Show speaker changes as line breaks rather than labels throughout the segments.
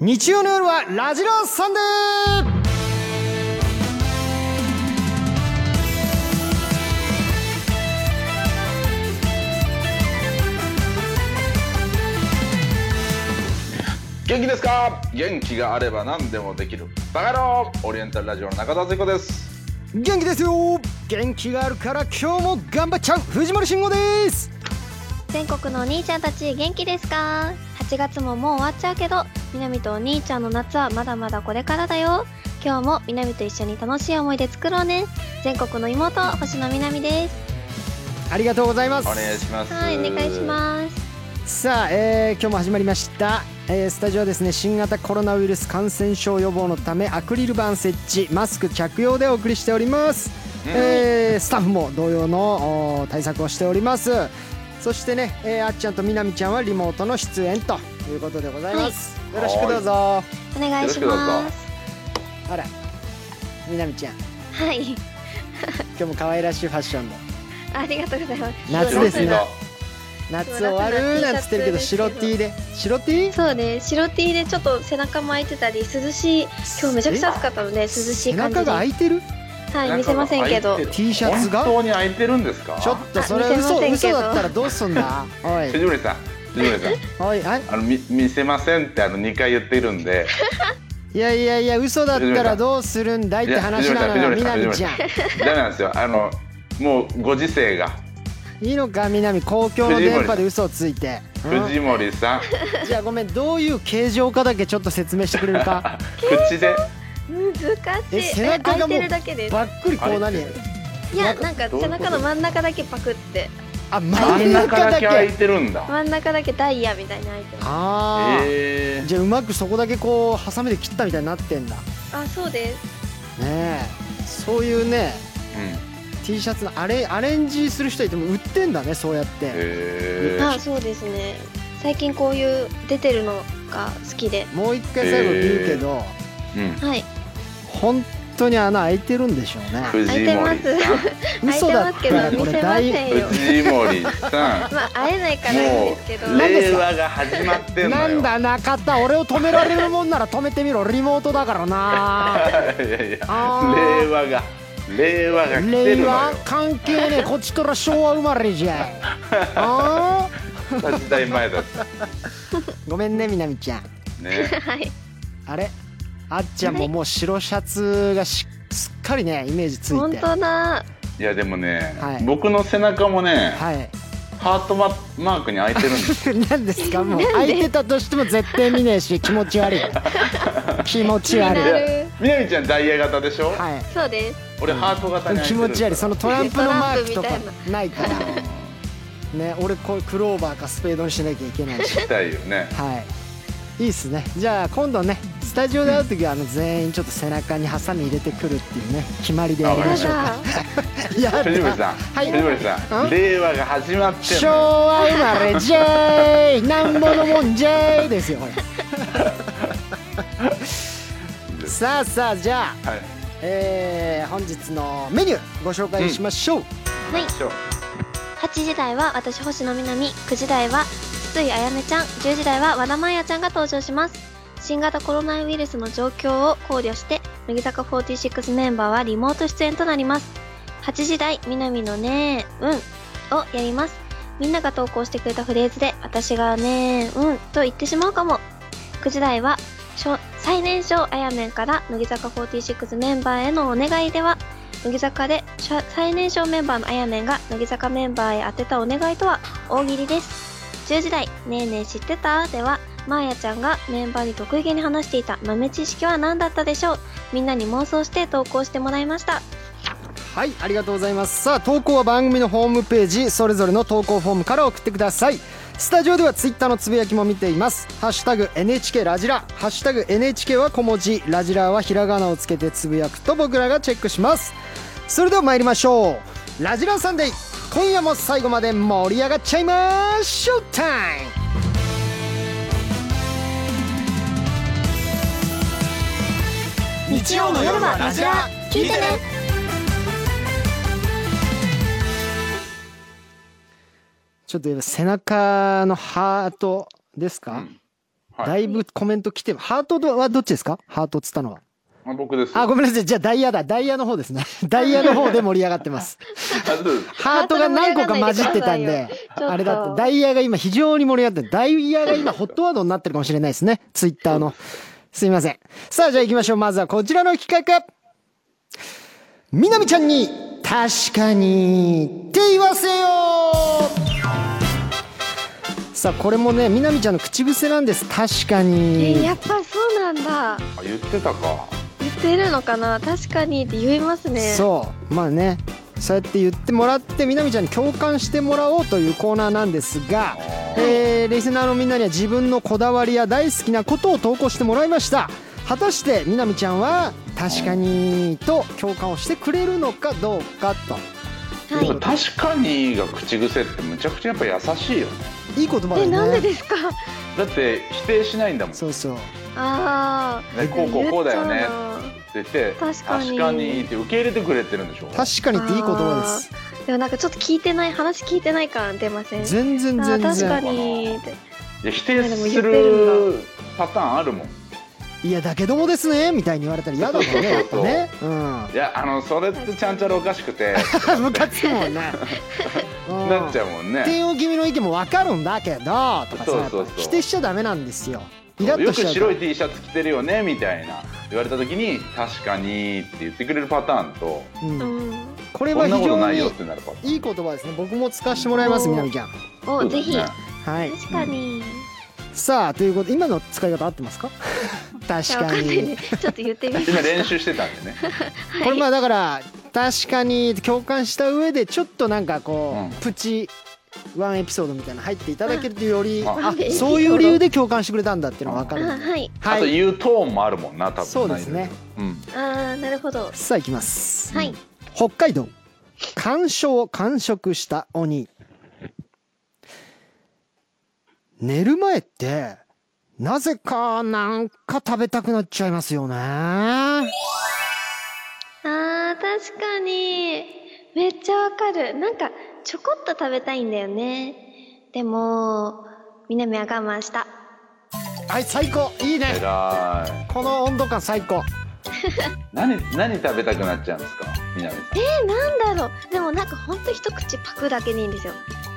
日曜の夜はラジロサンデー
元気ですか元気があれば何でもできるバカ野郎オリエンタルラジオの中田敦彦です
元気ですよ元気があるから今日も頑張っちゃう藤森慎吾です
全国のお兄ちゃんたち元気ですか8月ももう終わっちゃうけど南とお兄ちゃんの夏はまだまだこれからだよ今日も南と一緒に楽しい思い出作ろうね全国の妹星野みなみです
ありがとうございます
お願いします
はいお願いします
さあ、えー今日も始まりました、えースタジオはですね新型コロナウイルス感染症予防のためアクリル板設置マスク着用でお送りしております、
うん
えースタッフも同様のおー対策をしておりますそしてね、えーあっちゃんとみなみちゃんはリモートの出演ということでございます、
い
よろしくどうぞ
お願いします
あらみなみちゃん
はい
今日も可愛らしいファッションで
ありがとうございます
夏ですね
白
夏終わるなんつってるけど白 T で白 T?
そうね白 T でちょっと背中巻いてたり涼しい今日めちゃくちゃ暑かったので涼しい
背
感じ
中
で
が開いてる
はい
い
見せませんけど
T シャツが
本当に開いてるんですか
ちょっとそれ
あ見せま
嘘
せんけど
嘘だったらどうすんだおい
藤森さん藤森さん
おいはい
あのみ見せませんってあの2回言っているんで
いやいやいや嘘だったらどうするんだいって話なのよみ
いや
なみ
藤森
ちゃ
さん
ん
ダメなんですよあのもうご時世が
いいのかみなみ公共の電波で嘘をついて、
藤森さん
うんじゃあごめんどういう形状かだけちょっと説明してくれる か
口で
難しい
え背中がもう
開いてるだけです
ばっくりこう何
開いてる
いやなんか
どういう
背
こと
中の真ん中だけパクって
あ
真
真
ん
ん
中
中
だ
だ
け開い
け
てるんだ
真ん中だけダイヤみたいに開いてます
ああ、
え
じゃあうまくそこだけこうハサミで切ったみたいになってんだね
あそうです
えそういうね
ーうん
T シャツのアレアレンジする人いても売ってんだねそうやって、
えー
あそうですね最近こういう出てるのが好きで
もう一回最後言うけど、
うん
はい
本当に穴開いてるんでしょうね
藤森さん
開い
嘘
て
だ
ま
っ
すけ
たら
ど
こ
見
れ
せま
大
せんよ
藤森さん
まあ会えないからいいん
も
ですけど
う令和が始まってんの
な
よ
んだ中田俺を止められるもんなら止めてみろリモートだからな
いやいや
あー
令和が令和が来てる
令
のよ
和関係ねえこっちから昭和生まれじゃいあ
二時代前だっ
ーごめんねみなみちゃん
たね
はい
あれあっちゃんももう白シャツがしすっかりねイメージつい
本
て
当だ
いやでもね、
はい
僕の背中もね、
はい
ハートママークに開いてるんです
何ですかもう開いてたとしても絶対見ねえし気持ち 悪い気持ち悪
気に
い
なる
でみなみちゃんダイヤ型でしょ、
はい
そうです
俺ハート型に開
気
いてる
持ち悪いそのトランプのマークとか
トランプみ
ないからね俺こうクローバーかスペードにしなきゃいけないし
したいよね
はいいいっすねじゃあ今度ねスタジオで会う時はあの全員ちょっと背中にハサミ入れてくるっていうね決まりでやり
わか
ま
や
しょう
だ
やだ
藤森さん、
はい
藤森さ
うん
ん令和が始まってん
昭
のよ
和生まれじゃいなんぼのもんじゃいですよこれさあさあじゃあ、
はい
えー本日のメニューご紹介しましょう、
はい
そう
8時台は私星野みなみ9時台は筒井あやめちゃん10時台は和田まやちゃんが登場します新型コロナウイルスの状況を考慮して乃木坂46メンバーはリモート出演となります8時台みなみのねえうんをやりますみんなが投稿してくれたフレーズで私がねえうんと言ってしまうかも9時台は小最年少あやめんから乃木坂46メンバーへのお願いでは乃木坂で最最年少メンバーのあやめんが乃木坂メンバーへ当てたお願いとは大喜利です10時台「ねえねえ知ってた?」ではまーやちゃんがメンバーに得意げに話していた豆知識は何だったでしょうみんなに妄想して投稿してもらいました
はいありがとうございますさあ投稿は番組のホームページそれぞれの投稿フォームから送ってくださいスタジオではツイッターのつぶやきも見ています「ハッシュタグ #NHK ラジラ」「ハッシュタグ #NHK は小文字ラジラ」はひらがなをつけてつぶやくと僕らがチェックしますそれでは参りましょう「ラジラサンデー」今夜も最後まで盛り上がっちゃいましょうタイム
日曜の夜はラジラ聞いてね
ちょっと背中のハートですか、
はい
だいぶコメント来て、ハートはどっちですかハートっつったのは。
あ僕です。
あ、ごめんなさい。じゃあダイヤだ。ダイヤの方ですね。 ダイヤの方で盛り上がってます。
あそうです
ハートが何個か混じってたんで、
ちょっと
あれだった。ダイヤが今非常に盛り上がってる、ダイヤが今ホットワードになってるかもしれないですね。ツイッターの。すいません。さあ、じゃあ行きましょう。まずはこちらの企画。みなみちゃんに、確かに、って言わせよさあ、これもね、みなみちゃんの口癖なんです。確か
え
に。
やっぱりそうなんだ
あ言ってたか。
言ってるのかな確かにって言いますね
そう。まあね。そうやって言ってもらってみなみちゃんに共感してもらおうというコーナーなんですが、えーリスナーのみんなには自分のこだわりや大好きなことを投稿してもらいました果たしてみなみちゃんは「確かに」と共感をしてくれるのかどうか
うは
でも確かにが口癖ってむちゃくちゃやっぱ優しいよね。
といい言葉だ
い
よ
え
ね
なんでですか
だって否定しないんだもん。ね
そうそう
ああ
こうこうこうだよねって言って
確かに
確かにって受け入れてくれてるんでしょ。
確かにっていい言葉です
でもなんかちょっと聞いてない話聞いてない感出ません
全然
あー
全
確か
然
にって
いや否定
でも
す
言ってる
るパターンあるもん。
「いやだけどもですね」みたいに言われたら嫌だもんねやっぱね うん
いやあのそれってちゃんちゃらおかしく て
ムカつくもんな
なっちゃうもんね。
低音気味の意見もわかるんだけどとかさ
そうそうそう
やっぱ否定しちゃダメなんですよイラッと
よく
しちゃうから
白い T シャツ着てるよねみたいな言われた時に確かにって言ってくれるパターンと
う、
うんん
これ
こ
は
んな
非
こと
常
ない
に
よってなるパターン。
いい言葉ですね僕も使わせてもらいます
おー
みなみちゃん
おぜひ
そうだね
はい
確かに
さあということで今の使い方合って ますか確
じゃあわ
か
かんない
に
ねちょっと言ってみま
今
し
練習してたんでね。
これまあだから確かに共感した上でちょっとなんかこう、
うん
プチワンエピソードみたいなの入っていただけるとより
あ
あ
ワンエピソード
そういう理由で共感してくれたんだっていうのが分か
たあ
るんで
はい
あ と
はい
言うトーンもあるもんな多分
そうですね
うん
ああなるほど
さあいきます
はい
北海道鑑賞を完食した鬼寝る前ってなぜかなんか食べたくなっちゃいますよね
あー確かにめっちゃわかるなんかちょこっと食べたいんだよねでも南は我慢した
はい最高いいね
偉い
この温度感最高
何何食べたくなっちゃうんですか南さん
えなんだろうでもなんかほんと一口パクだけでいいんですよ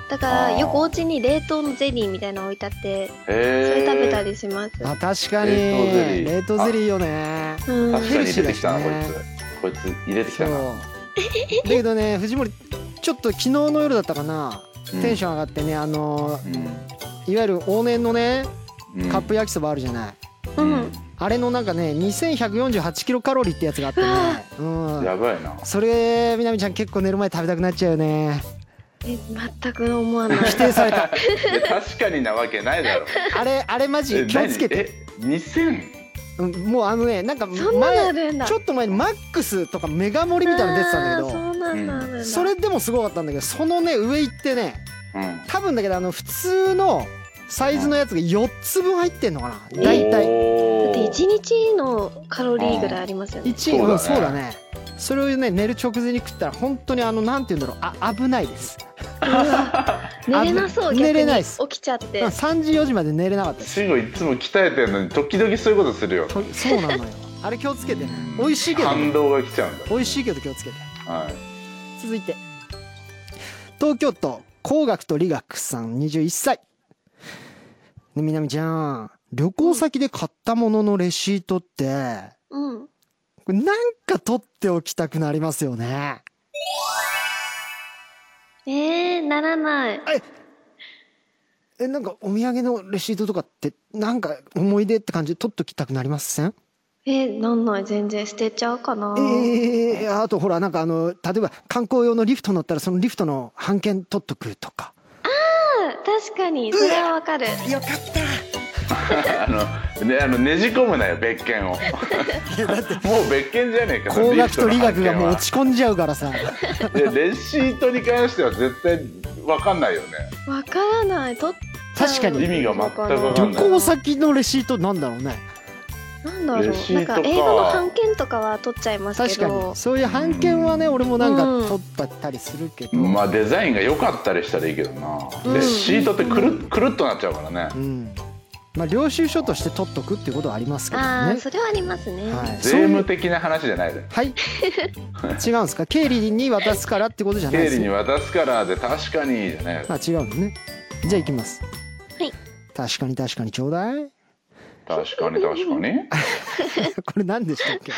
だか
あー
らよくお家に冷凍のゼリーみたいなの置いてあってそ
え
れ食べたりします、
あ確かに
冷凍ゼリー
冷凍ゼリーよね
う
確
ん
かに入れてきたな、
ヘ
こ
ルシーだし
いつこいつ入れてき
そ
た
う
な、
だけどね藤森ちょっと昨日の夜だったかな
うん
テンション上がってねあの
う
いわゆる往年のね
んうん、
カップ焼きそばあるじゃない
うん
あれのなんかね2148キロカロリーってやつがあってね、うん、
やばいな
それみなみちゃん結構寝る前食べたくなっちゃうよね
え全く思わない
否定された
いや確かになわけないだろ
あれあれマジ
え
気をつけて、
何え2000
うん、もうあのねなんか
そんなのあ
前
るんだ
ちょっと前にマックスとかメガ盛りみたいなの出てたんだけ
あーそうなんだあるんだ、
どそれでもすごかったんだけどそのね上行ってね
うん
多分だけどあの普通のサイズのやつが4つ分入ってんのかな大体
お
だ
ー
って1日のカロリーぐらいありますよね
1位
そう
う
だね
んそうだねそれをね寝る直前に食ったら本当にあのなんて言うんだろうあ危ないです
うわ寝れなそう
あ
逆に
寝れないっす
起きちゃって
うん3時4時まで寝れなかったです
慎吾いつも鍛えてるのに時々そういうことするよ
とそうなのよあれ気をつけてね美味しいけど
反動が来ちゃうんだ
美味しいけど気をつけて
はい
続いて東京都工学と理学さん21歳ねみなみちゃん旅行先で買ったもののレシートって
うん
これなんか取っておきたくなりますよね
えー、ならない
えなんかお土産のレシートとかってなんか思い出って感じで取っときたくなりません
えー、なんない全然捨てちゃうかな、
ええあとほらなんかあの例えば観光用のリフト乗ったらそのリフトの半券取っとくとか
うん確かにそれはわかる
よかった
あのねあのねじ込むなよ別件を もう別件じゃねえか
工学と理学がもう落
ち
ち込んじゃうからさ
レシートに関しては絶対わかんないよね
わからないとっ
確か
意
に
味が全くわか
旅
んない
行先のレシートなんだろうね
なんだろ
レシ
う
ー
なん
トか
か映画の版権とかは取っちゃいます
確
け
か
ど
にそういう半券はね
うん
俺もなん
う
か
ん
取ったりするけど、
まあデザインが良かったりしたらいいけどな、
うん
レシートってくるくるっとなっちゃうからね
うんまあ、領収書として取っとくっていうことはありますけどね
ああ、それはありますね。
はいそう
税
いう
務的な話じゃないで
はい違うんですか経理に渡すからってことじゃない
経
です
理に
よ
渡すからで確かにじゃ ね
あ違うのねじゃあ行きます
はい
確かに確かにちょうだ い
確かに確かに
これ何でしたっけ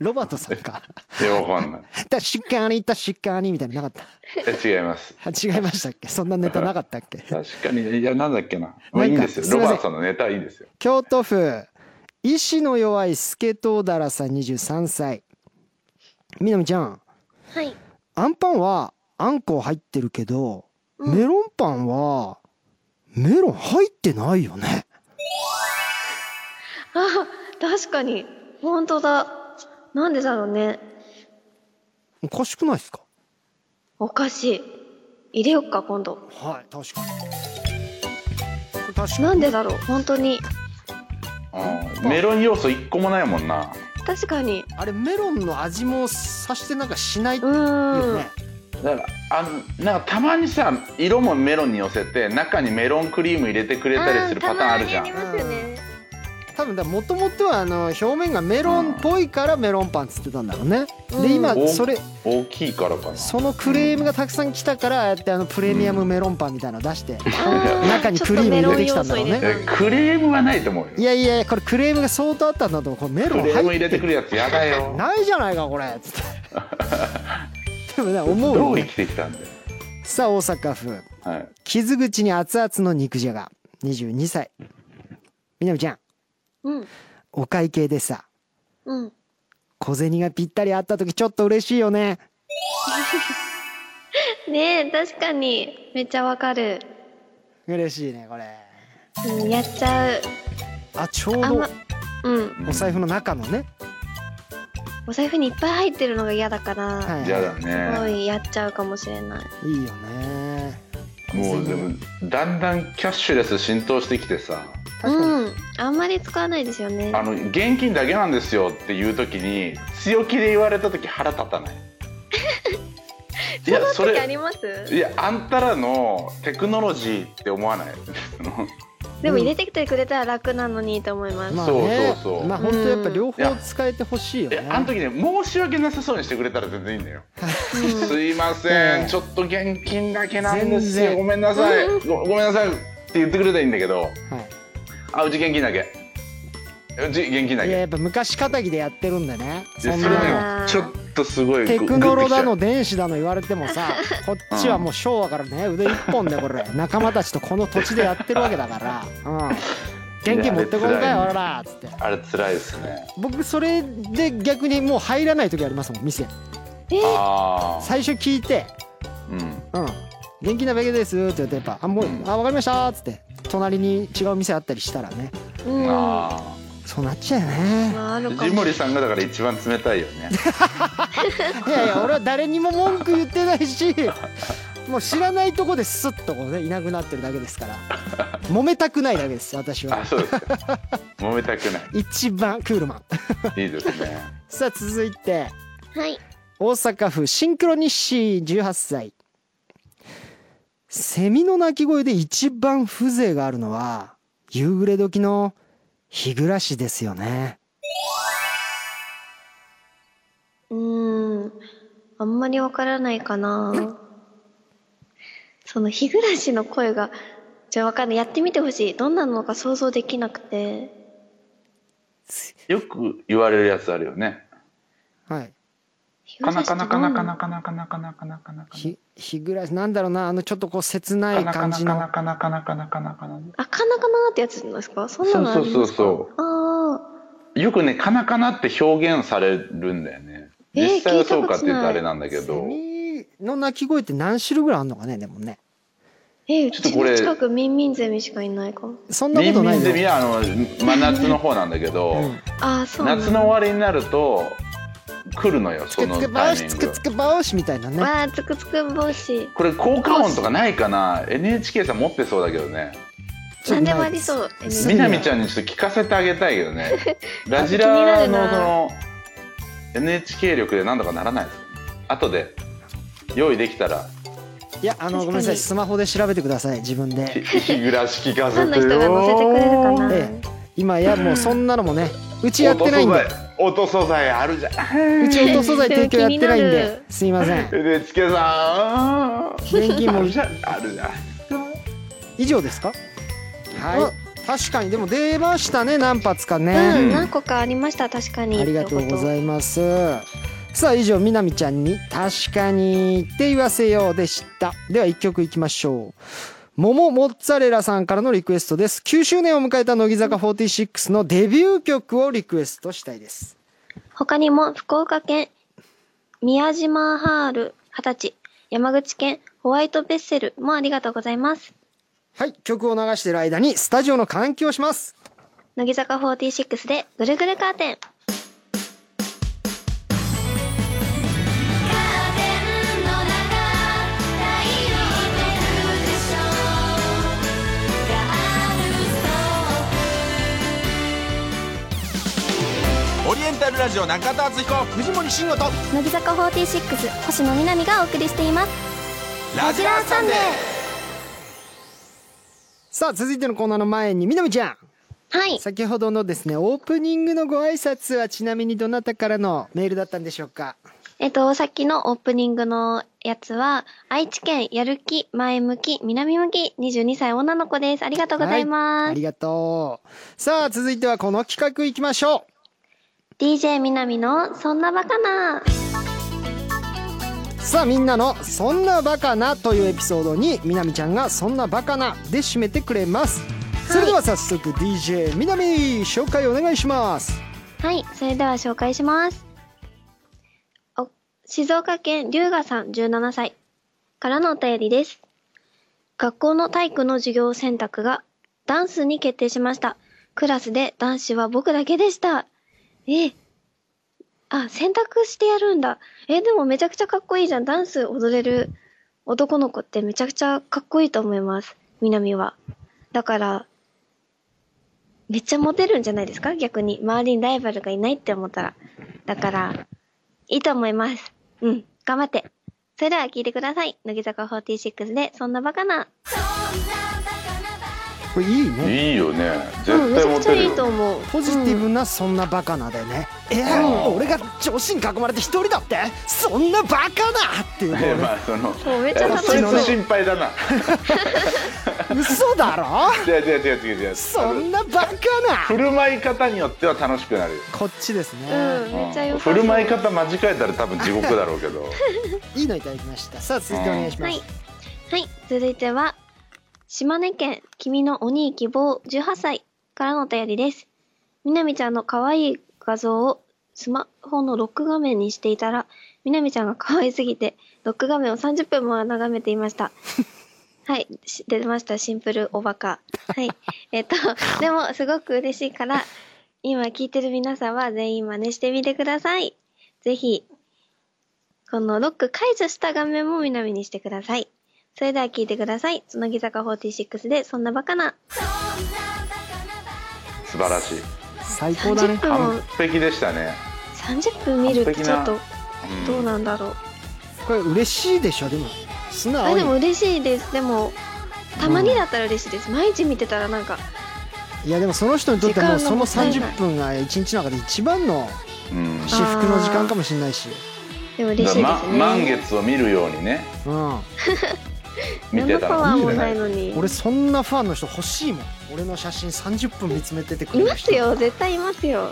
ロバートさん か
えわかんない
確かに確かにみたいなのなかった
え違います
あ違いましたっけそんなネタなかったっけ
確かにいやなんだっけな
なんか
まあいいんですよ
すいません
ロバートさんのネタいいですよ
京都府医師の弱い助藤だらさん23歳みなみちゃん
はい。
あんパンはあんこ入ってるけど、
うん
メロンパンはメロン入ってないよね
あ確かに。本当だ。なんでだろうね。
おかしくないですか
おかしい。入れよっか、今度。
はい確かに確
なんでだろう本当に。
うんメロン要素一個もないもんな
確かに。
あれメロンの味もさしてなんかしないよ
う
ね、
ーん。
だからあのなんかたまにさ色もメロンに寄せて中にメロンクリーム入れてくれたりするパターンあるじゃん
たまにありますよね。
多分だもともとはあの表面がメロンっぽいからメロンパンっつってたんだろうね、
うん
で今
お
それ
大きいからかな
そのクレームがたくさん来たからああやってあのプレミアムメロンパンみたいなの出して、
あー
中にクリーム入れてきたんだろうね
ちょっとメロン要素入れた
えクレームはないと思うよ
いやいやこれクレームが相当あったんだと思うこれメ
ク
ロン
レーム
入
入
っ
れてくるやつやだよ
ないじゃないかこれつって でもね思う
ど
よ
う生
ね
きてきたんだよ、
さあ大阪府
はい、
傷口に熱々の肉じゃが22歳みなみちゃん
うん。
お会計でさ
うん。
小銭がぴったりあった時ちょっと嬉しいよね
ねえ、確かに。めっちゃわかる。
嬉しいねこれ
うん、やっちゃう。
あちょう
あん
ど
ま、うん。
お財布の中のね
お財布にいっぱい入ってるのが嫌だから、
はい
嫌だ
すご
ね
いやっちゃうかもしれない。
いいよね
もうでもだんだんキャッシュレス浸透してきてさ
確かに、
うん。あんまり使わないですよね。
あの現金だけなんですよっていう時に強気で言われた時腹立たないいやそ
そんな時あ
れ
ります
いやあんたらのテクノロジーって思わない
でも入れてきてくれたら楽なのにと思います。
まあね
そうそうそう
まあ本当やっぱ両方使えてほしいよ
い
ね
やあの時ね申し訳なさそうにしてくれたら全然いいんだよ
うん
すいませ
ね
ん、ちょっと現金だけなんです
全然
よ。ごめんなさい。
う
ごごめんなさいって言ってくれたらいいんだけど、
はい
あ、うち現金だけ。うち現金だ
いや
け。い
や
や
っぱ昔かたぎでやってるんでね
そ
そん
れ
な
ね
の
ね、ちょっとすごい
テクノロだの
グッ
電子だの言われてもさこっちはもう昭和からね腕一本でこれ仲間たちとこの土地でやってるわけだから、うん、現金持ってこんかい俺らっつって
ときちゃうあれ辛いですね。
僕それで逆にもう入らない時ありますもん店
えー
ああ、
最初聞いて
うん。
「うん現金なだけです」って言ってやっぱ「あもうあ分かりました」っつって隣に違う店あったりしたらね
うん。ま
ああ、
そうなっちゃうよね
あ、あるか
藤
も。
森さんがだから一番冷たいよね。
いやいや俺は誰にも文句言ってないしもう知らないとこでスッとこうねいなくなってるだけですから揉めたくないだけです私は
あ、そうですか。揉めたくな
一番クールマン
い。いいですね。
さあ続いて
はい。
大阪府シンクロニッシー18歳セミの鳴き声で一番風情があるのは夕暮れ時の日暮らしですよね
うーん。あんまりわからないかな。その日暮らしの声が、じゃあわかんない。やってみてほしい。どんなのか想像できなくて。
よく言われるやつあるよね。
はい
日
か
暮ら
な
しって
かな
ど
か
ん
なかなかなかなかなかなかなかな。
ひ日暮らしなんだろうなあのちょっとこう切ない感じの
なかなかなかなかなかなか
あ、かなかなってやつですかそんなのありますか
そうそうそう
そう。ああ。
よくね「カナカナ」って表現されるんだよね
えー
実際はそうかって言うと
聞
あ
いたことない
れなんだけ
セ
ど、
ミの鳴き声って何種類ぐらいあんのかねでもね
え、う
ちょっ
ち
とこれ
の近くミンミンゼミしかいないかも。
そんな
ミ
こと
ン
な
ミ
い
ンゼミ
よ
はあの真夏の方なんだけ
う
ど、
ん
ああ、そうなんだ
夏の終わりになると来るのよ
つ
そ
け
の
つけ
タ
ば
イ
し
ミ
つ
ン
け
グ
つけばしみたいなね
わあ、つくつく帽子。
これ効果音とかないかな NHK さん持ってそうだけどね
ちょっ
何
と
でも
な
あ
い
り
です
そう。
す
み
ごい
なみちゃんにちょっと聞かせてあげたいけどねラジ
気にな
ラ
るな
のその NHK 力でなんとかならないですかね後で用意できたら
いやあの
確かに
ごめんなさいスマホで調べてください自分
ひ
で
日暮らし聞か
ファ
せて
ンの人が載せてくれるかな、
え今やもうそんなのもねうちやって
音
ない
素
んで
材音素材あるじゃん
うち音素材提供やってないん
気にな
で
る
すいません
NHK さん
年金
あ
も
るじゃんあるじゃん
以上ですか
は
お確かにでも出ましたね何発か
う
ね、
ん、何個かありました確かに
ありがとうご
い
ざいますさあ以上みなみちゃんに「確かに」って言わせようでしたでは1曲いきましょう桃モッツァレラさんからのリクエストです9周年を迎えた乃木坂46のデビュー曲をリクエストしたいです
他にも福岡県宮島ハール20歳山口県ホワイトベッセルもありがとうございます
はい曲を流している間にスタジオの換気をします
乃木坂46でぐるぐるカーテン
オリエンタルラジオ中田敦彦
藤森慎吾と
乃木坂46星野みなみがお送りしています
ラジラーサンデー
さあ続いてのコーナーの前にみなみちゃん
はい
先ほどのですねオープニングのご挨拶はちなみにどなたからのメールだったんでしょうか
えっとさっきのオープニングのやつは愛知県やる気前向き南向き22歳女の子ですありがとうございま
は
す、
ありがとうさあ続いてはこの企画いきましょ
DJ みなみのそんなバカな
うさあみんなの「そんなバカな」というエピソードにみなみちゃんが「そんなバカな」で締めてくれますそれでは早速 DJ みなみ紹介お願いします
はい、それでは紹介します。お静岡県龍河さん17歳からのお便りです。学校の体育の授業選択がダンスに決定しました。クラスで男子は僕だけでした。ええ、あ、選択してやるんだ。え、でもめちゃくちゃかっこいいじゃん。ダンス踊れる男の子ってめちゃくちゃかっこいいと思います。南は。だから、めっちゃモテるんじゃないですか逆に。周りにライバルがいないって思ったら。だから、いいと思います。うん。頑張って。それでは聞いてください。乃木坂46で、そんなバカな。
これいいね
いいよね
うん、
絶対
めちゃ
モ
くちゃ
テる
いい
よ
と思う。
ポジティブなそんなバカなだよね、えー
うん
俺が女子に囲まれて一人だってそんなバカなっていうの
いや
ね
まあその
そうめっちゃ楽しそう
いやそいつ心配だな
嘘だろ
違う違う違う違う違う
そんなバカ
あの
な
振る舞い方によっては楽しくなるよ
こっちですね、
うん、めっちゃ
う
良
ん
さそ
振
う。
る舞い方間違えたら多分地獄だろうけど
いいのいただきましたさあ続いてお願いしま
は
す、
い。はい。続いては、島根県、君のお兄希望18歳からのお便りです。みなみちゃんの可愛い画像をスマホのロック画面にしていたら、みなみちゃんが可愛すぎて、ロック画面を30分も眺めてい ました。はい。し出ました。シンプルおバカ。はい。えっと、でも、すごく嬉しいから、今聞いてる皆さんは全員真似してみてください。ぜひ、このロック解除した画面も南にしてください。それでは聞いてください。乃木坂46でそんなバカな。
素晴らしい
最高だね
30分
完
を、
璧でしたね
30分見るってちょっと
うん
どうなんだろう。
これ嬉しいでしょでも素直
あ、
に
でも嬉しいです。でも、たまにだったら嬉しいです。毎日見てたらなんか、
いやでもその人にとってはもう
時
そ
間が
の
もったいない
30分が一日の中で一番の
うん
至福の時間かもしれないし
でも嬉し
だ
いで
から
す
ま
ね。
満月を見るようにね
うん
見
何
て
の
た
パワ
ら
ー
いいん
も
じゃ
な
ないい
のに。
俺そんなファンの人欲しいもん俺の写真30分見つめててく
い
れる
ます
人
よ。絶対いますよ。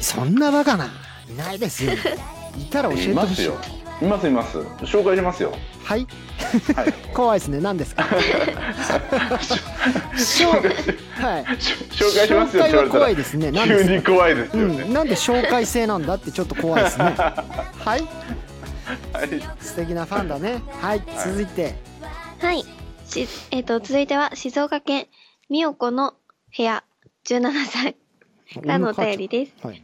そんなバカないないです よいたら教えて
いま
ほ
す
しい
よいますいます紹介しますよ
はい
はい
怖いですね何ですか
紹介し
はい
紹介しますよって言わ
は
れた
怖い
ら
ですね何です
急
か
に怖いですよ
うん、
ね
なんで紹介制なんだってちょっと怖いですねはい
はい
素敵なファンだねはい、続いて
はい。し、えっ、と、続いては静岡県、みよこの部屋、17歳からのお便りです。
はい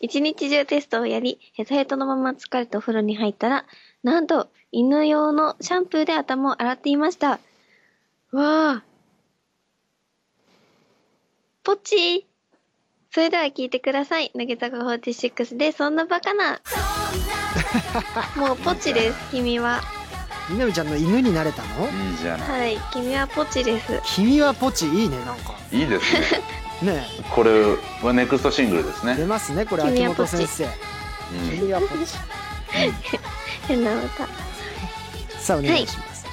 一日中テストをやり、ヘトヘトのまま疲れてお風呂に入ったら、なんと、犬用のシャンプーで頭を洗っていました。わあ。ポチそれでは聞いてください。乃木坂46で、そんなバカな。もうポチです、君は。
みなみちゃんの犬になれたの
いいじゃない。
はい、君はポチです。
君はポチいいねなんか
いいですね。
ね
これはネクストシングルです
え出
ね。
ますねこれ
君
秋
は
元
ポチ
先生君はポチ
変な歌。
さあお願いします、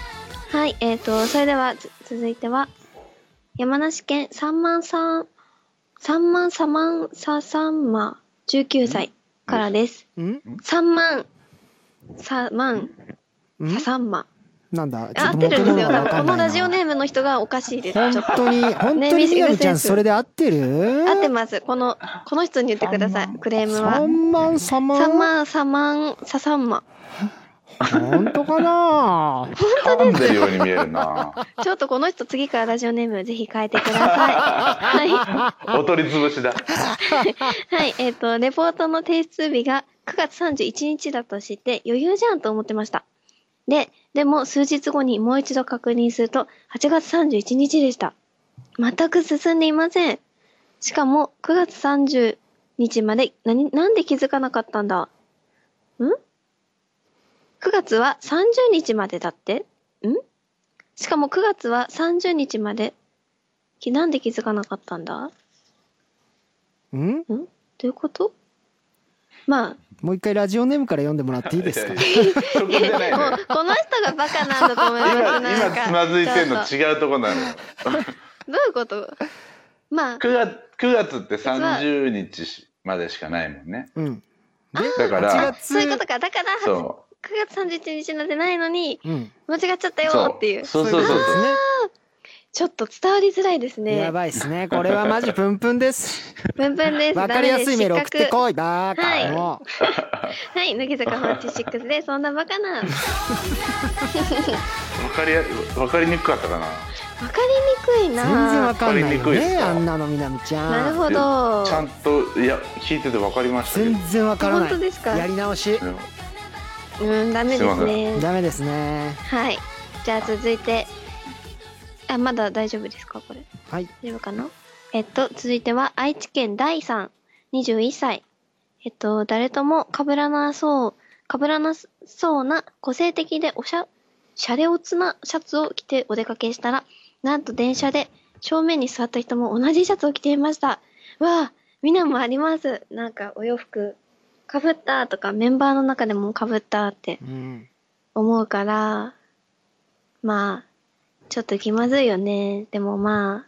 はい、えっ、と、それでは、つ続いては、山梨県三万三、三万三万さ三万19歳からです。
ん
三万、三万、
ん
さ三万。
なんだちょっと
合っ
モ
て
テ
るん
る
で
の
すよ。
が
多
わ
分
か
こ
んな
の
いな
ラジオネームの人がおかしいです。ちょ
本
っと
当に本当にみなみちゃんそれで合ってる
合ってます。この、この人に言ってください。クレームは。
三万三万
三万三万さ三万。
本当かな
噛んでるように見えるな。
ちょっとこの人次からラジオネームぜひ変えてください。 はい。
お取り潰しだ。
はい、えっ、と、レポートの提出日が9月31日だとして余裕じゃんと思ってました。で、でも数日後にもう一度確認すると8月31日でした。全く進んでいません。しかも9月30日まで、なに、なんで気づかなかったんだん ?9 月は30日までだってんしかも9月は30日まで、きなんで気づかなかったんだ
うん
んどういうことまあ、
もう一回ラジオネームから読んでもらっていいです か
いやいやそこじゃないのよ
ここの人がバカなんだと思いま
今
す。な
今
んか
つまずいてんの
ちょっ
違うとこなのよ。
とどういうことまあ、
9月9月って30日までしかないもんね。
うん
だか
8
ら
月
そういうことか。だから、9
そ
月31日なんてないのに、
うん
間違っちゃった
う
よっていう。
そうそうそう
い
そう
ことですね
ちょっと伝わりづらいです
や
ね。
ばいですね。これはマジプンプンです。
ブンブンです。
わかりやすいメール
ダ
送っ
メです
て
失格
こい。バー
はい
カも
はい、乃木坂46で、そんなバ カな。わかり
わかりやわかりにくかったかな。
にくいうな。
全然わかんないよ
わかりにくいっ
ね。
すか
あんなのみなみち
な
ゃん。
るほど。
ちゃんといや聞いててわかりましたけど
全。然わからない。
本当ですか
やり直し。
うん、ダメです
いま
すね。
ダメですね。
はい。じゃあ続いて。あ、まだ大丈夫ですかこれ。
はい。
大丈夫かなえっと、続いては愛知県第3、21歳。えっと、誰とも被らなそう、被らなそうな個性的でおしゃ、シャレオツなシャツを着てお出かけしたら、なんと電車で正面に座った人も同じシャツを着ていました。わあ、みんなもあります。なんかお洋服、被ったとかメンバーの中でも被ったって
うん。
思うから、まあ、ちょっと気まずいよね。でもまあ、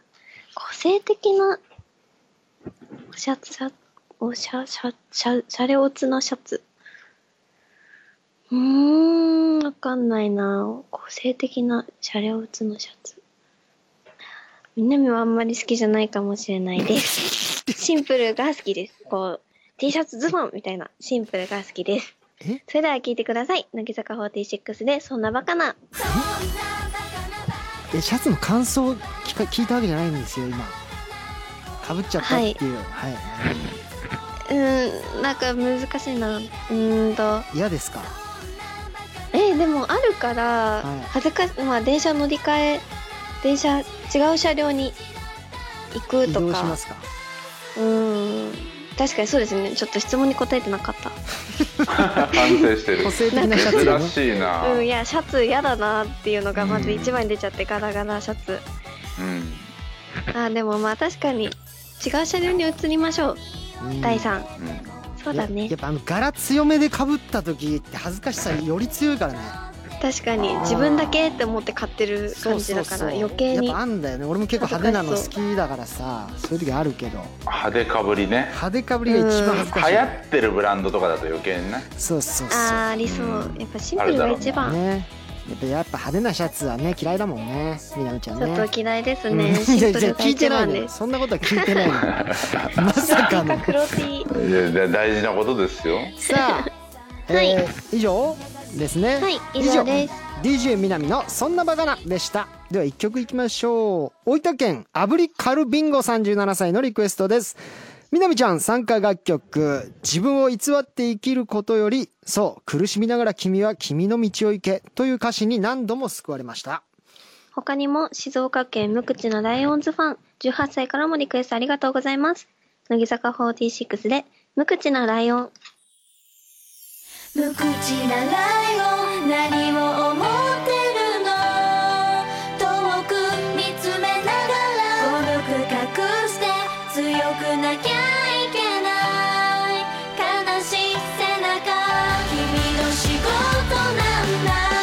個性的な、おしゃ、しゃ、おしゃ、しゃ、しゃ、しゃれおつなシャツ。うーん、わかんないな。個性的なシャレオツのシャツ。みなみはあんまり好きじゃないかもしれないです。シンプルが好きです。こう、T シャツズボンみたいなシンプルが好きです。
え
それでは聞いてください。乃木坂46で、そんなバカな。
えシャツの感想を聞か聞いたわけじゃないんですよ今。かぶっちゃったっていう。はい。
うーん、なんか難しいな。うーんと。
嫌ですか。
えーでもあるから、
はい
恥ずかしまあ電車乗り換え、電車、違う車両に行く
移
と
動し
か。
ますか。
うーん。確かにそうですね。ちょっと質問に答えてなかった。
反省してる
個。性的なシャツだ
珍
ね。
しいな。
う、
うんん。
いや、シャツ嫌だなっていうのがまず
うん
一番に出ちゃって、ガラガラシャツ。あー、でもまあ確かに、違う車両に移りましょう。
うん
第
う
3。
ん
そうだ
や
ね
や。っぱあの柄強めでかぶった時って恥ずかしさより強いからね。
確かに、自分だけって思って買ってる感じだから、
そうそうそう
余計に。
やっぱあんだよね俺も結構派手なの好きだからさそういう時あるけど
派手かぶりね。
派手かぶりが一番恥ず
流
かしい
行ってるブランドとかだと余計にね。
そうそうそ
あー、ありそう
う。ん
やっぱシンプルが一
う
番。
ねやっぱやっぱ派手なシャツはね嫌いだもんねみなみちゃん
ちょ
ね
っと嫌いです
うんい
ね。
や
シンプ
いや
ルが
聞い
一
てない
番
の
で
よ
す。
そんなことは聞いてないの よまさかの
黒 T。
いやいや大事なことですよ。
さあ、
はい
えー以上ですね
はい、以上です。
DJ みなみの「そんなバカな」でしたでは一曲いきましょう大分県アブリカルビンゴ37歳のリクエストですみなみちゃん参加楽曲「自分を偽って生きることよりそう苦しみながら君は君の道を行け」という歌詞に何度も救われました
他にも静岡県無口のライオンズファン18歳からもリクエストありがとうございます。乃木坂46で無口なライオン。
無口なライオン何を思っなきゃいけない悲しい背中君の仕事なんだ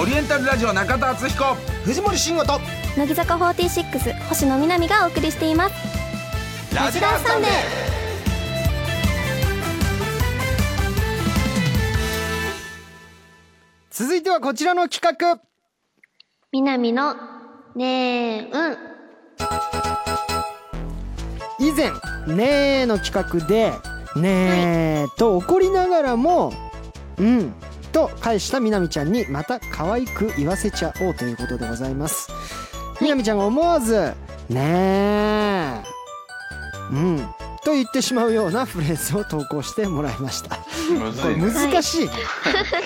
オリエンタルラジオ中田敦彦
藤森慎吾と
乃木坂46星野みなみがお送りしています
ラジラーサンデー
続いてはこちらの企画
みなみのねえうん
以前「ねえ」の企画で「ねえ」と怒りながらも「うん」と返したみなみちゃんにまた可愛く言わせちゃおうということでございますみなみちゃんが思わず「ねえ」「うん」と言ってしまうようなフレーズを投稿してもらいました
む
こ
ず
れ
いね
難しい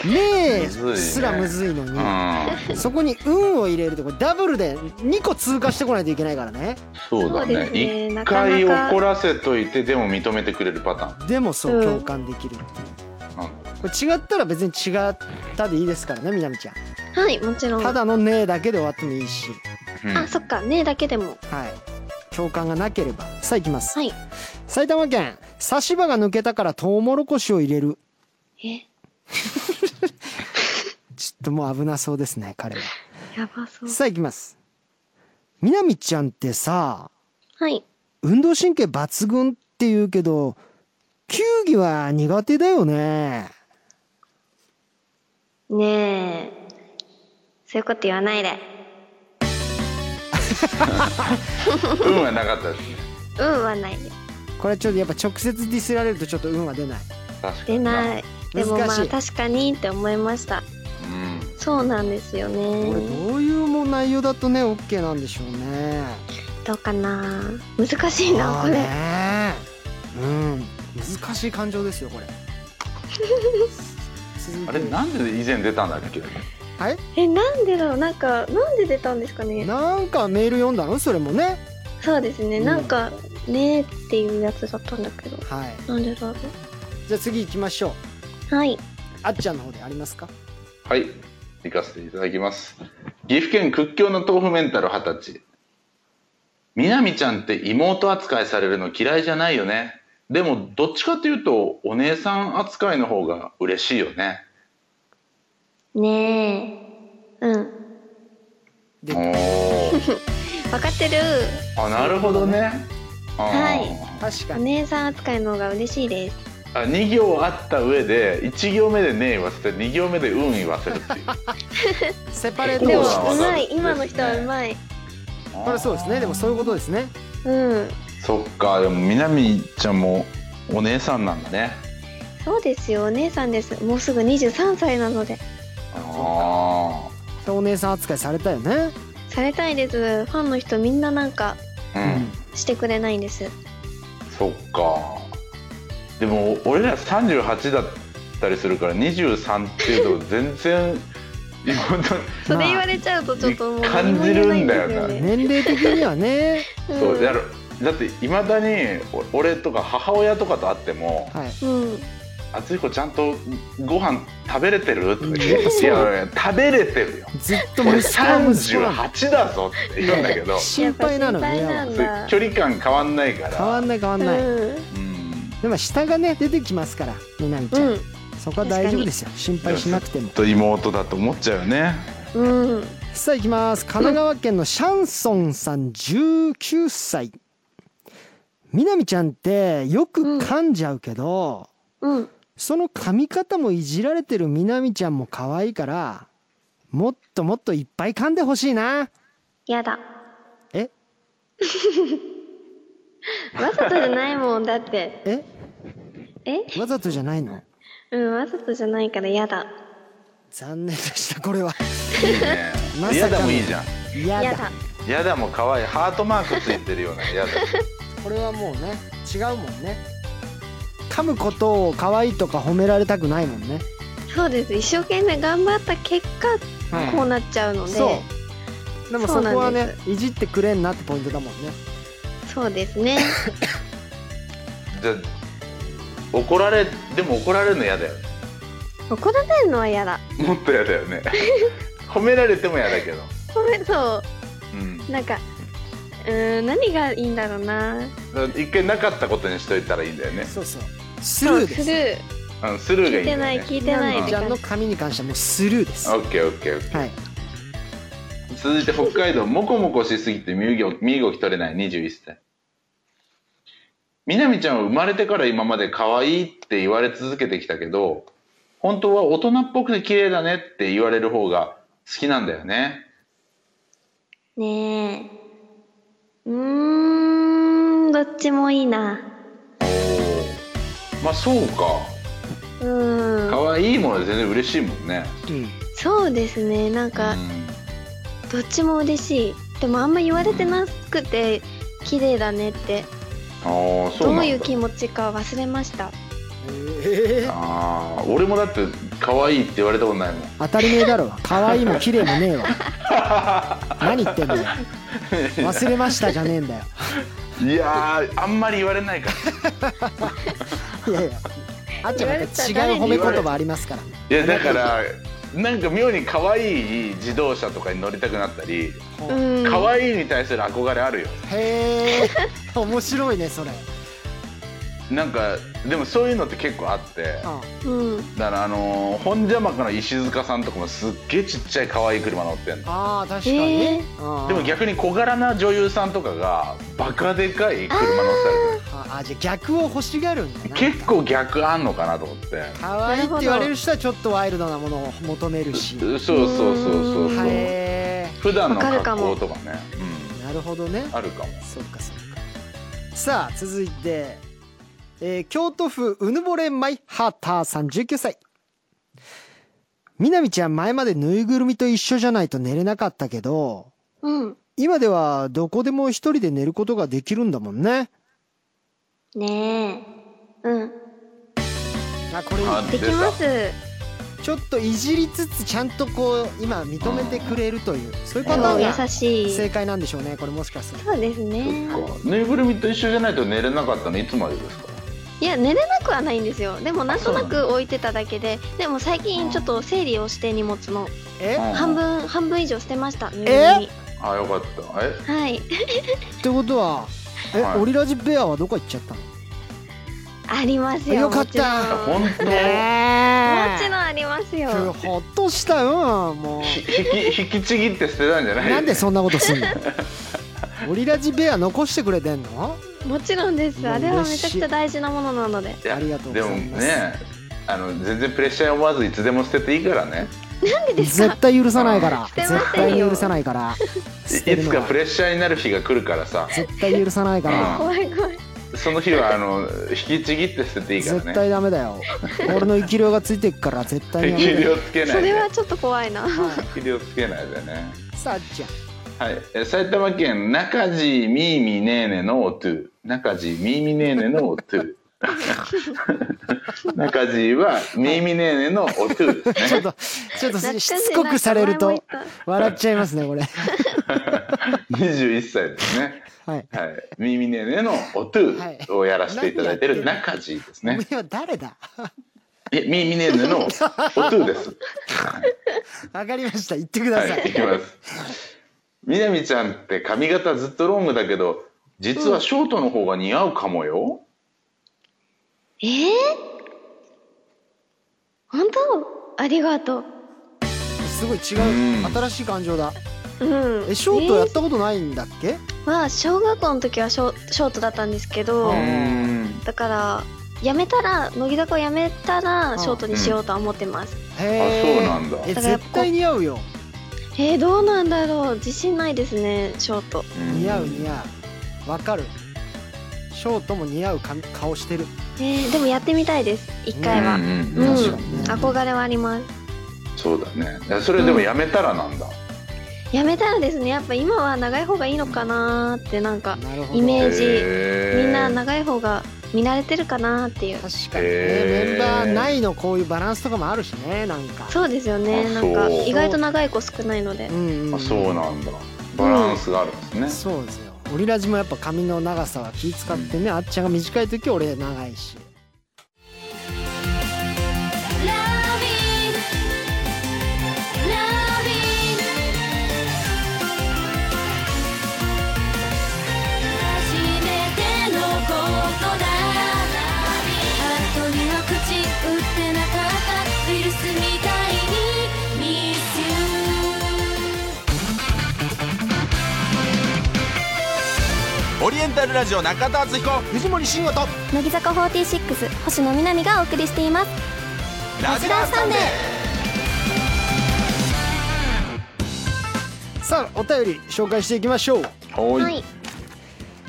「ねえ」
むずいね
すらむずいの
う
に
ん、
そこに「うん」を入れるとこれダブルで2個通過してこないといけないからね
そうだ
そうですね
ね一
なかな
回
か
怒らせといてでも認めてくれるパタ
でもそううん共感できる、
ーンうん
これ違ったら別に違ったでいいですからねみなみちゃん
はいもちろん
ただの「ね」だけで終わってもいいし、
うん
あそっかねえだけでも
はい、共感がなければさあいきます、
はい
埼玉県差し歯が抜けたからトウモロコシを入れる
え
ちょっともう危なそうですね彼は
やばそう
さあいきますみなみちゃんってさ
はい
運動神経抜群って言うけど球技は苦手だよね
ねえそういうこと言わないで
運はなかったですね
うんはないで
これちょっとやっぱ直接ディスられるとちょっと運は出ない
確か
出
に
ないでもま
難し
あ
い
確かにって思いました
うん
そうなんですよ
これ
ね
どういうも内容だとね OK なんでしょうね
どうかな難しいな
あ
こ
ー
れ
ねうん難しい感情ですよこ れ続いて
あれなんで以前出たんだっけ
はい
えなんでだろうなんかなんで出たんですかね
なんかメール読んだのそれもね
そうですね
うん
なんか「ねえ」っていうやつだったんだけど
はい
なんでだろ
じゃあ次行きましょう
うはい
あっちゃんの方でありますか
はい行かせていただきます岐阜県屈強の豆腐メンタル二十歳みなみちゃんって妹扱いされるの嫌いじゃないよねでもどっちかというとお姉さん扱いの方が嬉しいよね
ねえうん
で
おー
分かってる
あなるほどねあー
は
確か
お
に
姉さん扱いの方が嬉しいです
あ2行あった上で1行目で「ね」言わせて2行目で「うん」言わせるっていう
セパレート
でも
を
う
し
だ
ま
う
す
まい今の人はうまい
これそうですねでもそういうことですね
うん
そっかでもみなみちゃんもお姉さんなんだね
そうですよお姉さんですもうすぐ23歳なので
あ
お姉さん扱いされたよね
されたいですファンの人みんななんか
あう
うん
してくれないんです
そっかでも俺ら38だったりするから23っていうと全然妹
そ
まあ
れ言われちゃうとちょっともう
感じるんだよな
何も言えないんですよね
年齢的にはね
そううんやろだっていまだにお俺とか母親とかと会っても
はい
うん
「あつひこちゃんとご飯食べれてる?」とか言っ
うんそう
て「いや食べれてるよ
ずっと息
俺
子は息子なんだ
38だぞ」って言うんだけど
心配なのよ
やっぱ心配な
親
の
は
そういう距離感変わんないから
変わんない変わん
う
ない、
ん
うん
でも下がね出てきますからみなみちゃん、
うん
そこは大丈夫ですよ心配しなくても
ちょっと妹だと思っちゃうよね
うん
さあ行きます神奈川県のシャンソンさん19歳みなみちゃんってよく噛んじゃうけど、
うん
その噛み方もいじられてるみなみちゃんも可愛いからもっともっといっぱい噛んでほしいな
やだ
え
わざとじゃないもんだって
え
え
わざとじゃないの
うんわざとじゃないからやだ
残念でしたこれはい
いね
まさかの
嫌だもいいじゃん
嫌だ
やだ
やだも可愛いハートマークついてるようなやだ
これはもうね違うもんね噛むことを可愛いとか褒められたくないもんね
そうです一生懸命頑張った結果
うん
こうなっちゃうので、
そうでもそこは
そう
ね
なん
いじってくれんなってポイントだもんね
そうですね
じゃあ怒られでも怒られるの嫌だよね
怒られるのは嫌だ
もっと嫌だよね褒められても嫌だけど。
それそ
うん。
うなんかうーん何がいいんだろうな
だから一回なかったことにしといたらいいんだよね。
そうそうスルーで
スル
す
ー
うん、スルーが
聞
いいん
い
だ
て
よ
な
ね。
い聞いてない
うん
って
ちゃん
感
の
じ
髪に関してはもうスルーです
オッケーオッケーオッケー。
はい
続いて北海道、もこもこしすぎて身動き身動き取れない21歳。みなみちゃんは生まれてから今まで可愛いって言われ続けてきたけど、本当は大人っぽくて綺麗だねって言われる方が好きなんだよね。
ねえうーんどっちもいいな
まあそうか。
うーん
可愛いもので全然嬉しいもんね。
うん
そうですねなんか
う
どっちも嬉しいでもあんま言われてなくて綺麗だねって
ん、ああ、そう
ど
なんだ。
ういう気持ちか忘れました
えー
ああ、俺もだって可愛いって言われたことないもん。
当たり前だ ろ可愛いも綺麗もねえわ何言ってんだよ忘れましたじゃねえんだよ
いやーあんまり言われないから
いやいやあっちゃんまた違う褒め言葉ありますから
いやだからなんか妙に可愛い自動車とかに乗りたくなったり
うん
可愛いに対する憧れあるよ
へえ面白いねそれ
なんかでもそういうのって結構あって
あ
うん
だからあのー本邪魔かの石塚さんとかもすっげえちっちゃい可愛い車乗ってんの
あー確かにね、あー
でも逆に小柄な女優さんとかがバカでかい車乗って
ああじゃあ逆を欲しがるんだ
た
な
り結構逆あんのかなと思って
可愛いって言われる人はちょっとワイルドなものを求めるし
そうそうそうそうそう
へえ
普段の
わかるかも
格好とかね
なるほどね
うんあるかも
そっかそっかさあ続いて、えー京都府うぬぼれマイハーターさん19歳みなみちゃん前までぬいぐるみと一緒じゃないと寝れなかったけど
うん
今ではどこでも一人で寝ることができるんだもんね
ねえうん
あこれいい
あ
できます
ちょっといじりつつちゃんとこう今認めてくれるというそういうパタ
そ
ー
う
ンが
優しい
正解なんでしょうねこれもしかすると
そうですね
そっかぬいぐるみと一緒じゃないと寝れなかったのいつまでですか
いや寝れなくはないんですよでもなんとな
あそうな
く置いてただけででも最近ちょっと整理をして荷物の
えっ
半分半分以上捨てましたぬいぐるみ
あよかったえ
はい
てことはえ、
はい
オリラジペアはどこ行っちゃったの
ありますよ
よかった
も
本当
ちろんもちろんありますよ
ふほっとしたよも
ひ引き引きちぎって捨てたんじゃな
う
い
なんでそんなことす んのオリラジペア残してくれてんの
もちろんですあれはめちゃくちゃ大事なものなので
いや
ありがとうございます
でもねあの全然プレッシャー思わずいつでも捨てていいからね
なんでですか
絶対許さないから
捨てませんよ
絶対に許さないから
い
捨て
い
る
つ
の
か
は
プレッシャーになる日が来るからさ
絶対許さないから
怖い怖い
その日はあの引きちぎって捨てていいから
絶
ね
対ダメだよ俺の生き量がついてくから絶対にや
適
め
量つけ
そ
ない
れは
で
ちょっと怖いな
は
適量つけないでね
いさあじゃ
はいえ埼玉県中地みーみーねーねのおとゥ中地みーみーねーねのおとゥ中地はみーみーねーねのおとゥですね
あちょっとちょっとしつこくされる
なん
と
か前も
笑っちゃいますねこれ
21歳ですね。
はい
はい、ミミネネのオト
はい
ゥをやらせていただいてる中地です
お前
ね。
は誰だ
え、ミミネネのオトゥです。
わかりました言ってくだ
は
さい、
い、いきます。みなみちゃんって髪型ずっとロングだけど、実はショートの方が似合うかもよ。
言ったえー本当ありがとう
すごい違う、
うん
新しい感情だ
うん
えショートや
え
っ
ー
たことないんだっけ、
まあ小学校の時はショショートだったんですけど、
う
うんん。
だから辞めたら乃木坂を辞めたらショートにしようとは思ってます、
へえ
あそうなんだ
え
だから
絶対似合うよ
えー、どうなんだろう自信ないですねショート
似合う似合うわかるショートも似合うか顔してる
えー、でもやってみたいです一回は、
うん
う
うんんうん
確かにね
憧れはあります
そうだね。いやそれでもやめたらなんだ。
辞めたらですねやっぱ今は長い方がいいのかなーってなんか
なるほど
イメージ、
へー
みんな長い方が見慣れてるかなーっていう
確かにね、
へ
メ
ー
ンバー内のこういうバランスとかもあるしねなんか
そうですよねな
あ
んか
そう
意外と長い子少ないので
うんうん、
あそうなんだ。バランスがあるんですね。
そうですよオリラジもやっぱ髪の長さは気使ってね、あっちゃんが短い時は俺長いし
ラビーラビー
オリエンタルラジオ中田敦彦
藤森慎吾と
乃木坂46星野みなみがお送りしています
ラジラーサンデー
さあお便り紹介していきましょう
は
はいい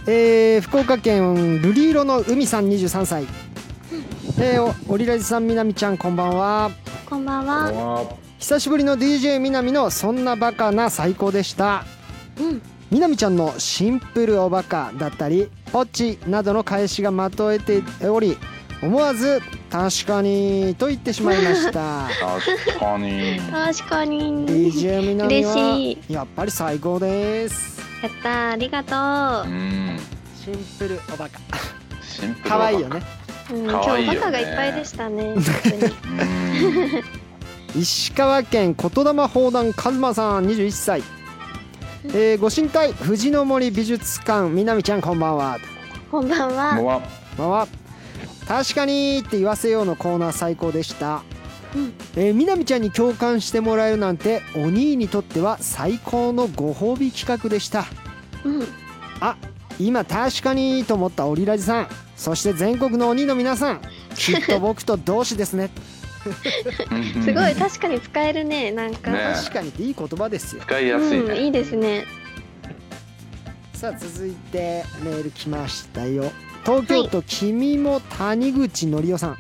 えー福岡県瑠璃色の海さん23歳、えーおオリラジさんみなみちゃんこんばんは
こんばんは
久しぶりの DJ みなみの「そんなバカな」最高でした
うん
みなみちゃんの「シンプルおバカ」だったり「ポチ」などの返しがまとえており思わず「確かに」と言ってしまいました
確かに
確かに
DJ みなみ
嬉し
はやっぱり最高です
やったーありが
う
とうん
シンプルおバカ
シンプル
可愛いよね
うん
かわ
今
いい
日
よね
バカがいっぱいでしたね本 当に
うん
石川県言霊砲弾和馬さん21歳、えーご神体藤の森美術館みなみちゃんこんばんは
こんばん
こん ばん
は
は
こんばんは確かにって言わせようのコーナー最高でした、えーみなみちゃんに共感してもらえるなんてお兄にとっては最高のご褒美企画でした
うん
あ今確かにと思ったオリラジさんそして全国の鬼の皆さんきっと僕と同志ですね
すごい確かに使えるねなんか
ね
確かにっていい言葉ですよ
使いやすい
うん、
ね
いいですね
さあ続いてメール来ましたよ東京都君も谷口のりおさん、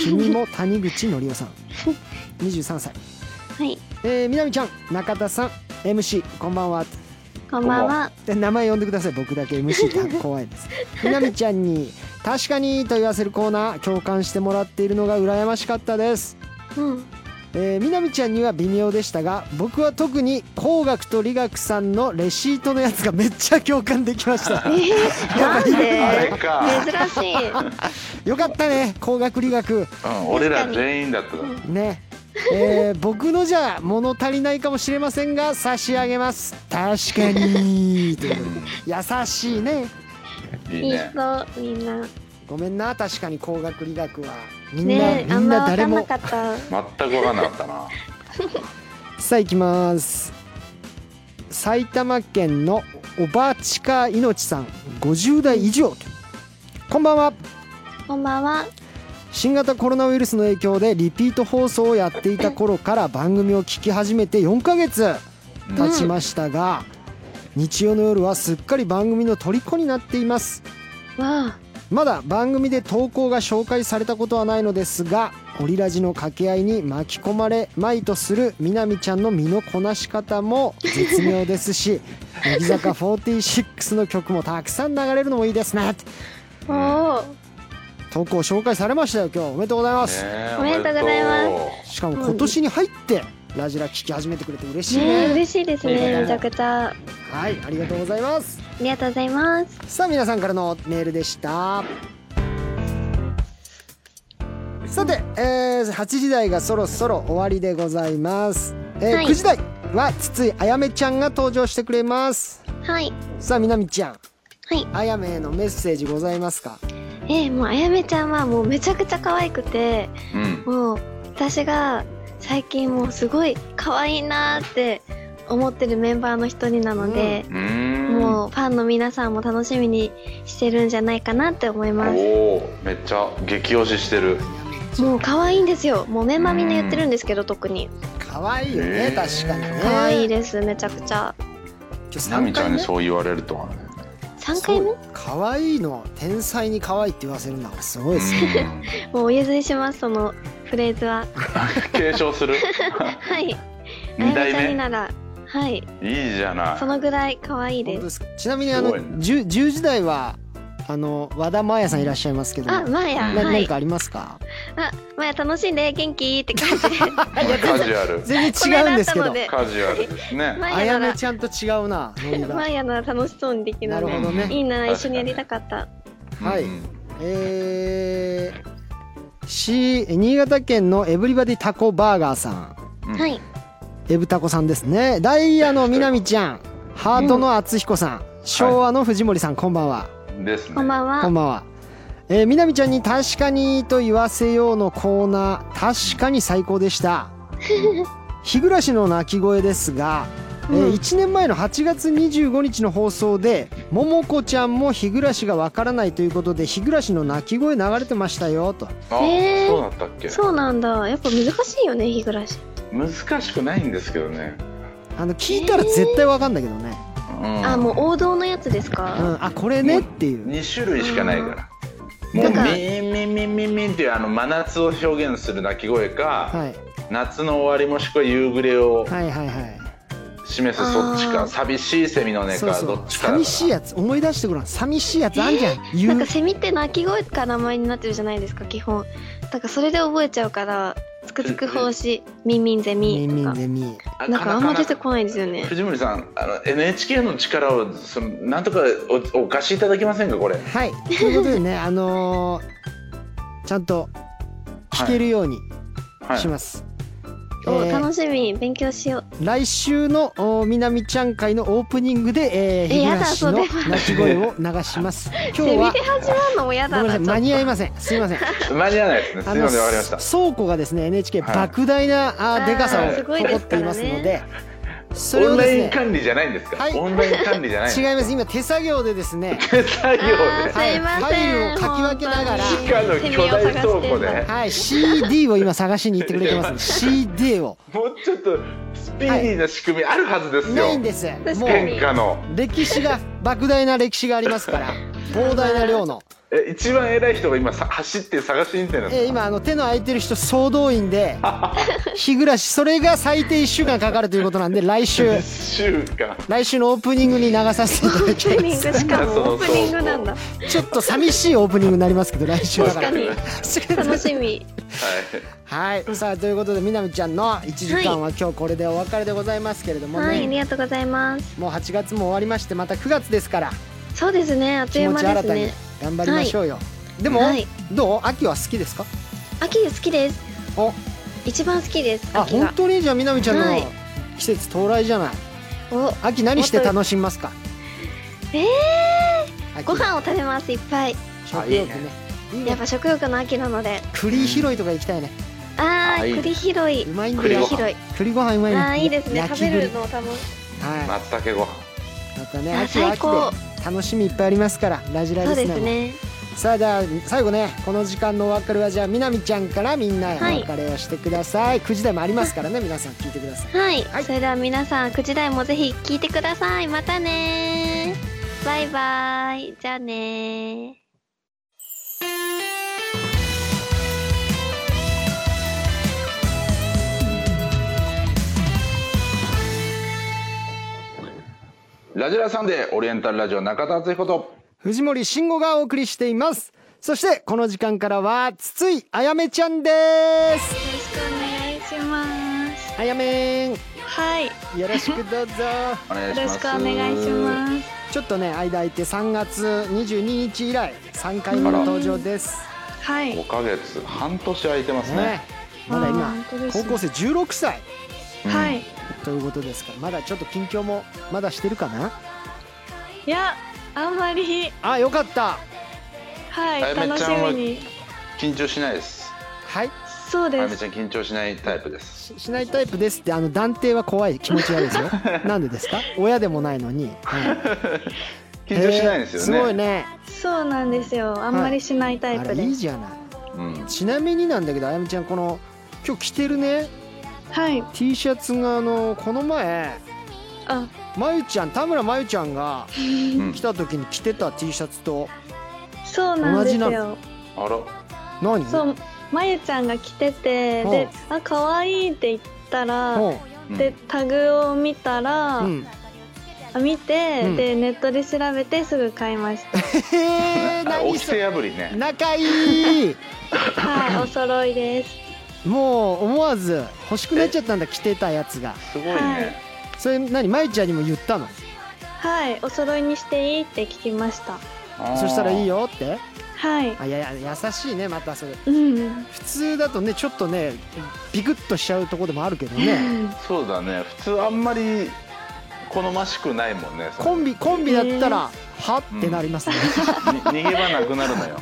君も谷口のりお さん23歳
はい
えー、みなみちゃん中田さん MC こんばんは
こんばんは
で名前呼んでください僕だけ MC って怖い ですみなみちゃんに「確かに」と言わせるコーナー共感してもらっているのが羨ましかったです
うん
えー、みなみちゃんには微妙でしたが僕は特に工学と理学さんのレシートのやつがめっちゃ共感できました
え ー、なん
あれ
で
か、
珍しい
よかったね工学理学
うん、俺ら全員だったから
ねえ ー僕のじゃ物足りないかもしれませんが差し上げます確か にということで優しいね
いい
いい
ね
人みんな
ごめんな確かに工学理学はみんな、
ね
み
あ
ん
ん
な
ま分
誰
かん
も
なかった
全く分かんなか ったな
さあ行きます埼玉県のおばちかいのちさん50代以上とこんばんは
こんばんは
新型コロナウイルスの影響でリピート放送をやっていた頃から番組を聞き始めて4ヶ月経ちましたが、日曜の夜はすっかり番組の虜になっています
わあ
まだ番組で投稿が紹介されたことはないのですがオリラジの掛け合いに巻き込まれまいとするみなみちゃんの身のこなし方も絶妙ですし乃木坂46の曲もたくさん流れるのもいいですね
おお
投稿紹介されましたよ今日おめでとうございます、
ね
おめでとうございます
おめでと
しかも今年に入ってラジラ聞き始めてくれて嬉しい
ね
ね
え嬉しいです
いいね
ねめちゃくちゃあ
はいありがとうございます
りがとうございます
さあ皆さんからのメールでしたさて、えー8時台がそろそろ終わりでございます、えー
はい
9時台は筒井あやめちゃんが登場してくれます
はい
さあみなみちゃん
はい
あやめへのメッセージございますか
えー、もうあやめちゃんはもうめちゃくちゃ可愛くて
ううん
もう私が最近もうすごい可愛いなーって思ってるメンバーの一人なので、
うーん
もうファンの皆さんも楽しみにしてるんじゃないかなって思います
おおめっちゃ激推ししてる
もう可愛いんですよもうメンバーみんな言ってるんですけど特に
可愛いよね、
ね
確かにね
可愛
ね
いですめちゃくちゃ
今日
ナミ
3
ちゃ
回
ん
目
にそう言われるとはね
3回目
そう可愛いの天才に可愛いって言わせるんだからすごいですね
うん
もうお譲りしますそのフレーズは
継承 する
はいあ
二
やめ
代
ちゃんに
目
ならはい
いいじゃない
そのぐらい可愛い
本当
で
ですすかちなみにあの
すごいね
10, 10時台はあの和田真彩さんいらっしゃいますけど
あまあや
な
は
何
い
かありますか、
あまや楽しんで元気って感 じで
カジュア ル
全然違うんですけ
こ
ど
の間あった
カジュアルですね
ま
あ
や
や
な
めちゃんと違うなノリ
らま
が
やなら楽しそうにできる
な
の
る
で
ほどね
いいな一緒にやりたかった
はい
うん
えー、し新潟県のエブリバディタコバーガーさん
うん
はい
エブタコさんですねダイヤのみなみちゃんハートの厚彦さん、昭和の藤森さんこんばんは、
ですね
こんばんは
こんばんは。えー、みなみちゃんに確かにと言わせようのコーナー、確かに最高でした。日暮らしの鳴き声ですが、えー1年前の8月25日の放送で桃子ちゃんも日暮らしがわからないということで日暮らしの泣き声流れてましたよと
あ、
へー
そうだったっけ
そうなんだやっぱ難しいよね日暮らし
難しくないんですけどね、
あの聞いたら絶対わかんだけどね、
うん、
あもう王道のやつですか、
うん、あこれねっていう
2種類しかないから
うん
もう
だから
ミンミンミンミンっていうあの真夏を表現する鳴き声か、
はい
夏の終わりもしくは夕暮れを
はいはいはい
示すそっち
あ
か
ー
寂しいセミの音
そう
か
そ
ど
う
っちかだか
寂
ら
しいやつ思い出してごらん寂しいやつあんじゃん、言
な
うん
かセミって鳴き声か名前になってるじゃないですか基本だからそれで覚えちゃうからつくつく奉仕ミンミンゼ
ミ
ミ
ンミ
と
ン
か
ゼミ
なんかあんま出てこないんですよね
藤森さんあの NHK の力をそのなんとかおお貸しいただけませんかこれ
はいということ でねあのーちゃんと聞けるように
はい
します、
お
えー
楽しみ勉強しよう
来週のおみなみちゃん会のオープニングで、えー、
え
日暮らしの
やだ
鳴
それ
き声を流し ます今
セ
日
ミ
は
で始まるのも嫌
ごめ
だ
んな
な
さい
ちょっと
間に合いませんすいませ ん
間に合わないですねす
あ
み
の
ませんわかりました
倉庫がですね NHK
はい
莫大な、あ
あー
ーでかさを
す
ごいで
誇っ
すか
て
ら
い
ね
ますのでそれ
オ
を
ン
で
ラ
す
イン
ね
管理じゃないんですか、
はい
オンライン管理じゃな い
違い ます今手作業でですね
手作業
あー
で
そうすい
フ
ません
ァイルをかき分けながら
本当に
地下の巨大倉庫で
はい、CD を今探しに行ってくれてます CD を
もうちょっとスピーディーな仕組みあるはずですよ、
ないんですも
かに
う
天下の
歴史が莫大な歴史がありますから膨大な量の、
え一番偉い人が今さ走って探しに行ってるん
えー
ですか
今あの手の空いてる人総動員 で日暮らしそれが最低1週間かかるということなんで来週
1週間
来週のオープニングに流させていただき
オープ
ま
ニン
す
グしかも
そうそう
オープニングなんだ
ちょっと寂しいオープニングになりますけど来週だから
確かに楽
は
しみ
いさあということでみなみちゃんの1時間は今日これでお別れでございますけれど もね、
はいありがとうございます
もう8月も終わりましてまた9月ですから
そうですねあっと
気
いう
持
間
ち新
です
たに
ね
頑張りましょうよ、でも、
はい
どう秋は好きですか
秋好きです
お
一番好きです
あ
秋
本
が
当にじゃあみなみちゃんの
はい
季節到来じゃない
お
秋何して楽しみますか
え
秋
ご飯を食べますいっぱい
食欲ねいい
や
ね
っぱ食欲の秋なので
栗拾いとか行きたいね
あ
あ
ー
いいね
栗拾いう
まいんだ
栗
栗
よ
ご飯
拾い
栗ご飯うまいね
あーいいですね
焼
食
き栗
べるの楽し
はい
松茸ご飯
またね
あ
秋は
最高
秋で楽しみいっぱいありますからラジラ
そう
リス
で
ナ
す
ーも、
ね
さあじゃあ最後ねこの時間のお別れはじゃあみなみちゃんからみんなへお別れをしてください、9時台もありますからね皆さん聞いてください
はい、
はい
それでは皆さん9時台もぜひ聞いてくださいまたねーバイバイじゃあねー
ラジラサンデーオリエンタルラジオ中田敦彦と
藤森慎吾がお送りしていますそしてこの時間からは筒井あやめちゃんです
よろしくお願いします
あやめんよ
はいよ
ろしくどうぞ
お願いし
ろ
ま
し
す
くお願いします
ちょっとね間空いて3月22日以来3回目の登場です
はい
5ヶ月半年空いてますね
ねまだ
あ
今
ー本当です
高
ね
校生16歳
うん
はい。
ということですからまだちょっと近況もまだしてるかない
や、あんまり、
あよかった
は
あや
い、
め
楽
ちゃ
し
んは
みに。
緊張しないです
はい
そう
あや
で
め
す。
ちゃん緊張しないタイプで
し
す
しないタイプですってあの断定は怖い気持ち悪いですよなんでですか親でもないのに、はい
緊張しないんです
えー
よね
すごいね
そうなんですよ。あんまりしないタイ
あ
プ
ら
で
いい
す。
じゃない
うん
ちなみになんだけどあやみちゃんこの今日着てるね
はい。
T シャツがあのこの前
あ、
まゆちゃん田村まゆちゃんが
うん
来た時に着てた T シャツと
そうなんです
同じな
よ。
あら
何
そう、まゆちゃんが着てて、
うん
で、あ、可愛いって言ったら、
ほ
うん
で、タグを見たら
う、うん、
あ見て、
うん
で、ネットで調べてすぐ買いま した。
へえ
あ
何
起き
それ
て破りね
仲いい
はい、お揃いです。
もう思わず欲しくなっちゃったんだ着てたやつが
すごいね
それ何まゆちゃんにも言ったの
はい、お揃いにしていいって聞きました。
あー
そしたらいいよって
はい。
あいやいや優しいねまたそれ
うん。
普通だとねちょっとねビクッとしちゃうとこでもあるけどね
そうだね普通あんまり好ましくないもんねその
コンビコンビだったらはってなりますね、
に逃げ場なくなるのよ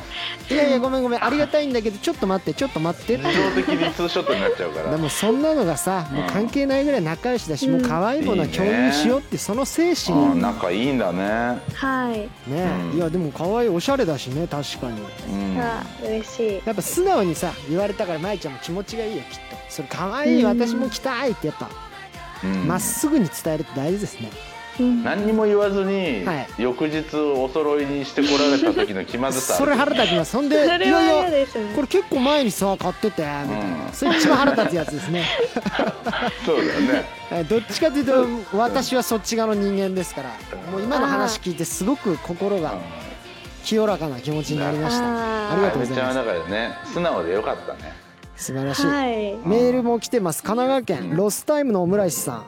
いやいやごめんごめんありがたいんだけどちょっと待ってちょっと待ってって
自動的にツーショットになっちゃうから
でもそんなのがさもう関係ないぐらい仲良しだし、もう可愛いものは共有しようってその精
あ
神
ー
ね
仲いいんだね
はい。
うん
いやでも可愛いおしゃれだしね確かに
うん
あ、嬉しい。
やっぱ素直にさ言われたから舞ちゃんも気持ちがいいよきっとそれ可愛い私も着たいってやっぱ
うん
まっすぐに伝えるって大事ですね
うん
何にも言わずに、
はい
翌日お揃いにしてこられた時の気まずさ
それ腹立ちますそんで
そ
い
れは
よ
嫌
いよ
ですね。
これ結構前にさ買っててみたいなそれ一番腹立つやつですね
そうだよ ね
えどっちかというと私はそっち側の人間ですからもう今の話聞いてすごく心が清らかな気持ちになりました
あー
ありがとうござい
あ
ま
やめちゃんはだからね素直でよかったね
す素晴らしい
はい。
メールも来てます神奈川県ロスタイムのオムライスさん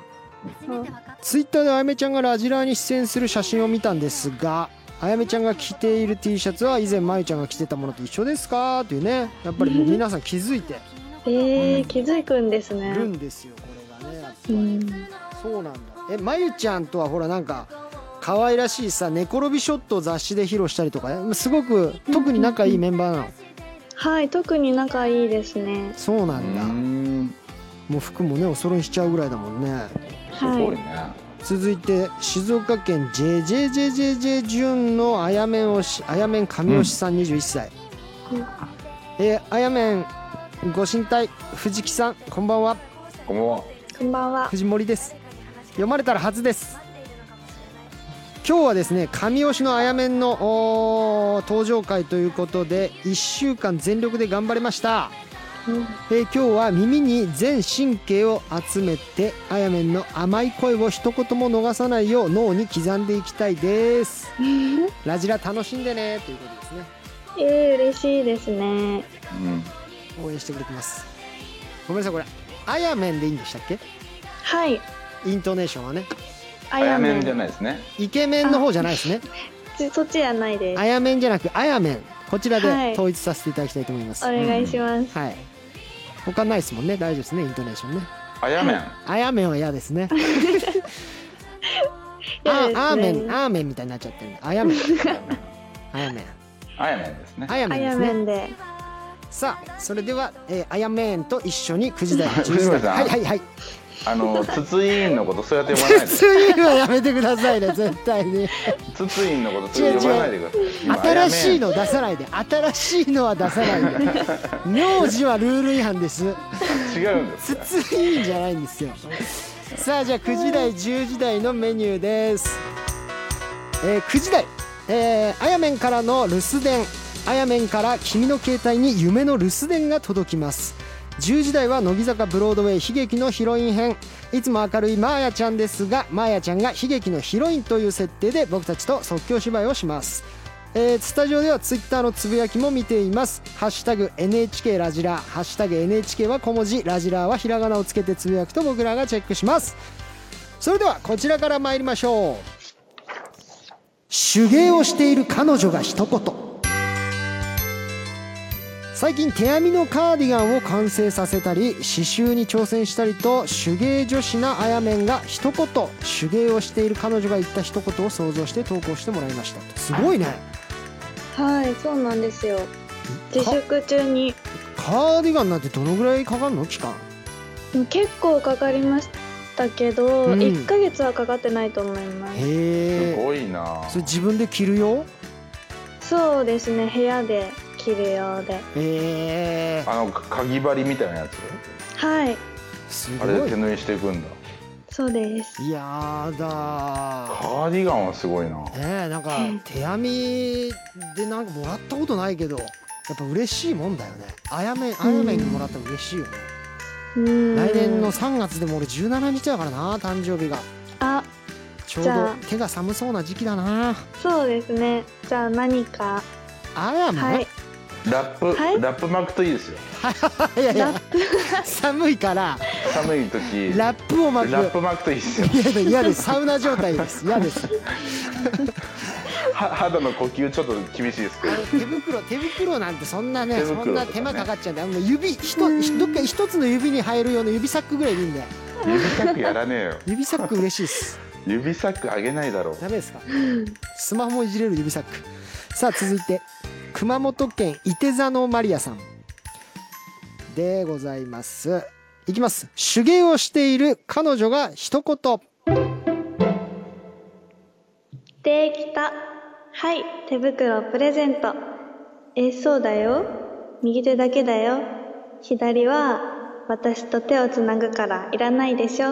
ツイッターであやめちゃんがラジラーに出演する写真を見たんですがあやめちゃんが着ている T シャツは以前まゆちゃんが着てたものと一緒ですかっていうねやっぱりもう皆さん気づいて
えー、気づくんですね。
るんですよこれがねやっぱ
う
り
ん。
そうなんだえまゆちゃんとはほらなんか可愛らしいさ寝転びショットを雑誌で披露したりとかねすごく特に仲いいメンバーなの
はい、特に仲いいですね。
そうな
うん
だ
ん
もう服もねお揃いしちゃうぐらいだもんね
すごいね、
続いて静岡県 JJJJJ ジュンのあやめんをしあやめん神吉さん21歳、えーあやめんご神体藤木さんこんばんは
こんばんは
こんばんは。
藤森です読まれたらはずです今日はですね神吉のあやめんのおー登場会ということで1週間全力で頑張りました、えー今日は耳に全神経を集めてあやめんの甘い声を一言も逃さないよう脳に刻んでいきたいですラジラ楽しんでねということですね
えー、嬉しいですね。
うん
応援してくれてますごめんなさいこれあやめんでいいんでしたっけ
はい。
イントネーションはね
あ
あや
やめん
めんじゃないですね
イケメンの方じゃないですね
ちそっちじゃないです
あ。やめんじゃなくあやめんこちら
は
で
い
統一させていただきたいと思います
お
はい、
願いします。
他ないですもんね大丈夫ですねイントネーションね
あやめん
あやめんは嫌で すね
嫌ですね
ああーめんあーめんみたいになっちゃってるんであやめんあやめん
あやめんですね
あや
あ
めんで
や
す
め
ね
んで。
さあそれでは、えー、あやめんと一緒に9時台10時
藤
台
森さん
はいはいはい
あの筒井委員のことそうやって呼 ばないで
鉄印はやめてください ね絶対に
筒井委員のことそうやって呼ばないでください今あやめ
新
ん
しいの出さないで新しいのは出さない で名字はルール違反です
違うんですよ
筒いいんじゃないんですよさあじゃあ9時台10時台のメニューです、えー9時台、えーあやめんからの留守電あやめんから君の携帯に夢の留守電が届きます10時台は乃木坂ブロードウェイ悲劇のヒロイン編いつも明るいマーヤちゃんですがマーヤちゃんが悲劇のヒロインという設定で僕たちと即興芝居をしますえースタジオではツイッターのつぶやきも見ています「ハッシュタグ #NHK ラジラー」「ハッシュタグ #NHK は小文字ラジラー」はひらがなをつけてつぶやくと僕らがチェックしますそれではこちらから参りましょう手芸をしている彼女が一言最近手編みのカーディガンを完成させたり刺繍に挑戦したりと手芸女子なあやめんが一言手芸をしている彼女が言った一言を想像して投稿してもらいましたすごいね
はい、そうなんですよ。自粛中に
カーディガンなんてどのぐらいかかるの期間
結構かかりましたけど、
うん
一1ヶ月はかかってないと思います。
へ
す
え
ごいな
それ自分で着るよ
そうですね、部屋で着るようで。
へえ
あのか鍵針みたいなやつ
はい、
す
あ
ご
れで
い
手縫いしていくんだ
そうです。
やだー
カーディガンはすごいな
ねえなんか手編みでなんかもらったことないけどやっぱ嬉しいもんだよねあやめんあやめんにもらったら嬉しいよね
うん
来年の3月でも俺17日だからな誕生日が
あ、
ちょう
じゃ
ど
あ
手が寒そうな時期だな
そうですね。じゃあ何か、
あやめん、
はい、
ラップ、
はい
ラップ巻くといいですよ
いやいや
ラッ
寒いから
寒い時
ラップを巻く
ラップ巻くといいですよ
いやだ嫌ですサウナ状態です嫌です
は肌の呼吸ちょっと厳しいですけど
手袋手袋なんてそんなね
手
そ
袋とかね
んな手間かかっちゃうんだよもう指ひとひどっか一つの指に入るような指サックぐらいでいいんだよ
指サックやらねえよ
指サック嬉しいっす
指サックあげないだろう
ダメですかスマホもいじれる指サックさあ続いて熊本県伊手座のマリアさんでございますいきます手芸をしている彼女が一言
できた。はい、手袋プレゼント。え、そうだよ。右手だけだよ。左は私と手をつなぐからいらないでし
う
ょ。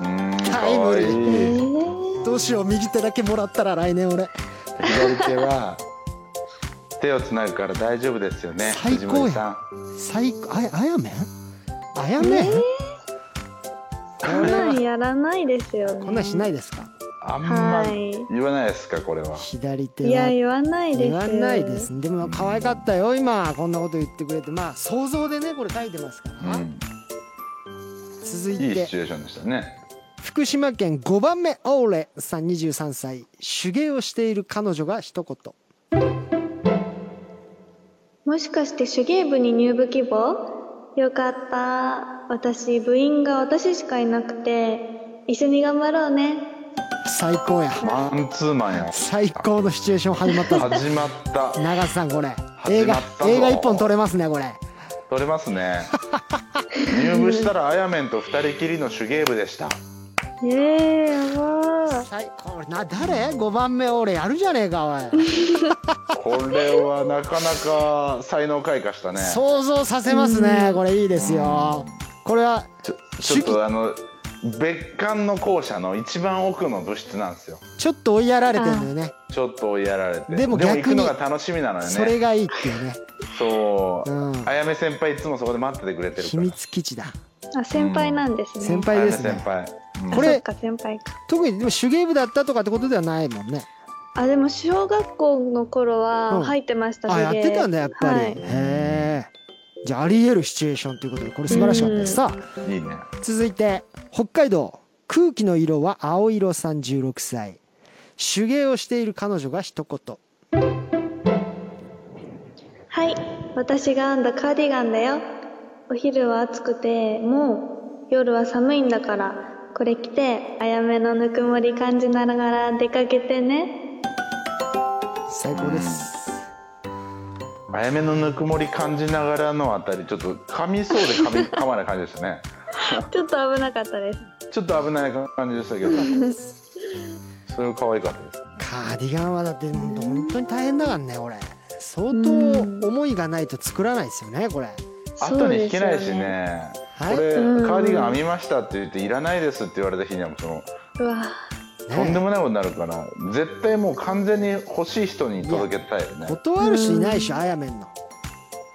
ーんか
タイム
わ
リー
い
え
い
ー、
どうしよう右手だけもらったら来年俺
左手は手をつなぐから大丈夫ですよね
最高や
藤森さん
最高あやあやめんあやめん、
そんなんやらないですよね。
こんなんしないですか
あんま
はい。
言わないですかこれは
左手
いや、
は
言わないです。
言わないで。すでも可愛かったよ今こんなこと言ってくれてまあ想像でねこれ書いてますから、
うん
続い
いい
て
シチュエーションでしたね
福島県5番目オーレさん23歳手芸をしている彼女が一言
もしかして手芸部に入部希望よかった。私、部員が私しかいなくて、一緒に頑張ろうね。
最高や
マンツーマンや
最高のシチュエーション始ま ったぞ
始まった
長瀬さんこれ映画
始まったぞ
映画一本撮れますねこれ
取れますね入部したらあやめんと二人きりの手芸部でした
ええー、やばー。
最高な誰 ?5 番目オーレやるじゃねえかおい
これはなかなか才能開花したね
想像させますねこれいいですよこれは
ちょちょっとあの別館の校舎の一番奥の部室なんですよ
ちょっと追いやられてんだよね
ちょっと追いやられて
でも逆に
行くのが楽しみなのよね
それがいいっていうね
そう、
うん
あやめ先輩いつもそこで待っててくれてるか
秘
ら
密基地だ
あ先輩なんですね。
先
あ
輩
やめ
です
先
ね
輩、うん
これ
あそっか先輩か。
特にでも手芸部だったとかってことではないもんね
あでも小学校の頃
うん
は入ってました、
あやってたんだ
だ。
やっぱり、
はい
へえじゃああり得るシチュエーションということでこれ素晴らしかったです、
うん
さ
いいね
あ続いて北海道空気の色は青色さん16歳手芸をしている彼女が一言
はい、私が編んだカーディガンだよ。お昼は暑くて、もう夜は寒いんだから、これ着て、あやめのぬくもり感じながら出かけてね。
最高です、
あやめのぬくもり感じながらのあたりちょっと噛みそうで噛み噛まない感じでしたね
ちょっと危なかったです。
ちょっと危ない感じでした けどそれが可愛かったです
カーディガンはだってもう本当に大変だからねこれ相当思いがないと作らないですよねこれ
後に引けないし
そうですよね
ね
はい
これ、
うん
カーディガン編みましたって言って「いらないです」って言われた日にはもうその、
うわ
とんでもないことになるから絶対もう完全に欲しい人に届けたいよね
断る人いないしあやめんの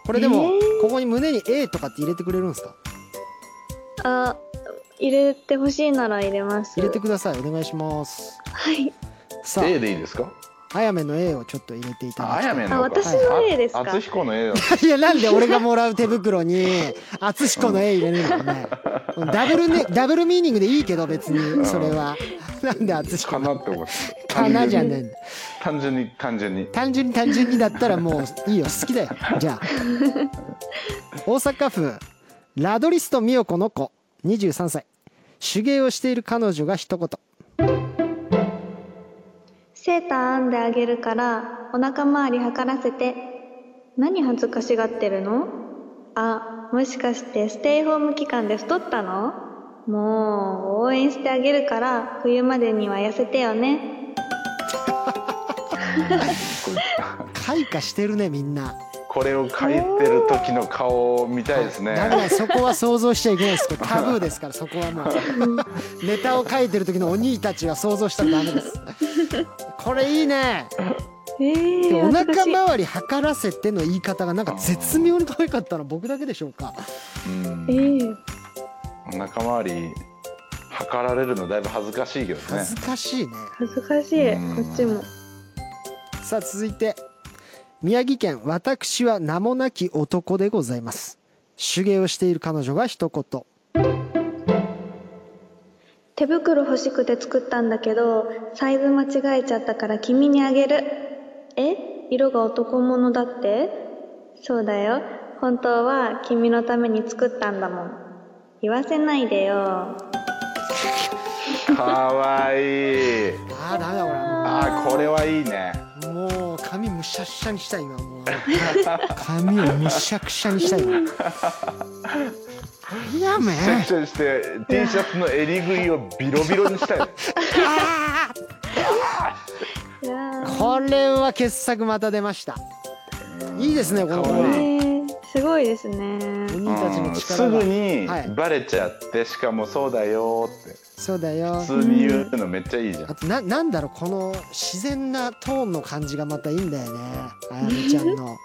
これでも、ここに胸に A とかって入れてくれるんですか
あ、入れてほしいなら入れます。
入れてくださいお願いします
はい。
さあ
A でいいですか
あやめの A をちょっと入れていただき
あ
たい
やめの
あ私の A ですか
あつひこの A だ
いやなんで俺がもらう手袋に敦彦の絵入れるんだよね ダブルねダブルミーニングでいいけど別にそれはなんで敦
か
彦
なって思って
かなじゃ
ね
ねえ
単純に単純に
単純に単純にだったらもういいよ好きだよじ ゃあ大阪府ラドリスト美代子の子23歳手芸をしている彼女が一言
セーター編んであげるからお腹周り測らせて何恥ずかしがってるのあもしかしてステイホーム期間で太ったのもう応援してあげるから冬までには痩せてよね
開花してるねみんな
これを書いてる時の顔を見たいですね
ダメだそこは想像しちゃいけないですこれタブーですからそこはもうネタを書いてる時のお兄たちは想像したらダメですこれいいね
え
で
ー、
お
恥ずか
腹
しい
周り測らせての言い方がなんか絶妙に可愛かったの僕だけでしょうか
うん
えー、
お腹周り測られるのだいぶ恥ずかしいけどね
恥ずかしいね
恥ずかしい
うん
こっちも
さあ続いて宮城県私は名もなき男でございます手芸をしている彼女が一言
手袋欲しくて作ったんだけどサイズ間違えちゃったから君にあげるえ色が男物だってそうだよ本当は君のために作ったんだもん言わせないでよ
かわいい
ああダメだこれは
あーこれはいいね
もうもう髪むしゃくしゃにしたい今 もう髪をむしゃくしゃにしたい今いやめ
シャッシャして T シャツの襟ぐいをビロビロにしたいね
うわ
これは傑作また出ましたいいですねこの子
かわい
は
ーえーすごいですね
鬼たち
う
の
ん
力
す
が
ぐに
はい
バレちゃってしかもそうだよって
そうだよ
普通に言うのめっちゃいいじゃ
あ
ん
とななんだろうこの自然なトーンの感じがまたいいんだよねあやめちゃんの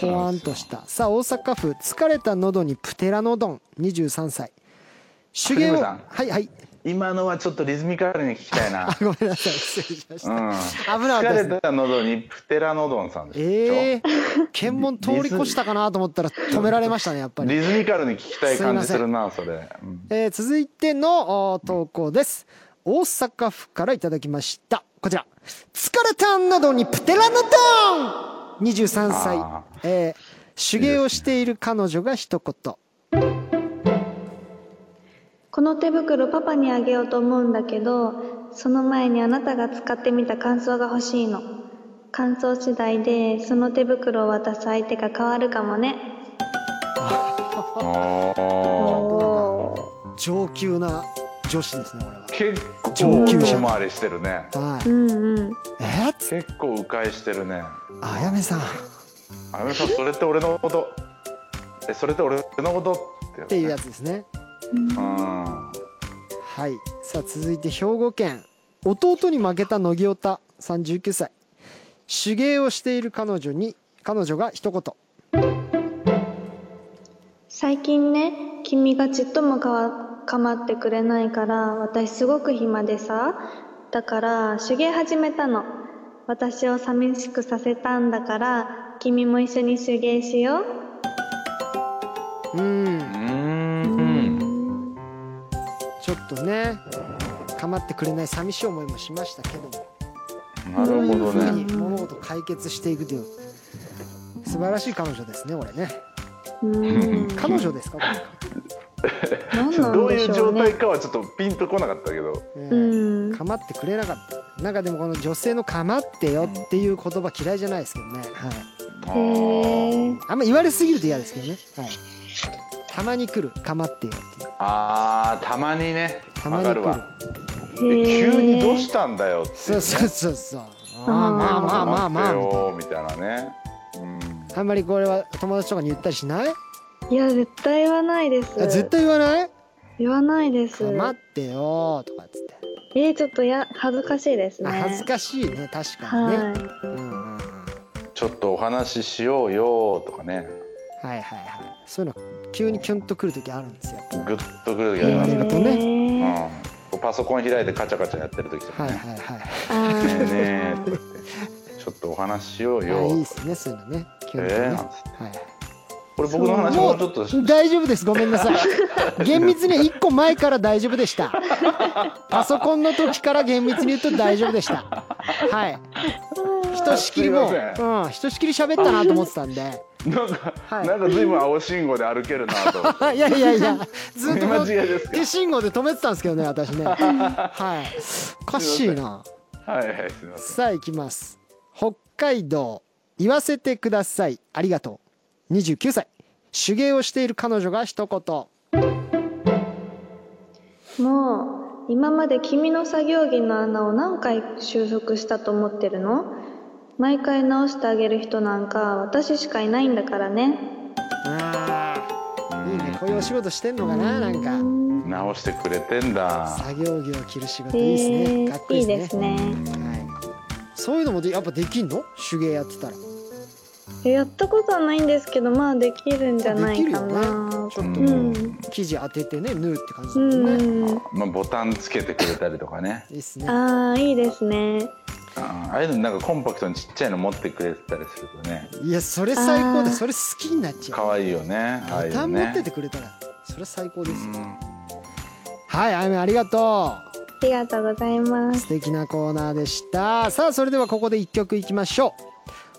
ほわんとしたさあ大阪府疲れた喉にプテラノドン23歳手芸を
栗村さん
はいはい
今のはちょっとリズミカルに聞きた いな
あごめんなさい失礼しまし
う
た、
ん
危なかったです
疲れた喉にプテラノドンさんでしょ、
ええ検問通り越したかなと思ったら止められましたねやっぱり
リズミカルに聞きたい感じするなそれ、うん
えー続いてのお投稿です大阪府からいただきましたこちら「疲れたなどにプテラノトーン!」23歳
あ、
えー手芸をしている彼女が一言
この手袋パパにあげようと思うんだけどその前にあなたが使ってみた感想が欲しいの感想次第でその手袋を渡す相手が変わるかもね
おー
上級な女子ですねこれは
結構
上級者
遠回りしてるね
はい
うんうん
えー、
結構迂回してるね
あやめさんっ
あやめさんそれって俺のことえそれって俺のことってて
いうや
つ
つですね
うん
はいさあ続いて兵庫県弟に負けた乃木オタ39歳手芸をしている彼女に彼女が一言
最近ね君がちっともかわ構ってくれないから私すごく暇でさだから手芸始めたの私を寂しくさせたんだから君も一緒に手芸しよう
うん
うーん
ちょっとね構ってくれない寂しい思いもしましたけども
なるほど
こういうふう
ね
に物事を解決していくという素晴らしい彼女ですねこれね
うーん
彼女ですかこ
何なん
どう
で
い
し
う
ょう
状態
ね
かはちょっとピンとこなかったけど
れ、
うん
ね構ってくれなかったなんかでもこの女性の「構ってよ」っていう言葉嫌いじゃないですけどね、はい、
あ
へ
ー
ー
あんま言われすぎると嫌ですけどね、はい、たまに来る「構ってよ」っていう
あーたまにね
たま
わ
に来
か
る
るわで
へー
急にどうしたんだよって
そうそうそうそうあー
あー
まあまあまあまあ
待っ
み
て
たい
よみたいなねうん
なあんまりこれは友達とかに言ったりしない
いや絶対言わないです
あ絶対言わない
言わないです
構ってよとかっつって
えー、ちょっとや恥ずかしいですね
あ恥ずかしいね確かにね、
はい
うんうんうん
ちょっとお話ししようよとかね
はいはいはいそういうの急にキュンとくる時あるんですよやっぱ
グッとくる時あります
え
ね
ー、とね
ね
うん、パソコン開いてカチャカチャやってる時とか
はい
ね
はいはい
あ
「ねえねえ」
ー
とか言って「ちょっとお話ししよう
あ
よ
いい」ですねそういうのね
え
急にね、
ー、なんつって
はい
これ僕の話もうちょっとし
大丈夫ですごめんなさ い厳密には1個前から大丈夫でしたパソコンの時から厳密に言うと大丈夫でしたはいひとしきりも
すいませ
う、うん、ひとしきり喋ったなと思ってたんで
なんか、
はい
なんか随分青信号で歩けるなと思って
いやいやいやずっとこう
見間違いですか
手信号で止めてたんですけどね私ねはいおかしいな
はいはいすみません
さあ行きます北海道言わせてくださいありがとう29歳手芸をしている彼女が一言
もう今まで君の作業着の穴を何回修復したと思ってるの毎回直してあげる人なんか私しかいないんだからね
あーいいねこういうお仕事してんのかななん
直してくれてん
か
だ
作業着を着る仕
え
事いいですね、
ー
かっこい
い
い
い
で
ですす
ね
ね
はい、そういうのもでやっぱできんの手芸やってたら
えやったことはないんですけどまあできるんじゃないかな
ちょっと
う
よ
ん
ね
生地当ててね縫うって感じ
う
だもんね、
ん
まあ、ボタンつけてくれたりとかね
いいっすね
ああいいですね
うんああいうのなんかコンパクトにちっちゃいの持ってくれてたりするとね
いやそれ最高
あ
だ
ー
それ好きになっちゃう
可愛いよねああい
ボ
う
タ
の
ン
ね
持っててくれたらそれ最高ですよ、
うん
はいあゆめありがとう
ありがとうございます
素敵なコーナーでしたさあそれではここで1曲いきましょ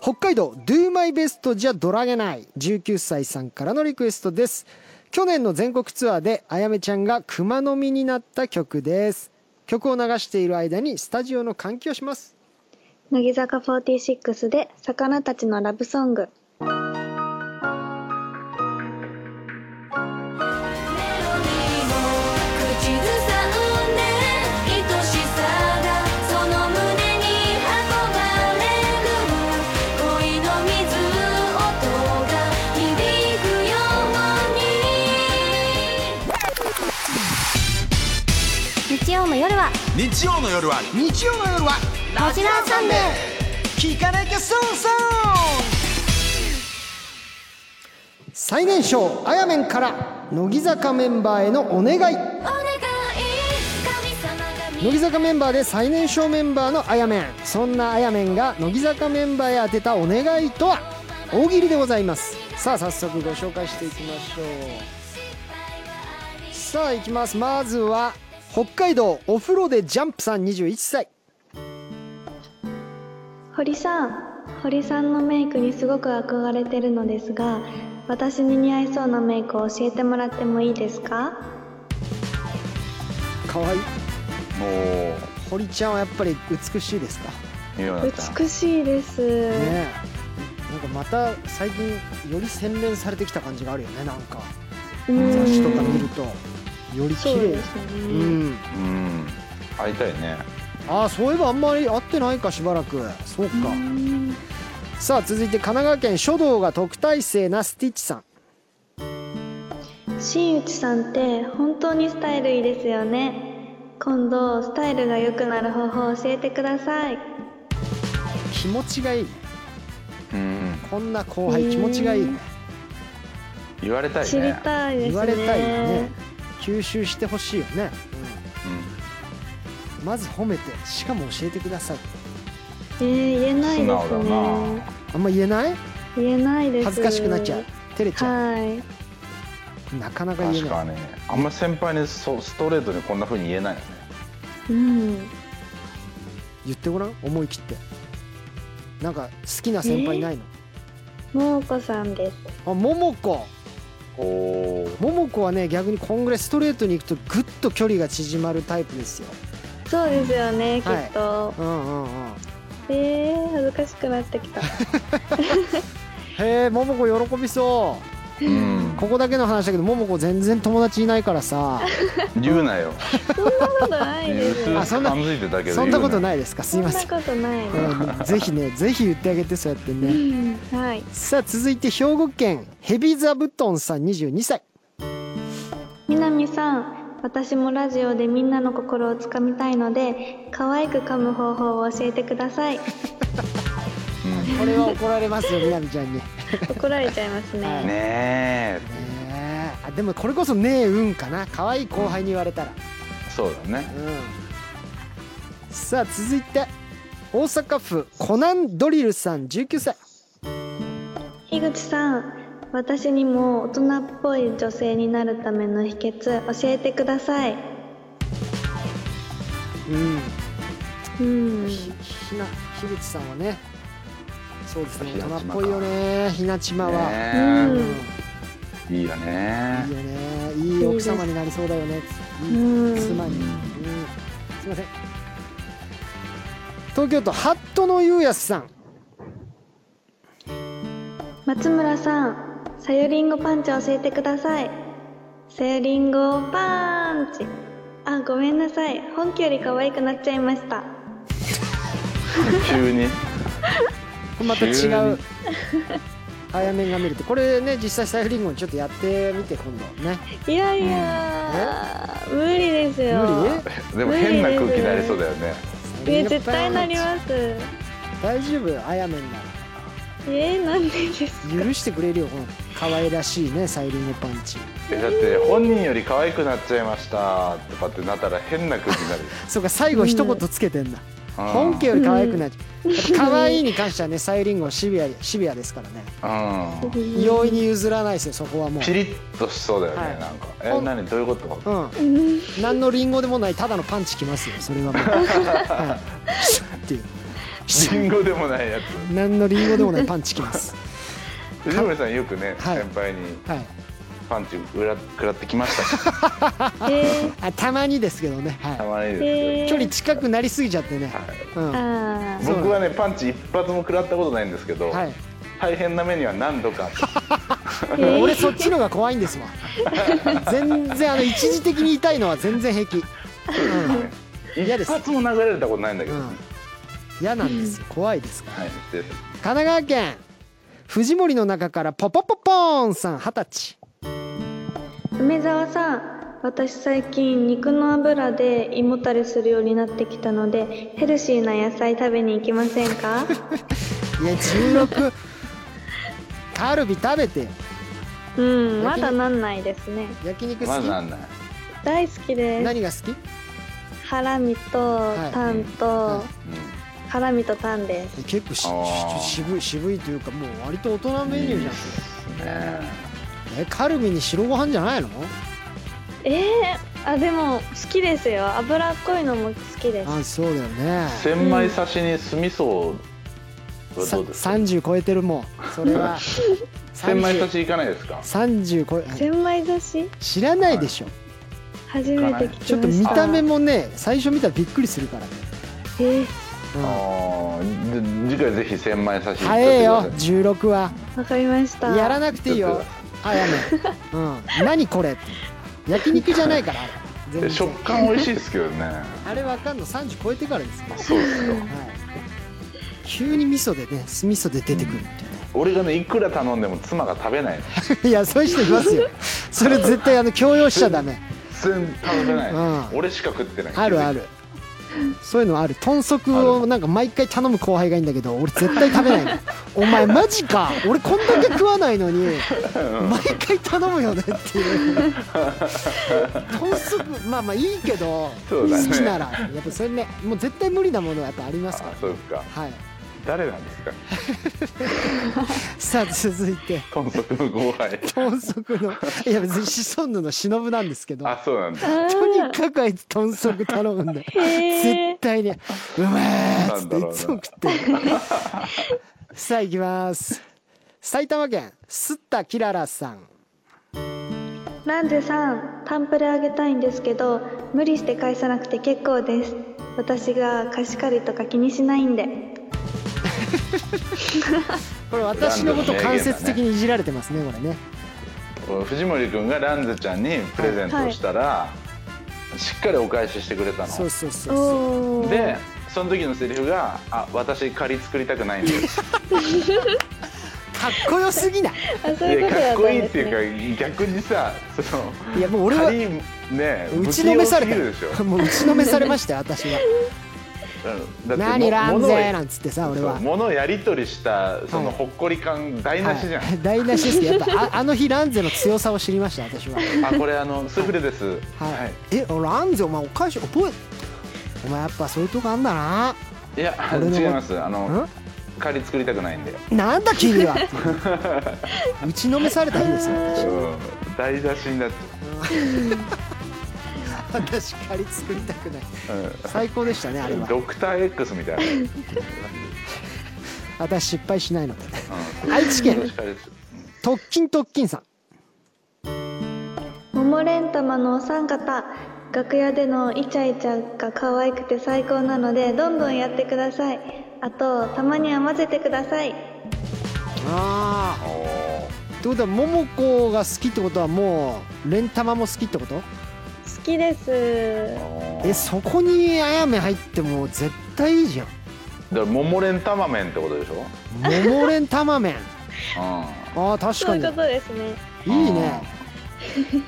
う北海道 Do My Best じゃドラげない19歳さんからのリクエストです去年の全国ツアーであやめちゃんが熊の実になった曲です曲を流している間にスタジオの換気をします
乃木坂46で魚たちのラブソング
メロディーを口ずさんで愛しさがその胸に運ばれる恋の水音が響くように
日曜の夜は
日曜の夜は
日曜の夜は
ラジラーサンデー
聞かなきゃ損損最年少あやめんから乃木坂メンバーへのお願い
お願い神様が見
乃木坂メンバーで最年少メンバーのあやめんそんなあやめんが乃木坂メンバーへ当てたお願いとは大喜利でございますさあ早速ご紹介していきましょうさあいきますまずは北海道お風呂でジャンプさん21歳
堀さん堀さんのメイクにすごく憧れてるのですが私に似合いそうなメイクを教えてもらってもいいですか
かわいい
もう
堀ちゃんはやっぱり美しいですか
美穂ちゃん
美しいです、
ねえなんかまた最近より洗練されてきた感じがあるよねなんか
うん
雑誌とか見るとより綺
そう
麗
ですよ
う
ね、
ん
うん会いたいね
ああそういえばあんまり会ってないかしばらくそうか
うん
さあ続いて神奈川県書道が特待生なスティッチさん
新内さんって本当にスタイルいいですよね今度スタイルが良くなる方法を教えてください
気持ちがいいね
うん
こんな後輩気持ちがいいね
言われたいね
知りたいですね
言われたいよね吸収してほしいよね、うんまず褒めてしかも教えてください
えー言えないで
素直
す
だ
ね
な
あんま言えない
言えないです
恥ずかしくなっちゃう照れちゃ
は
うなかな
う
か
ん
言え
確
ない
かにあんま先輩にそうストレートにこんな風に言えないよね
いうん
言ってごらん思い切ってなんか好きな先輩いないの、
桃子さんです
あ桃子
おお
桃子はね逆にこんぐらいストレートに行くとぐっと距離が縮まるタイプですよ
そうですよ
は
ね、
い
きっと
うんうんうん
えー、恥ずかしくなってき た
へえ桃子喜びそう
うん
ここだけの話だけど桃子全然友達いないからさ
言うなよ
そんなことない
言
で
う
す
あ
感
そんな
づいてたけど
そんなこと
い
ないですかす
そ
い
ん
ま
な
せん
ことないで
うんぜひねぜひ言ってあげてそうやってね
すはい
さあ続いて兵庫県ヘビザブトンさん22歳
南さん私もラジオでみんなの心をつかみたいので可愛く噛む方法を教えてください
これは怒られますよみなみちゃんにね
怒られちゃいますね、
はい
ね
えあでもこれこそねえうんかな可愛い後輩に言われたら
えそうだね
うんさあ続いて大阪府コナンドリルさん19歳
樋口さん私にも大人っぽい女性になるための秘訣教えてください
うん
うん
ひひな樋口さんはねそうですね
ひな
大
ちまか
人っぽいよねひなちまは、
ね
うん
えいいよね
いいよねいい奥様になりそうだよね
う
いい
ん
妻に、うん、すいません東京都ハットのゆうやすさん
松村さんさゆりんごパンチ教えてくださいさゆりんごパンチあごめんなさい本家より可愛くなっちゃいました
急に
これまた違う早めが見れてこれね実際サイフリンゴにちょっとやってみて今度ね
いやいやー無理ですよ
無理
でも変な空気になりそうだよね
え絶対なります
大丈夫あやめんなら
えー、なんでです
許してくれるよこの可愛らしいねサイリングパンチ
えだって本人より可愛くなっちゃいましたとかってなったら変な空気になるよ
そうか最後一言つけてんだ、
うん
本家より可愛くなっちゃうやっぱ可愛いに関してはねサイリンゴシビアシビアですからね
うん
容易に譲らないですよそこはもう
ピリッとしそうだよね、
はい
なんか
ほ
え
ん
何どういう こと
うん、何のリンゴでもないただのパンチきますよそれはもう、はい、シュッっていうシ
リ
ュ
ンゴでもないや
ッ何のリンゴでもないパンチきます
つ藤森さんよくね、
はい
先輩に
はい
パンチくら食らってきましたね
え
あたまにですけどね、
た
は
まに
ー、
で
え
い、
ー、
距離近くなりすぎちゃってね
す、はい
うんは
あー
僕はねパンチ一発も食らったことないんですけど、
い
大変な目には何度か
えー
俺そっちのが怖いんですわ全然あの一時的に痛いのは全然平気 嫌で
一
す
発も殴られたことないんだけ
う
ど、
ん嫌なんですよ怖いですから
はいです
神奈川県藤森の中からポポポポーンさん二十歳
梅沢さん私最近肉の油で胃もたれするようになってきたのでヘルシーな野菜食べに行きませんか
いや16 カルビ食べてよ
うんまだなんないですね
焼肉好
ま
き、
ずなんない
大好きです
何が好き
ハラミと
はい
タンと、
は
ハラミとタンです
結構し
あー
し渋い渋いというかもう割と大人メニューじゃんそ
うんね
れえカルビに白ご飯じゃないの
えー、あでも好きですよ脂っこいのも好きです
あそうだよね
千枚刺しに酢味噌は
さ
どうですか
30超えてるもんそれは
千枚刺
30
しいかないですか
30超えはい
千枚刺し
知らないでしょ
初めて聞きました
ちょっと見た目もね最初見たらびっくりするからね
え
う
ー
ん
あーじ次回ぜひ千枚刺し
早えよ
行ってくださ
16は
わかりました
やらなくていいよあやめ、うん、何これ焼肉じゃないからあれ全
で
然
食感美味しいですけどね
あれわかんの30超えてからですよ、
そうですよ
はい、急に味噌でね酢味噌で出てくるって
俺がねいくら頼んでも妻が食べないの
いういやそういう人いますよそれ絶対あの強要しちゃダメ
全然食べない、
うん
俺しか食ってない
あるあるそういうのある豚足をなんか毎回頼む後輩がいいんだけど俺絶対食べ ないのお前マジか俺こんだけ食わないのに毎回頼むよねっていう豚足まあまあいいけど、
そうだね
好きならやっぱそれねもう絶対無理なものはやっぱありますか
あそうですから
はい
誰なんですか
さあ続いて
豚足の後輩
豚足のいや別にシソンヌの忍なんですけど
あそうなんだ
とにかくあいつ豚足頼むんだよ
へー
絶対に「うまーっつってい
なんだろうな
つも食ってる さあ行きます埼玉県すったきららさん
ランジさんタンプレあげたいんですけど無理して返さなくて結構です私が貸し借りとか気にしないんで
これ私のこと間接的にいじられてますねこれね
藤森君がランズちゃんにプレゼントをしたら、しっかりお返ししてくれた
そ
の
うそうそうそう
おお
でその時のセリフが「あ私仮作りたくな いんです」
かっこよすぎない
あそう
い
いう
や
こと
か
だ
っ
ったん
こいい
で
っ
す
て
ね
いうか逆にさその
いやもう俺は
仮ね
打ちのめされ
不器用すぎるでしょ
たもう打ちのめされましたよ私は
うん
「
だって
何ラン
も
ゼ」な
物を
んつってさ俺
そう
は。
物をやり取りしたそのほっこり感台無しじゃん、
はい、台無しですけどやっぱああの日ランゼの強さを知りました私は
あこれあのスフレです
はい、
はい
えランゼお前お返し覚えお前やっぱそういうとこあんだない
や
俺の
違いますあの
ん
仮作りたくないんで、
なんだ君は 打ちのめされた日ですよ
うん、台無しになって、
私私借り作りたくない
うん
最高でしたねあれは
ドクター X みた いな、うん、
私失敗しないので愛知県
確かです
特勤特勤さん
桃蓮玉のお三方楽屋でのイチャイチャが可愛くて最高なのでどんどんやってくださいあとたまには混ぜてください
ああ
おー
ってことは桃子が好きってことはもうレンタマも好きってこと
好きです
おー
えそこにあやめ入っても絶対いいじゃん
だから桃蓮タマメンってことでしょ、
桃レンタマ麺ああ確
そ
か
ういう
に
ことですね
う
い
ん、
いね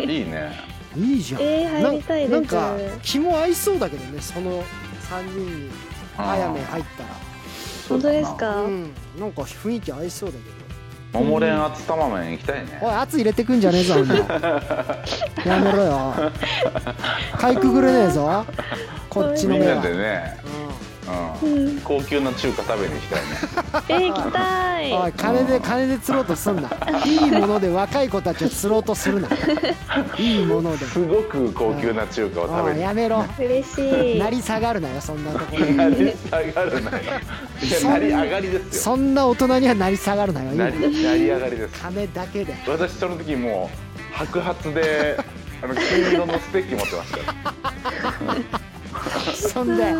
うんいいね
いいじゃん
えー、
な
入りたいです
なんか気も合いそうだけどねその3人にあやめ入ったら
本当です
う
か、
ん、なんか雰囲気合いそうだけ
桃蓮厚タマメン行きたいね
どおい圧入れてくんじゃねえぞお 前やめろよかいくぐれねえぞこっちの
みん
目
な
は、
でね、うん
うん
高級な中華食べに行きたいね
えー、行きた
う
い
ん、おい金で金で釣ろうとすんないいもので若い子たちを釣ろうとする ないいものです
ごく高級な中華を食べ
おい
に
やめろ
嬉しい
成り下がるなよそんなところ
成り下がるなよいや
そん
成り上がりですよ
そんな大人には成り下がるなよいい
成
の
り成り上がりです
金だけで
私その時もう白髪であの金色のステッキ持ってますか
そんで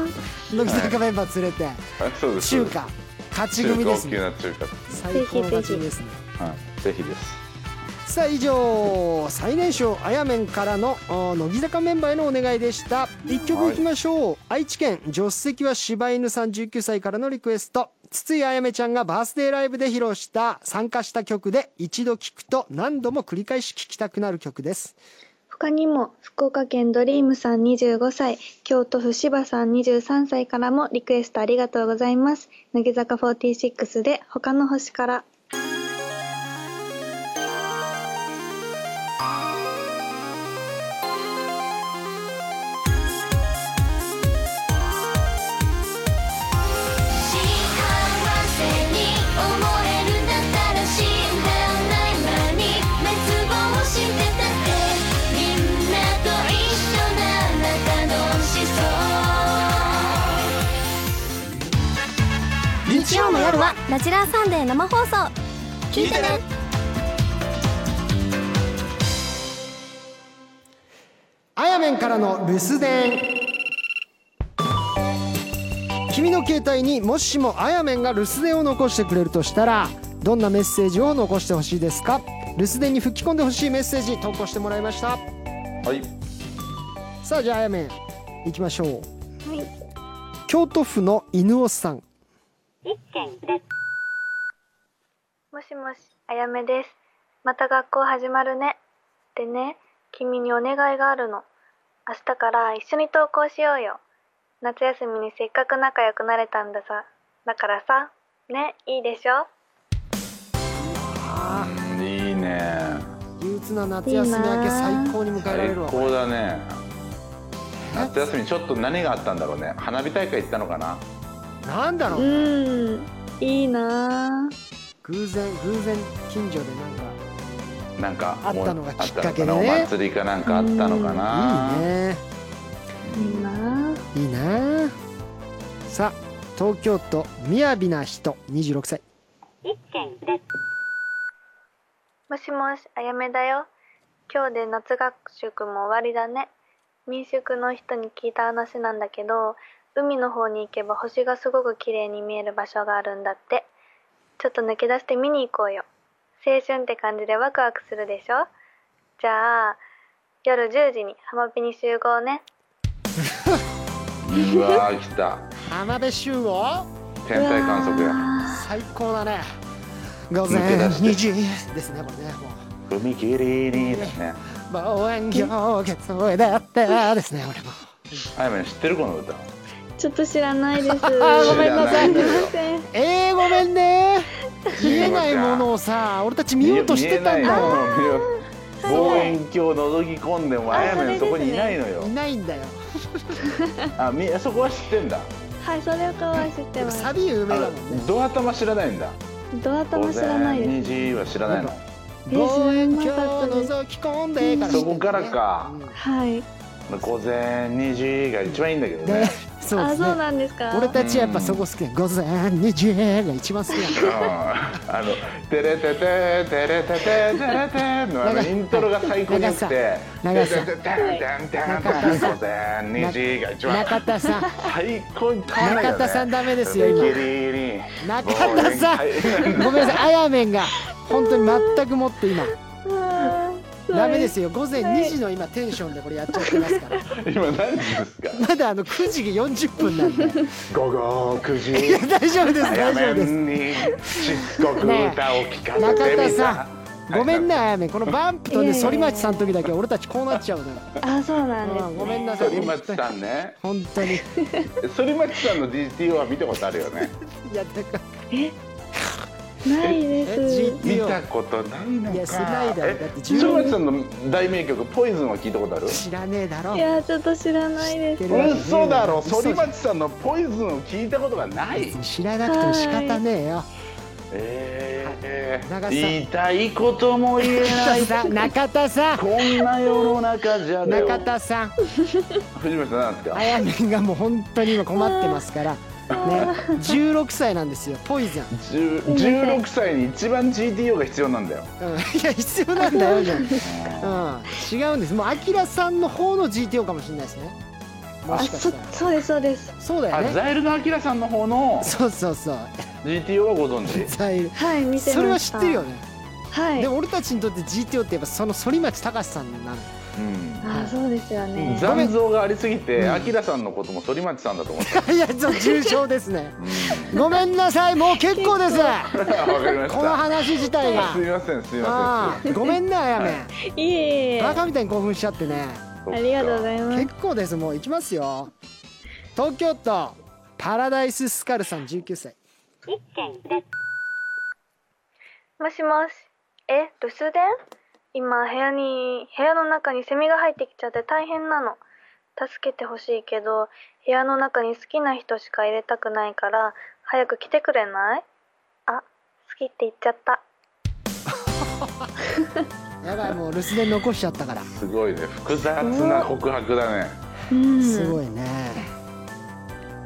乃木坂メンバー連れて
らあそうです
中華勝ち
そう
組
です
です
中
ね
華大きな中華
最高の勝ち組ですね
はいぜひです
さあ以上最年少あやめんからのあー乃木坂メンバーへのお願いでした一曲いきましょう、愛知県助手席は柴犬さん19歳からのリクエスト筒井あやめちゃんがバースデーライブで披露した参加した曲で一度聴くと何度も繰り返し聴きたくなる曲です
他にも福岡県ドリームさん25歳京都府柴さん23歳からもリクエストありがとうございます乃木坂46で他の星から
幸せに思えるんだったら死んだない間に滅亡してたってみんなと一緒なら楽しそう
日曜の夜はラジラーサンデー生放送
聞いてね
あやめんからの留守電君の携帯にもしもあやめんが留守電を残してくれるとしたらどんなメッセージを残してほしいですか留守電に吹き込んでほしいメッセージ投稿してもらいました
はい
さあじゃああやめんいきましょう、京都府の犬尾さん
もしもしあやめですまた学校始まるねでね君にお願いがあるの明日から一緒に登校しようよ夏休みにせっかく仲良くなれたんださだからさねいいでしょ
うんいいね
憂鬱な夏休み明け最高に迎えられ
最
るわ
高だね夏休みちょっと何があったんだろうね花火大会行ったのかな
なんだろう、
うんいいな
偶然偶然近所でなんか
なんか
あったのがきっかけでね
あったのかなお祭りかなんかあったのかない
いね
いいない
いなあさあ東京都みやびな人26歳
もしもし、あやめだよ。今日で夏学習も終わりだね。民宿の人に聞いた話なんだけど、海の方に行けば星がすごく綺麗に見える場所があるんだって。ちょっと抜け出して見に行こうよ。青春って感じでワクワクするでしょじゃあ、夜10時に浜辺に集合ね。
うわー来た
浜辺集合
天体観測や
最高だね午前
抜け
2
出
時ですねこれねもう
踏切にだね
望遠鏡がそれだってですねこれも
あやめん知ってるこの歌
ちょっと知らない です。
ごめんなさい
知らない
せん。
えー、ごめんね見えないものをさ俺たち見ようとしてたんだ
見えないも
よ
のを見よう望遠鏡を覗き込んでもあやめんそこにいないのよ
いないんだよ
あみそこは知ってんだ
はい、それをかわい知って
でもサビ有名だもんね
あドア玉知らないんだ
ドア
午前2時は知らないの
えー
望遠
知
鏡
らなかったです
覗き込んでから
そこからか
うん
はい。
午前2時が一番いいんだけど
で
ね
そうで
あ、
すね
そうなんですか。
俺たちはやっぱそこ好きや午前2時が一番好きや
うんあの「テレテテテレテテテレテ」のあのイントロが最高に良くて「テ
長
レ
さ
テテテンテンテンテン午前2時が一番
中田さん
最高にたまらないよね
中田さんダメですよ今
ギリギリ
中田さん
望遠鏡
ごめんなさいあやめんが本当に全くもって今ダメです
よ。
よ午前2時の今テンションでこれやっちゃってますから
今何時ですか
まだあの9時40分なんで
午後9
いや
時
大丈夫です
あや
大丈夫
め
です
んにしつこく歌を聞かせて
中田
みた、
さんごめんねあやめんこのバンプと
い
ね
やいやいや
反町さんの時だけ俺たちこうなっちゃうのよ
あ、そうなんです、
うん
ね。
ごめんなさい
反町さんね
本当にい
反町さんの GTO は見たことあるよね
やだから
ない
え
です。
見
GTO
たことないのか
いやしないだろだって
え反町さんの大名曲「ポイズン」は聞いたことある
知らねえだろ
いや、ちょっと知らないです。
嘘だろ
嘘
反町さんの「ポイズン」を聞いたことがない
知らなくても仕方ねえよ
え
長
ー
さ
言いたいことも言えな
中
い
田さん中田さん
こんな世の中じゃだよ
中田さん
藤本さんなんですか
あやめんがもう本当に今困ってますから16歳なんですよポイズン、
10 16歳に一番 GTO が必要なんだよ
うん、いや必要なんだよじゃあ、うん、違うんですもうアキラさんの方の GTO かもしれないですねも
あ
しか
そ
したら
そうですそうです
そうだ
あ
よね
ザイルのアキラさんの方の
そうそうそう
GTO はご存知
ザイル
はい見てました
それは知ってるよね、
はい
でも俺たちにとって GTO ってやっぱその反町隆史さんなの
うん
あそうですよね
残像がありすぎて
うん
アキラさんのことも反町さんだと思っ た、
いやそう重症ですねごめんなさいもう結構です
うん、わかりまし
この
た
話自体が
すみませんすみま
ああごめんなあやめ、
いえいえ
バカみたいに興奮しちゃってね
せん
ありがとうございます
結構ですもういきますよ東京都パラダイススカルさん19歳
もしもし。え、留守電今、部屋に、部屋の中にセミが入ってきちゃって大変なの。助けてほしいけど、部屋の中に好きな人しか入れたくないから、早く来てくれないあ、好きって言っちゃった。
やばいもう留守電残しちゃったから
すごいね複雑な告白だね
うん
すごいね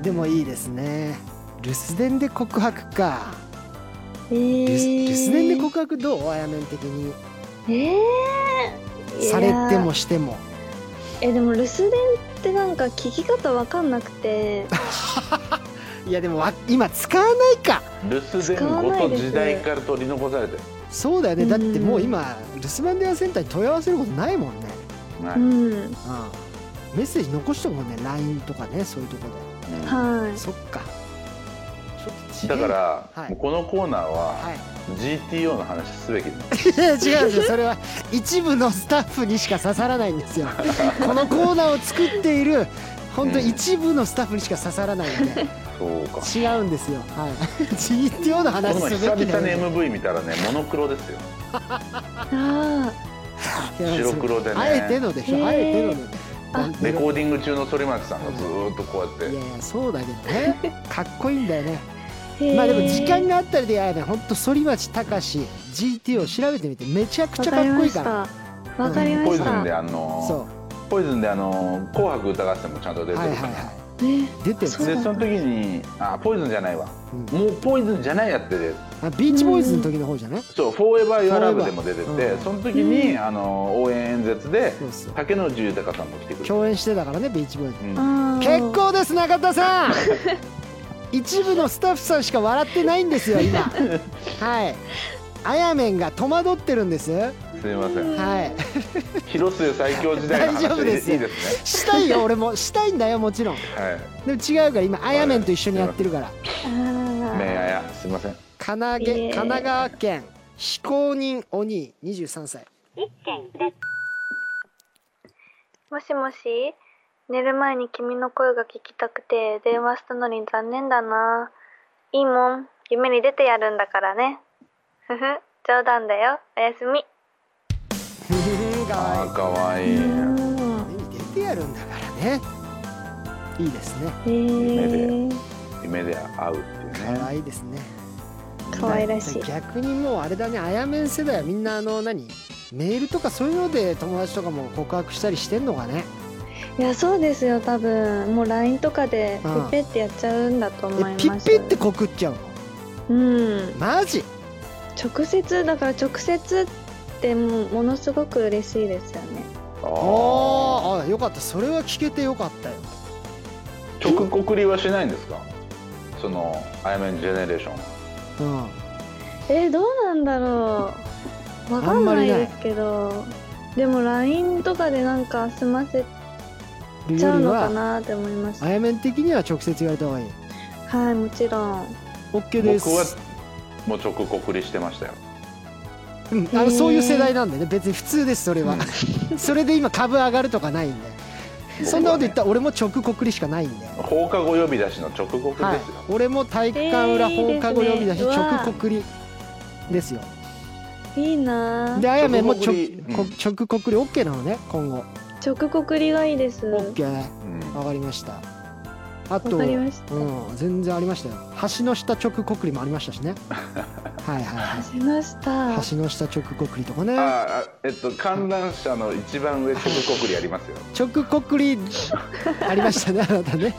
でもいいですね留守電で告白か
え
留
ー
守留守電で告白どうあやめん的に
えー
されて
いや
もしても
えでも留守電ってなんか聞き方わかんなく て
いやでもわ今使わないか
留守電ごと時代から取り残されて
そうだよねだってもう
うん
今留守番電話センターに問い合わせることないもんね、
な
う
い、うん
ん
うん、メッセージ残しとくもんね LINE とかねそういうとこ
は
でそっかちょっと違う
だから、
はい
もうこのコーナーは
はい
GTO の話すべき
い
だ
や違うんですよそれは一部のスタッフにしか刺さらないんですよこのコーナーを作っている本当に一部のスタッフにしか刺さらないんで
そうか
違うんですよはい GTO の
この
話
前
す
久
べきだ
々に
よね
MV 見たらねモノクロですよ
いあ
白黒でね
あえてのでしょあえてので
あ
レコーディング中の反町さんがずーっとこうやっ
い
て
やいやそうだけどねかっこいいんだよね
ー
まあでも
へー
時間があったりでやらねほんと反町隆史 GT を調べてみてめちゃくちゃかっこいいから
わかりま
ポイ
し
ズ
た。
ン
わかりまし
で
た。
あの
そ
ポイズンであの「紅白歌合戦」もちゃんと
う
出て
はい
る
はい
から、
は
ね
い出てる
そう
でその時にあポイズンじゃないわ、
う
もうポイズンじゃないやってて
あビーチボーイズの時の方じゃない
そう「フォーエバー・ユア・ラブ」でも出てて、
Forever うん
その時に、あの応援演説で
そうそう
竹野内豊さんも来てくれて、
共演してたからねビーチボーイズ
うん
あー
結構です中田さ ん一部のスタッフさんしか笑ってないんですよ今はいあやめんが戸惑ってるんですは
すみません
い
広末最強時代の話
大丈夫です
いいですね
したいよ俺もしたいんだよもちろん
はい
でも違うから今あやめんと一緒にやってるから
あー
名ややすみません
神奈げ
イエーイ
神奈川県非公認お兄23歳
もしもし寝る前に君の声が聞きたくて電話したのに残念だな。いいもん、夢に出てやるんだからね。ふふ、冗談だよ。おやすみ。
ふふふか
あ
わ
ーかわいい
いい出てやるんだからねいいですね
へ
夢
え。
夢で会うっていう
かわ
ね
いいですね
可愛らしい。
逆にもうあれだねあやめん世代はみんなあの何メールとかそういうので友達とかも告白したりしてんのかね
いや、そうですよ。多分もう LINE とかでピ
うん
ッペってやっちゃうんだと思い
え
ま
ピ
す。
ッピって告っちゃうの
うん。
マジ
直接だから直接ってもうものすごく嬉しいですよね。
あ
あ
ー
ーあよかったそれは聞けてよかったよ
直告りはしないんですかそのアイメンジェネレーションは
うん
えーどうなんだろうわかんないですけどでも LINE とかでなんか済ませ
る
ちゃ
よ
う
り
のか
は
なって思いました
あやめん的には直接言われた方がいい
はいもちろん
OK です
僕はもう直告りしてましたよ
うん、あのそういう世代なんでね別に普通ですそれは、 それで今株上がるとかないんでそんなこと言ったら俺も直告りしかないんで、
放課後呼び出しの直告ですよ、
はい、俺も体育館裏
えーいい
放課後
ですね
呼び出し
うわ
直告りですよ
いいな
で
ぁ
あやめも
直
直,、
告り
こ直告り OK なのね今後
直告りがいいですわ
OK
うん
わかりましたあと
かりました
うん、全然ありましたよ橋の下直告りもありましたし ねはいはいは
しました
い橋の下直告りとかね
ああえっと観覧車の一番上直告りありますよ
直告りありましたねあなたね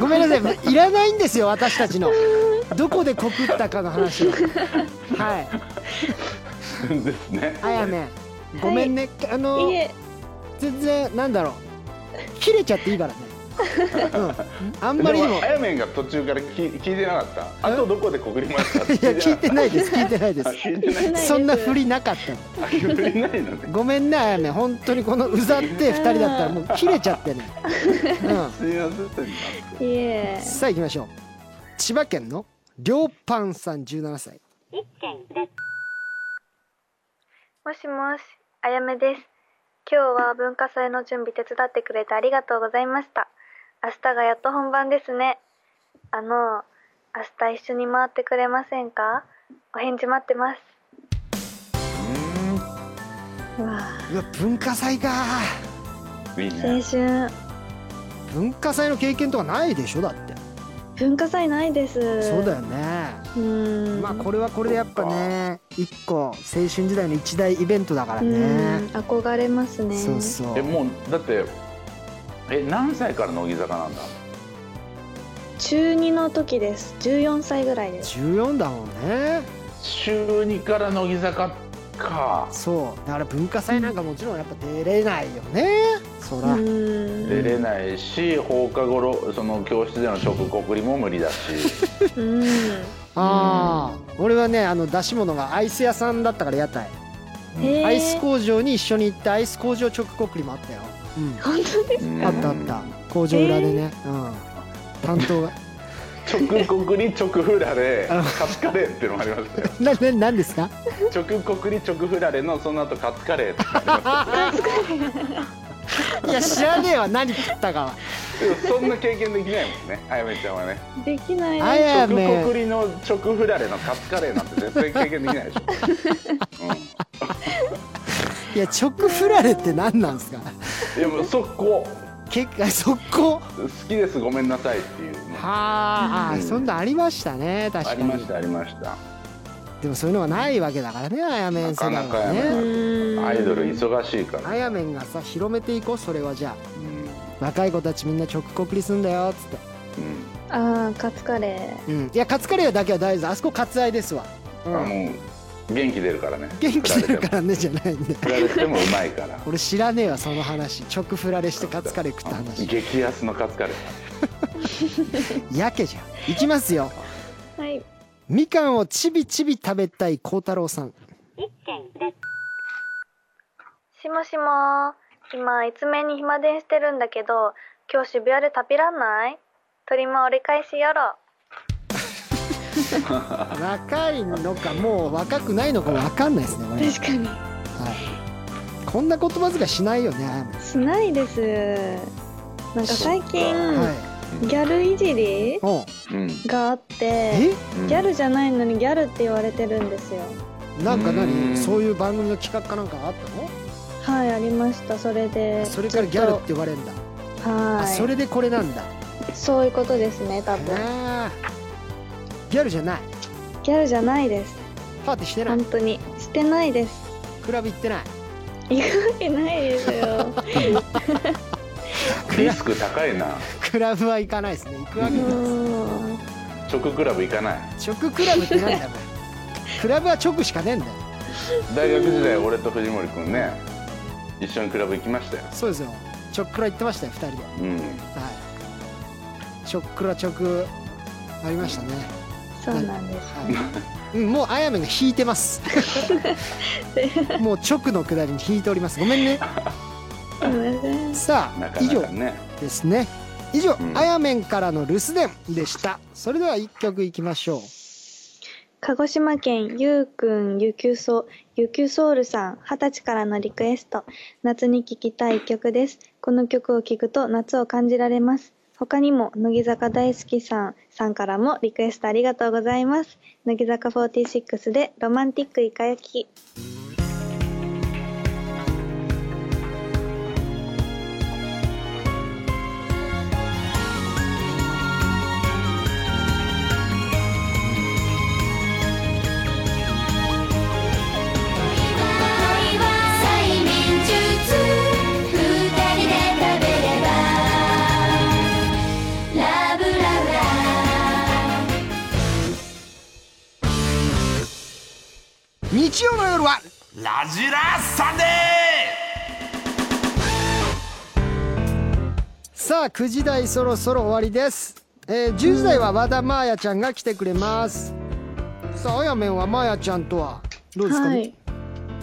ごめんなさいいらないんですよ私たちのどこで告ったかの話をはい
ですね。
あやめごめんね、あの
いえ
全然なんだろう切れちゃっていいからね、うん、あんまり
で
に
も
も
あやめんが途中から聞い聞いてなかった。
え
あとどこで告りましたって
いや聞いて
い。
ないです聞いてないで
あ
す
聞いてない。
ないです
そんなふりなかったの
あ聞いてないのね。
ごめんねあやめ本当にこのうざって2人だったらもう切れちゃってね、う
すいません。
いえ
ん、さあ行きましょう千葉県のりょうぱんさん17歳
もしもし、あやめです。今日は文化祭の準備手伝ってくれてありがとうございました。明日がやっと本番ですね。あの、明日一緒に回ってくれませんかお返事待ってます。うわ
うわ文化祭か
いい
青
ね。
春。
文化祭の経験とかないでしょだって
文化祭ないです。
そうだよね
うん。
まあこれはこれでやっぱね一個青春時代の一大イベントだから
うん
ね
憧れますね。
そうそう
えもうだってえ何歳から乃木坂なんだ。
中二の時です。14歳ぐらいです。
14だもんね
週二から乃木坂か。
そうだから文化祭なんかもちろんやっぱ出れないよねそら、
うん
出れないし放課後ろその教室での食告りも無理だし
うん。
ああ俺はねあの出し物がアイス屋さんだったから屋台
へー
アイス工場に一緒に行ってアイス工場直告りもあったよ、
本当です
うん、あったあった工場裏でね、うん担当が
直告り直フラレ
あ
カツカレーっていうのもありましたよ
なななんですか
直告り直フラレのその後カツカレーってなりました
いや知らねえわ何食ったかは
でもそんな経験できないもんねあやめちゃんはね
できない
あや
直
め
告りの直フラレのカツカレーなんて絶対経験できないでしょ、
いや直振られって何なんですか
うん、いやもう速攻
結果速攻
好きですごめんなさいっていうの
はあ、
うん
そんなんありましたね確
あ
か
り
に
ましたありました
でもそういうのはないわけだからねあやめん
な
世
かな
代
か
は
や
ね
なアイドル忙しいから、
あやめんがさ広めていこうそれはじゃあ
うん
若い子たちみんな直告りすんだよっつっ
うん
ああカツカレ
て、うん、いやカツカレーだけは大事ですあそこカツアイですわ、う
あ
ん、
の元気出るからね
元気出るからねじゃないんで
振られても振られてもうまいから
俺知らねえわその話直振られしてカツカレー食った話
激安のカツカレー
やけじゃんいきますよ
ーはい
みかんをちびちび食べたい孝太郎さん
しもしも今いつめに暇電してるんだけど今日渋谷で旅らんない鳥も折り返しやろ
若いのかもう若くないのかわかんないですねこれ
確かに
はい、こんな言葉遣いしないよね、あやめ
しないですなんか最近、
はい
ギャルいじり
おう
うん、
があって
え
ギャルじゃないのにギャルって言われてるんですよ
なんか
う
何
ん
そういう番組の企画かなんかがあったの
はいありましたそれで
それからギャルって呼ばれるんだ、
は
あ
い
そ
そ
れでこれなんだ、
ういうことですね多分
あーギャルじゃない
ギャルじゃないです
パーティーしてない
本当にしてないです
クラブ行ってない
行くわけないですよ。
リスク高いな
クラブは行かないですね行くわけないです
直クラブ行かない
直クラブってなんだよこれクラブは直しかねえんだよ
大学時代俺と藤森くんね一緒にクラブ行きましたよ
そうですよ直クラ行ってましたよ2人では
うん
い直クラ直ありましたね、
そうなんです。
はい、うんもうあやめが引いてますもう直の下りに引いておりますごめんね
すみません。
さ
な
あ
か
以
な
上
かね
ですね以上、
うん
あやめんからの留守電でしたそれでは1曲いきましょう
鹿児島県ゆうくんゆきゅうそうゆきゅうソウルさん二十歳からのリクエスト夏に聴きたい曲ですこの曲を聴くと夏を感じられます他にも乃木坂大好きさんさんからもリクエストありがとうございます乃木坂46でロマンティックイカ焼き
恋は催眠術二人で食べればラブラ
日曜の夜は
ラジラサンデ
さあ9時台そろそろ終わりです、えー、10時台は和田まーやちゃんが来てくれますさああやめんはまーやちゃんとはどうですか、
は
ね
い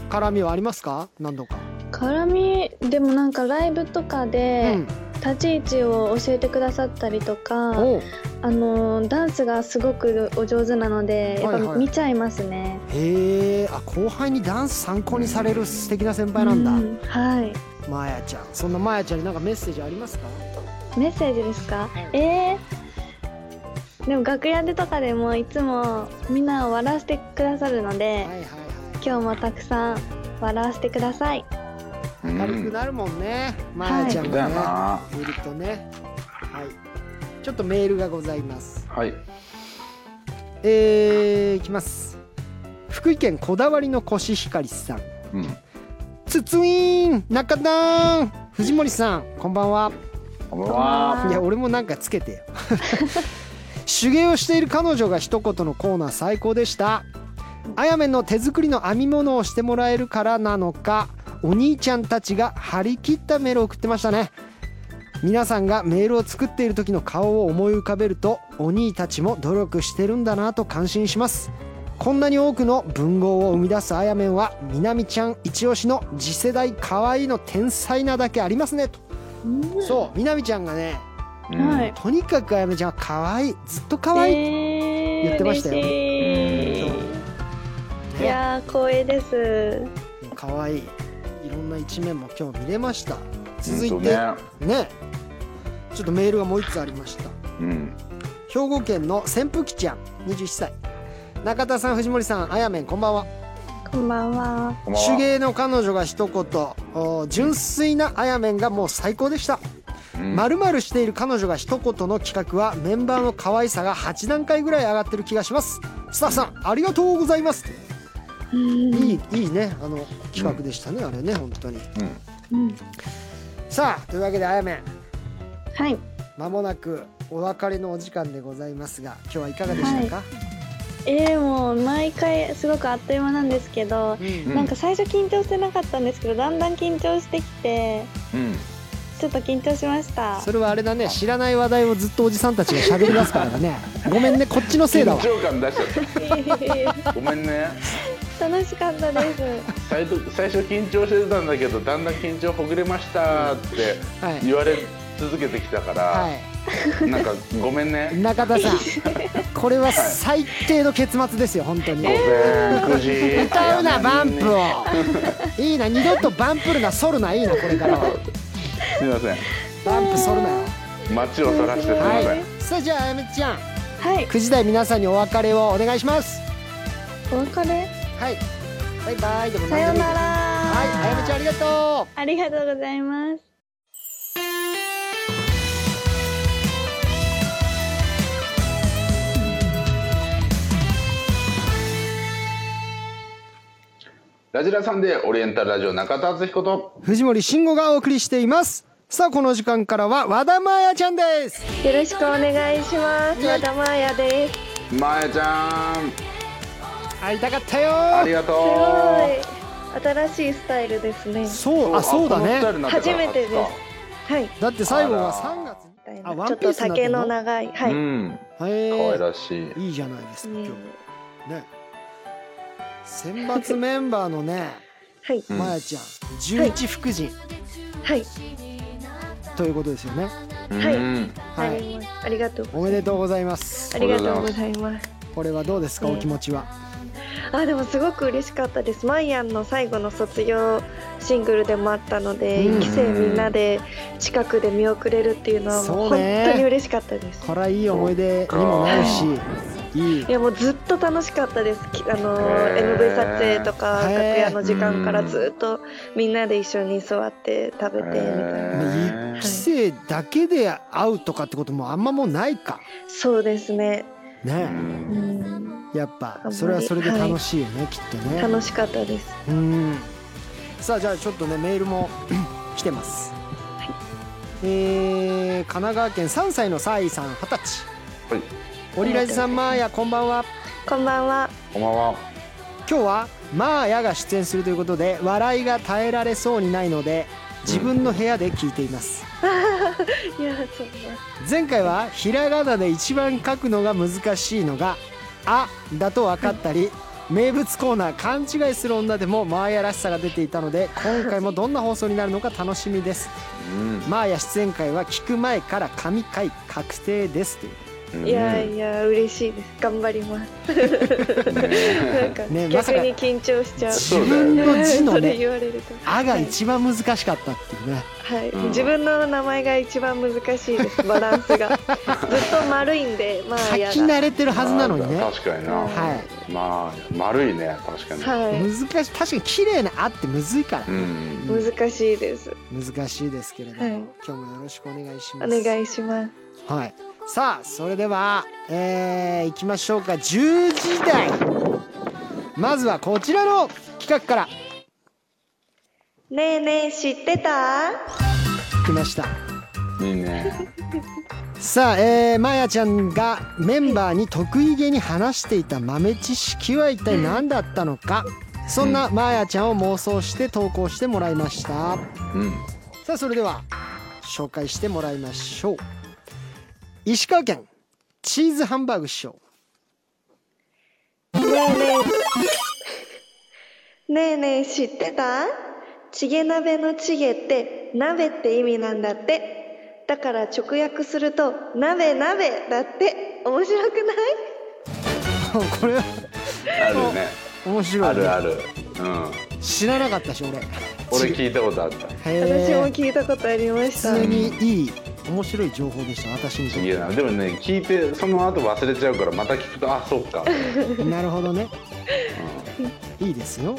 絡みはありますか何度か、
絡みでもなんかライブとかで
うん
立ち位置を教えてくださったりとか、
おう
あのダンスがすごくお上手なのでやっ
はいはい
ぱ見ちゃいますね。
へえあ後輩にダンス参考にされる素敵な先輩なんだ、
うはい。
まーやちゃんそんなまーやちゃんになんかメッセージありますか
メッセージですか、えーでも楽屋でとかでもいつもみんなを笑わせてくださるので、
はいはいは
今日もたくさん笑わせてください
う
い明るく
ん
なるもんね、まーやちゃん
だよ
が
な
ねいるとねはいちょっとメールがございます
はい
えー、いきます福井県こだわりのコシヒカリさん
うん
つついーん中田ん藤森さんこんばんは
こんばんはい
や俺もなんかつけてよ 手芸をしている彼女が一言のコーナー最高でしたあやめんの手作りの編み物をしてもらえるからなのかお兄ちゃんたちが張り切ったメールを送ってましたね皆さんがメールを作っている時の顔を思い浮かべるとお兄たちも努力してるんだなと感心しますこんなに多くの文豪を生み出すあやめんはみなみちゃん一押しの次世代可愛いの天才なだけありますねとそうみなみちゃんがね
うん
はい
とにかくあやめちゃんは可愛いずっと可愛い、
えー
言ってましたよ
嬉しいい
ね
やー光栄です
可愛いいろんな一面も今日見れました続い
ほん
て
と
ねちょっとメールがもう一つありました
うん
兵庫県の扇風機ちゃん21歳中田さん藤森さんあやめんこんばんは
こんばんは
こんばんは
手芸の彼女が一言お純粋なあやめんがもう最高でした
うん
まるまるしている彼女が一言の企画はメンバーの可愛さが8段階ぐらい上がってる気がしますスタッフさんありがとうございますいいいいねあの企画でしたね、あれね本当に
うん
さあというわけであやめん
はい
まもなくお別れのお時間でございますが今日はいかがでしたか、
えー、もう毎回すごくあっという間なんですけど、
うん
うん
なんか最初緊張してなかったんですけどだんだん緊張してきて
うん
ちょっと緊張し ました
それはあれだね知らない話題をずっとおじさんたちがしゃべり出すからだねごめんねこっちのせいだわ
緊張感出しちゃったごめんね
楽しかったです
最初最初緊張してたんだけどだんだん緊張ほぐれましたって
はい
言われ続けてきたから、
は
なんかごめ
い
んね
中田さん これは最低の結末ですよ本当に
午前9時
歌うなバン プをいいな二度とバンプルなソルないいなこれからは
すみません
バンプソルなよ
街を晒してすみませ
は
ん
いさあじゃああやめちゃん
はい
9時台皆さんにお別れをお願いします
お別れ
はいバイバイでも
さようなら
はいあやめちゃんありがとう
ありがとうございます
ラジラさんでオリエンタルラジオ中田敦彦と
藤森慎吾がお送りしていますさあこの時間からは和田まやちゃんです
よろしくお願いします和田まやですす
まえちゃん
会いたかった
あ
よ
りがとう
ごい新しいスタイルですね
そうあそうだ
この二人
ね
になってから
初めてです
はい、
だって最後は
あら
3月あワ
ちょ
ン
っ
ピー
と
スになって
丈
んの
の長い、は
う
い、
ん
へ
可愛
え
らしい
いいじゃないですか今日
うん
ね選抜メンバーのね
はい、
うん
まやちゃん11副陣
はい、
ということですよね
はい
うん
は
あ
い
りますありがとう、
おめでとうございます
ありがとうございます。
これはどうですかお気持ちは
あ、でもすごく嬉しかったです。マイアンの最後の卒業シングルでもあったので、
うん
一期生みんなで近くで見送れるっていうのはも
そう
う本
ね
当に嬉しかったです。
これはいい思い出にもなるしい
い
い
やもうずっと楽しかったです。きあのー
へー
MV 撮影とか楽
へー
屋の時間からずっとみんなで一緒に座って食べてみたいな。
一期生だけで会うとかってこともあんまもうないか
そうですね。
う
ね
ん
うん、
やっぱ
あんまり
それはそれで楽しいよね、きっとね
楽しかったです。
うんさあじゃあちょっとねメールも 来てます、えー神奈川県3歳のサイさん二十歳
はい
オリラジさんマーヤこんばんは
こんばんは。
こんばんは
今日はマーヤが出演するということで笑いが耐えられそうにないので自分の部屋で聞いています、
いやそんな
前回はひらがなで一番書くのが難しいのが「あ」だと分かったり名物コーナー勘違いする女でもマーヤらしさが出ていたので今回もどんな放送になるのか楽しみですマーヤ出演会は聞く前から神回確定ですという
うん
いやいや嬉しいです頑張ります なんか
ねまさ
逆
か
に緊張しちゃう
自
そうだよ
分
ね
の字の
それ
ね
言われると
「あ」が一番難しかったっていうね
はい、
うん
自分の名前が一番難し いですバランスがずっと丸いんでま
書
あや
き
だ
慣れてるはずなのにね
あ確かにな、
は
まあ丸いね確かに、
は
難しい確かに綺麗な「あ」ってむずいから
うん
い難しいです
難しいですけれども、
はい
今日もよろしくお願いし
お
ます
願いします
はい、さあそれでは、えー、いきましょうか10時台まずはこちらの企画から
ねえねえ知ってた
来ました
いいね
さあ、えー、まやちゃんがメンバーに得意げに話していた豆知識は一体何だったのか、そんなまやちゃんを妄想して投稿してもらいました、
うん
さあそれでは紹介してもらいましょう石川県チーズハンバーグ師匠
ねえねえねえねえ知ってたチゲ鍋のチゲって鍋って意味なんだってだから直訳すると鍋鍋だって面白くない
これは
あるね
面白い、ね、
あるあるうん
知らなかったし俺
俺聞いたことあった
私も
へえ
聞いたことありました
普通にいい面白い情報でした私にとっ
い
て
やなでもね聞いてその後忘れちゃうからまた聞くとあそっか、
なるほどねいいですよ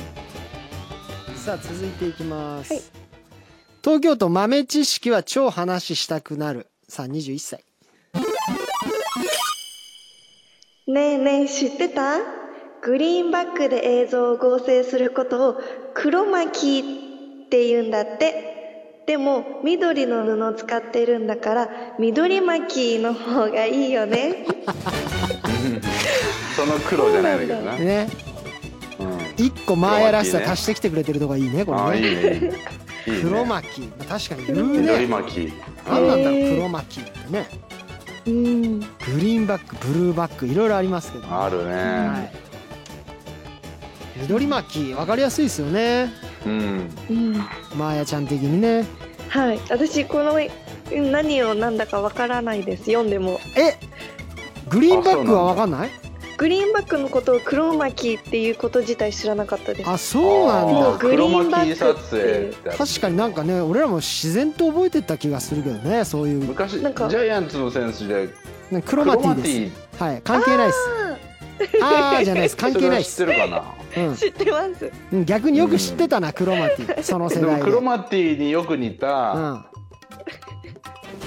さあ続いていきます、
はい
東京都豆知識は超話したくなるさあ21歳
ねえねえ知ってたグリーンバックで映像を合成することを黒巻きって言うんだってでも緑の布を使ってるんだから緑巻きの方がいいよね
その黒じゃないんだけどな、うん、
ね1個マーヤらしさ足してきてくれてるとこがいいねこ
ああ
れ
いい
ね
ねいいねいいね
黒巻きまあ確かに言う
緑
ね
巻き
何なんだろ
へ
う
ー
黒巻きってね
うん
グリーンバックブルーバックいろいろありますけどね
あるね、
はい緑巻き分かりやすいですよね
うん
うん
マーヤちゃん的にね
はい私このうん何をなんだかわからないです読んでも
えグリーンバックは分かんない
グリーンバックのことを黒巻きっていうこと自体知らなかったです
あそう
も
な
うん
だ
グリ
黒
ーンバ
巻き
ックって
撮影ってある
確かになんかね俺らも自然と覚えてった気がするけどねそういう
昔ジ
なんか
ャイアンツの選手で
ねク
ク
ロ
ロ
マ
マ
テ
テ
ィ
ィ
ですはい関係ないですあーじゃないです関
そ
係
れ
ないで
は知って
す、
るかな
うん
知ってます
うん、逆によく知ってたなクロマティその世
でも
代で
クロ
うん
マティによく似た
は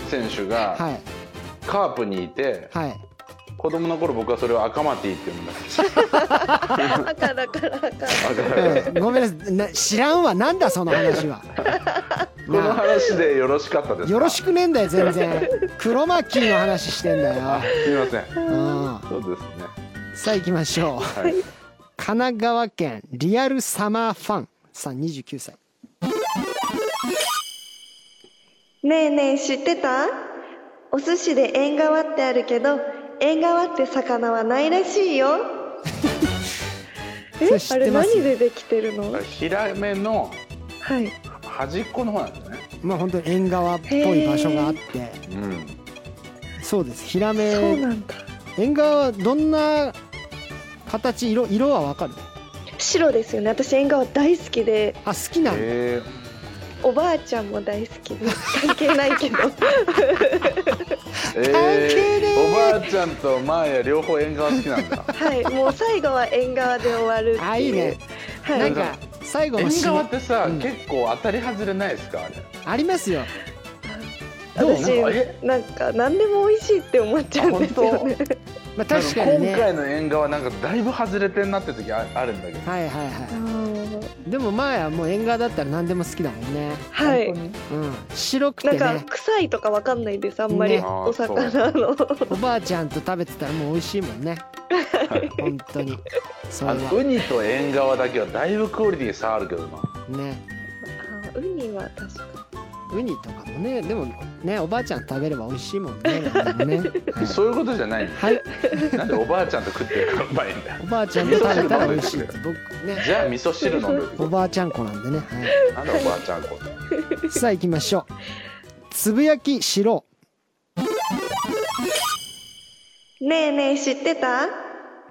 選手
い
がカープにいて
はい
子供の頃僕はそれを赤マティって呼ん だ
赤だから赤
うんごめんなさいな知らんわなんだその話は
この
な
話でよろしかったです
あ
か
よろしくねえんだよ全然クロマキーの話してんだ
あ
よ、
すみません
うん、
そうですね
さあ行きましょう
はい
神奈川県リアルサマーファンさん29歳
ねえねえ知ってたお寿司で縁側ってあるけど縁側って魚はないらしいよ
それ知ってます
でできてるの
ヒラメの
はい
端っこの方なんだね
まあ本当に縁側っぽい場所があって
うん
そうですヒラ
そう
メ
なんだ
縁側はどんな形色色はわかる
白ですよね私縁側大好きで
あ好きなんだ
へえ
おばあちゃんも大好きで関係ない けど
係
え
ねえ
おばあちゃんとマーヤ両方縁側好きな んだ
はいもう最後は縁側で終わるっていう
あいいね
はい、
なんか最後の
縁
締
側
め
ってさ
うん
結構当たり外れないですかあれ
ありますよどう
私
なんかえ
なんか何でも美味しいって思っちゃうんですよね
まあ、確かにね
今
はい
回の縁側なんかだいぶ外れてんなって時ああるんだけど
はいは
うん
いでも前はもう縁側だったら何でも好きだもんね
はい
うん白く
な
て
んか
ね
臭いとかわかんないですあんまり
ね
お魚の
おばあちゃんと食べてたらもう美味しいもんね本当にそれ
あ
は
のウニと縁側だけはだいぶクオリティ差あるけどな
ね
あウニは確か
ウニとかもねでもねおばあちゃんと食べれば美味しいもん ねなんかね、
そういうことじゃないの
はい、
なんでおばあちゃんと食ってるからうまいんだよ
おばあちゃんと食べたら美味しいって僕ね
じゃあ味噌汁飲んで
お
る
ばあちゃん子なんでね、はい
なんでおばあちゃんこ
さあ行きましょうつぶやきしろ
ねえねえ知ってた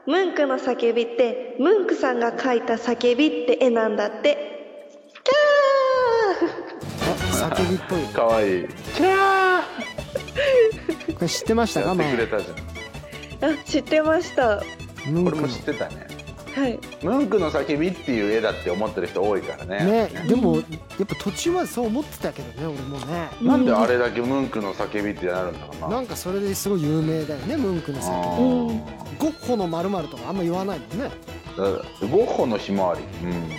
ムンクの叫びってムンクさんが描いた叫びって絵なんだってキャー
うあ叫びっぽい
かわいい
これ知ってました
や
か
ってく
前
れたじゃん
あ知ってましたは
ムン
俺
ク
も
の
知ってたね
い
ムンクの叫びっていう絵だって思ってる人多いからね
ねでもやっぱ途中までそう思ってたけどね俺もね
なんであれだけムンクの叫びってなるんだろうな
なんかそれですごい有名だよねムンクの
あ
さゴッホのまるとかあんま言わないもんね
ーだからゴッホのひまわり、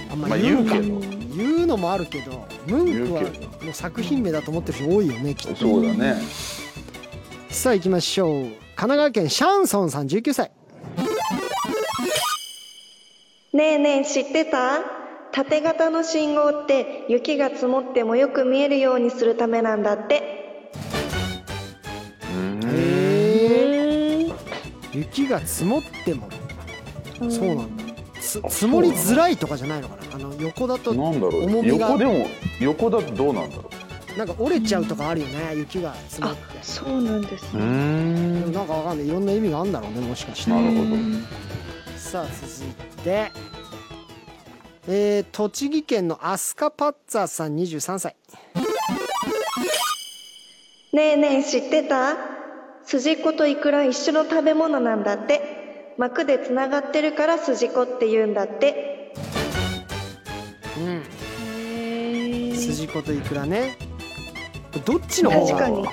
あ
うんん、
ま
まあ言うけ
言
ど
言うのもあるけどムンクは
言うけど
もう作品名だと思ってる人多いよねきっと
そうだね
さあ行きましょう神奈川県シャンソンさん19歳
ねえねえ知ってた縦型の信号って雪が積もってもよく見えるようにするためなんだって
へえ
うん
雪が積もってもそうなんだつ積もりづらいとかじゃないのかなあの横だと
なんだろ
重
う
みが
横でも横だとどうなんだろ
なんか折れちゃうとかあるよね雪が積もっ
あ
て
そうなんです
う
ね
でも
ん
なんかわかんないいろんな意味があるんだろうねもしかして
なるほど
さあ続いてえー、栃木県のアスカパッツァさん23歳
ねえねえ知ってた筋子とイクラ一緒の食べ物なんだって膜でつながってるから筋子って言うんだって
うん筋子とイクラねどっちの方
確
が
かに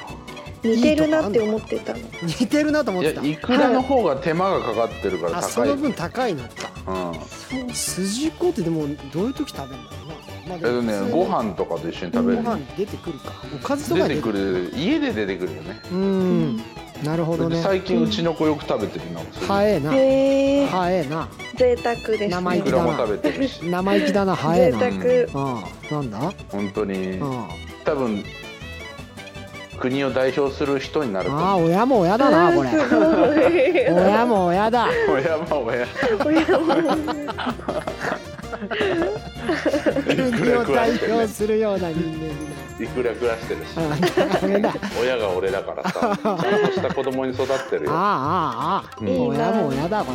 似てるなって思ってたの
似てるなと思
い
ってた
やいくらの方が手間がかかってるから
あ
高
そ
い
の分高いのか
うん
筋子ってでもどういう時食べるんだろうな、まあ
えっ
で
と
も
ね
普通
ご
に
飯とかと一緒に食べ
ご
る
飯出てくるかおかずと
出
か
てくる家で出てくるよね
うんなるほどね
で最近うちの子よく食べてるな
早えな
へえ
早えな
贅沢です
生意
い
ね
気
く
だ
ら
な
も食べてるし
生意気だな早え
贅
な
沢
ああなんだ
本当に
うん
多分国を代表する人になると
ああ
思う
親も親だなこれ親も親 だ
親は親
国を代表するような人間に
いくら暮らしてるし
なるダメ だ
親が俺だからさちゃんとした子供に育ってる
あ
よ
あああああ
うん
親も親だこ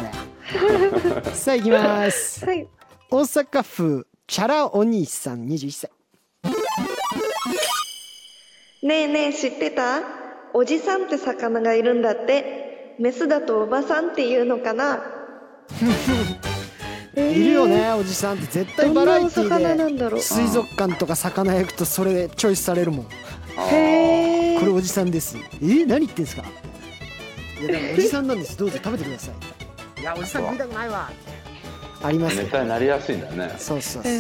れさあ行きます
はい
大阪府チャラお兄さん21歳
ねえねえ知ってたおじさんって魚がいるんだってメスだとおばさんっていうのかな
いるよねおじさんって絶対バラエティ
どんなお魚なん
ー
だろ
で
う
水族館とか魚屋行くとそれチョイスされるもんこ
へえ
れおじさんですえ何言ってんすかいやでもおじさんなんですどうぞ食べてくださいいやおじさん食いたくないわあります
ネ
よ
タになりやすいんだね
そうそうそう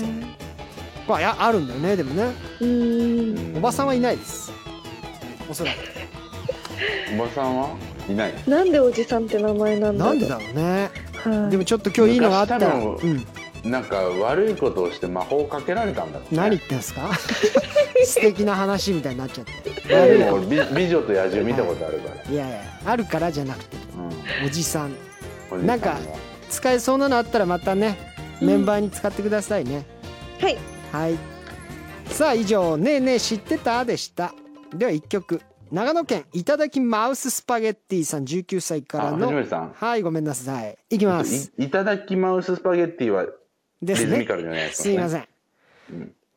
まあやあるんだよねでもね
うん
おばさんはいないですおそらく
おばさんはいない
なんでおじさんって名前なんだ
な
ろうん
でだろうね
はい
でもちょっと今日いいのがあったら、
昔多
う
分
ん、
なんか悪いことをして魔法をかけられたんだろうね
何言ってん すか素敵な話みたいになっちゃって悪い
で
こ
も美美女と野獣見たことあるから、
といやいやあるからじゃなくておじさん
うん
なんか使えそうなのあったらまたねメンバーに使ってくださいね、
はい
はいさあ以上「ねえねえ知ってた?」でしたでは1曲長野県いただきマウススパゲッティさん19歳から
あ藤
の
森さん
はいごめんなさいいきます
いいただきマウススパゲッティは
で
リ
す
ズミ
ね
カルじゃないで
す
すか、
い
ね、
ません、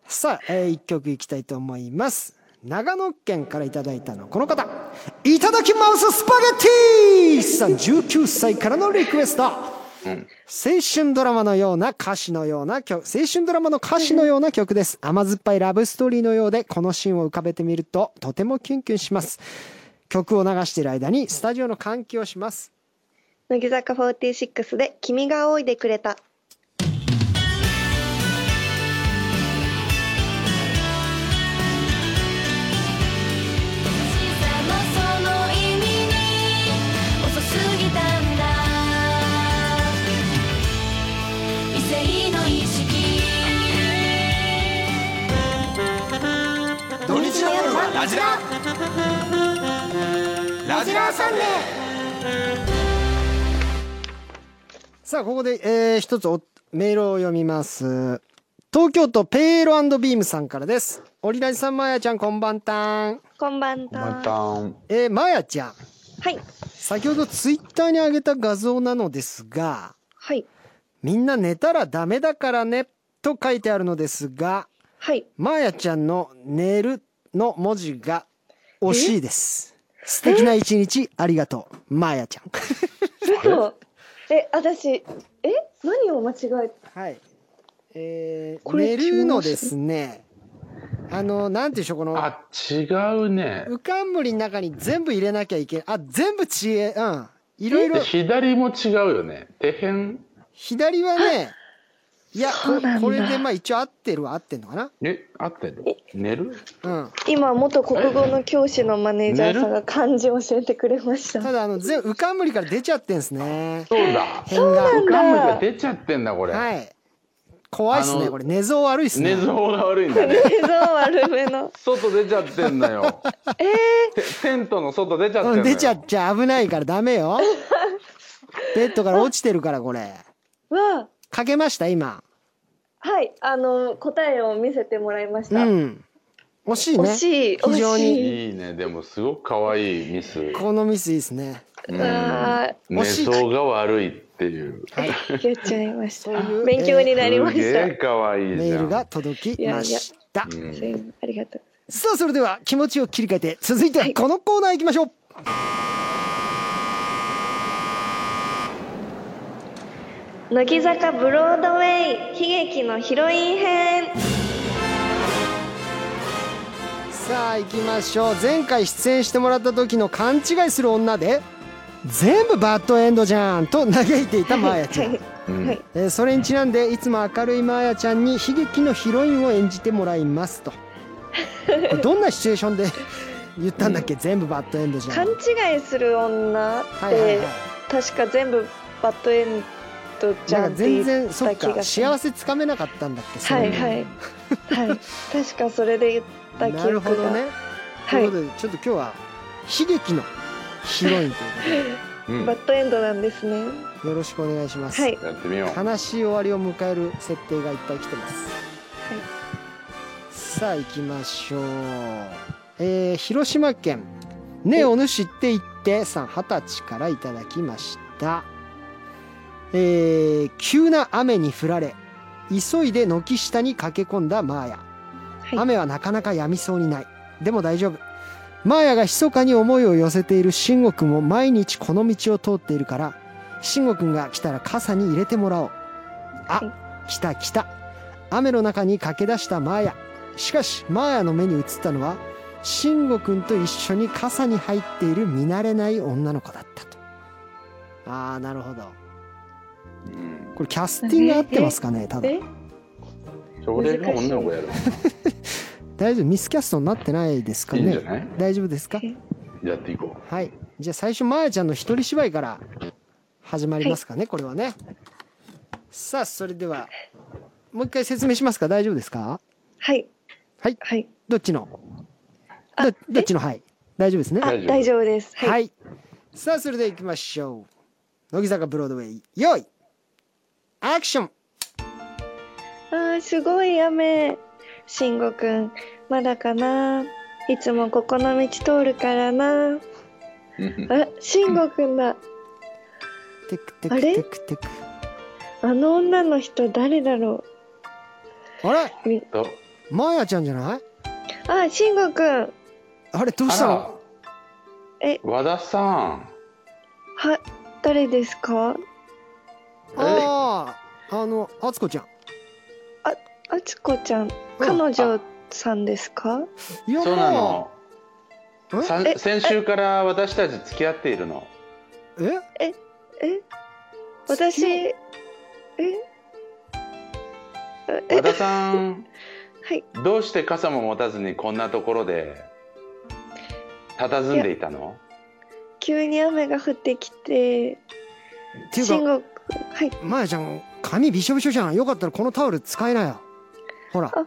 さあ、え1曲いきたいと思います長野県からいただいたのはこの方いただきマウススパゲッティさん19歳からのリクエスト
うん。
青春ドラマのような歌詞のような曲、青春ドラマの歌詞のような曲です。甘酸っぱいラブストーリーのようで、このシーンを浮かべてみると、とてもキュンキュンします。曲を流している間に、スタジオの換気をします。
乃木坂46で「君がおいでくれた
「しさもその意味に遅すぎたんだ」「異性の意識」
土日の夜はラジララジラサンデー
さあ、ここで、えー、一つおメールを読みます。東京都ペーロビームさんからです。オリラジさん、まやちゃん、こんばんたん。」
こんばんた
またん。
えー、まやちゃん。
はい
先ほどツイッターに上げた画像なのですが、
はい
みんな寝たらダメだからね、と書いてあるのですが、
はい
まーやちゃんの寝るの文字が惜しいです。素敵な一日ありがとう、まーやちゃん。
嘘え私え何を間違え
はい。えー、
これ
寝るのですね、あの、なんていうんでしょう、この、
あ、違うね。
うかんむりの中に全部入れなきゃいけない。あ、全部知恵、うん。いろいろ
で、左も違うよね。手辺
左はね、いや
そうなん、だ
これでまあ一応合ってるは合ってんのかな
え、合ってる寝る
うん。
今元国語の教師のマネージャーさんが漢字を教えてくれました
ただ、あの、全部、うかんむりから出ちゃってんすね。
そうだ。
変が。
うかんむりが出ちゃってんだ、これ。
はい。怖いっす
あ
ね。
の
これ、寝相悪いっすね。
寝相が悪いんだね。
映像悪めの
外出ちゃってんだ よ。えテントの外出ちゃってんだ
う
よ。
ん、出ちゃっちゃ危ないからダメよ。 ベッドから落ちてるから、これ。
は
かけました、今。
はいあの答えを見せてもらいまし
う
た、
ん。惜しいね。
惜しい惜しい
非常に
いいね。でも、すごく可愛いミス。
このミスいいですね。
うん
あ
寝相が悪いっていう。
はい。
ー言っちゃいまし
そういう
た勉強に
え
なりまし
す
た、
げえ可愛い
ー
じゃん。
メールが届きました。
うん
すいませんありがとう
さあ、それでは気持ちを切り替えて、続いてはこのコーナー行きましょう。
乃木坂ブロードウェイ悲劇のヒロイン編
さあ行きましょう前回出演してもらった時の勘違いする女で全部バッドエンドじゃんと嘆いていたマーヤちゃん、
はい
うん
はい
えーそれにちなんでいつも明るいマーヤちゃんに悲劇のヒロインを演じてもらいますとこ れどんなシチュエーションで言ったんだっけ全部バッドエンドじゃ
勘
ん
違いする女って、
はいはいはい
確か全部バッドエンドじ
なん
ゃん
か
って言
全
っ
然そった
気
か
がしま
幸
す
せつかめなかったんだっけ
はい
そ
は
の
いはい確かそれで言った記憶が
なるほどね、と
はい
いうことでちょっと今日は悲劇のヒロインという
うん
バッドエンドなんですね
ことでよろしくお願いします、
はい
やってみよう。
悲しい終わりを迎える設定がいっぱい来てます、さあ行きましょう、えー広島県「ねえお主って言って」さん二十歳からいただきましたえー急な雨に降られ急いで軒下に駆け込んだマーヤ、
い
雨はなかなか止みそうにないでも大丈夫マーヤが密かに思いを寄せている慎吾くんも毎日この道を通っているから慎吾くんが来たら傘に入れてもらおうあ、来た来た雨の中に駆け出したマーヤしかしマーヤの目に映ったのは慎吾くんと一緒に傘に入っている見慣れない女の子だったとああなるほど
うん
これキャスティング合ってますかねただ
え
それが女の子やる。
大丈夫ミスキャストになってないですか
いいんじゃ
ね
ない
大丈夫ですか
やっていこう。
はいじゃあ最初マーヤちゃんの一人芝居から始まりますかね、これはねさあそれではもう一回説明しますか大丈夫ですか
はい
はい
はい
どっちのどどっちのはい大丈夫ですね
あ
大丈夫
大丈夫です
はい、さあそれでは行きましょう乃木坂ブロードウェイ用意アクション
あーすごい雨慎吾くんまだかないつもここの道通るからな
うん
あ慎吾くんだ
テクテ
あ
ク
れ
テクテク
あの女の人誰だろ
あれ
うみ
と
マーヤちゃんじゃない
あ慎吾くん
あれどう
あ
した
ら
の、
え
和田さん。
は誰ですか
あああの敦子ちゃん
あつこちゃん彼女さんですか
いや
そうな
も
の
う
さ
え
先週から私たち付き合っているの
ええ
え私え
和田さん、
はい
どうして傘も持たずにこんなところで佇んでいたの
急に雨が降ってきて
っていう
慎
か
吾君はい
まやちゃん髪びしょびしょじゃんよかったらこのタオル使いなよほら
あ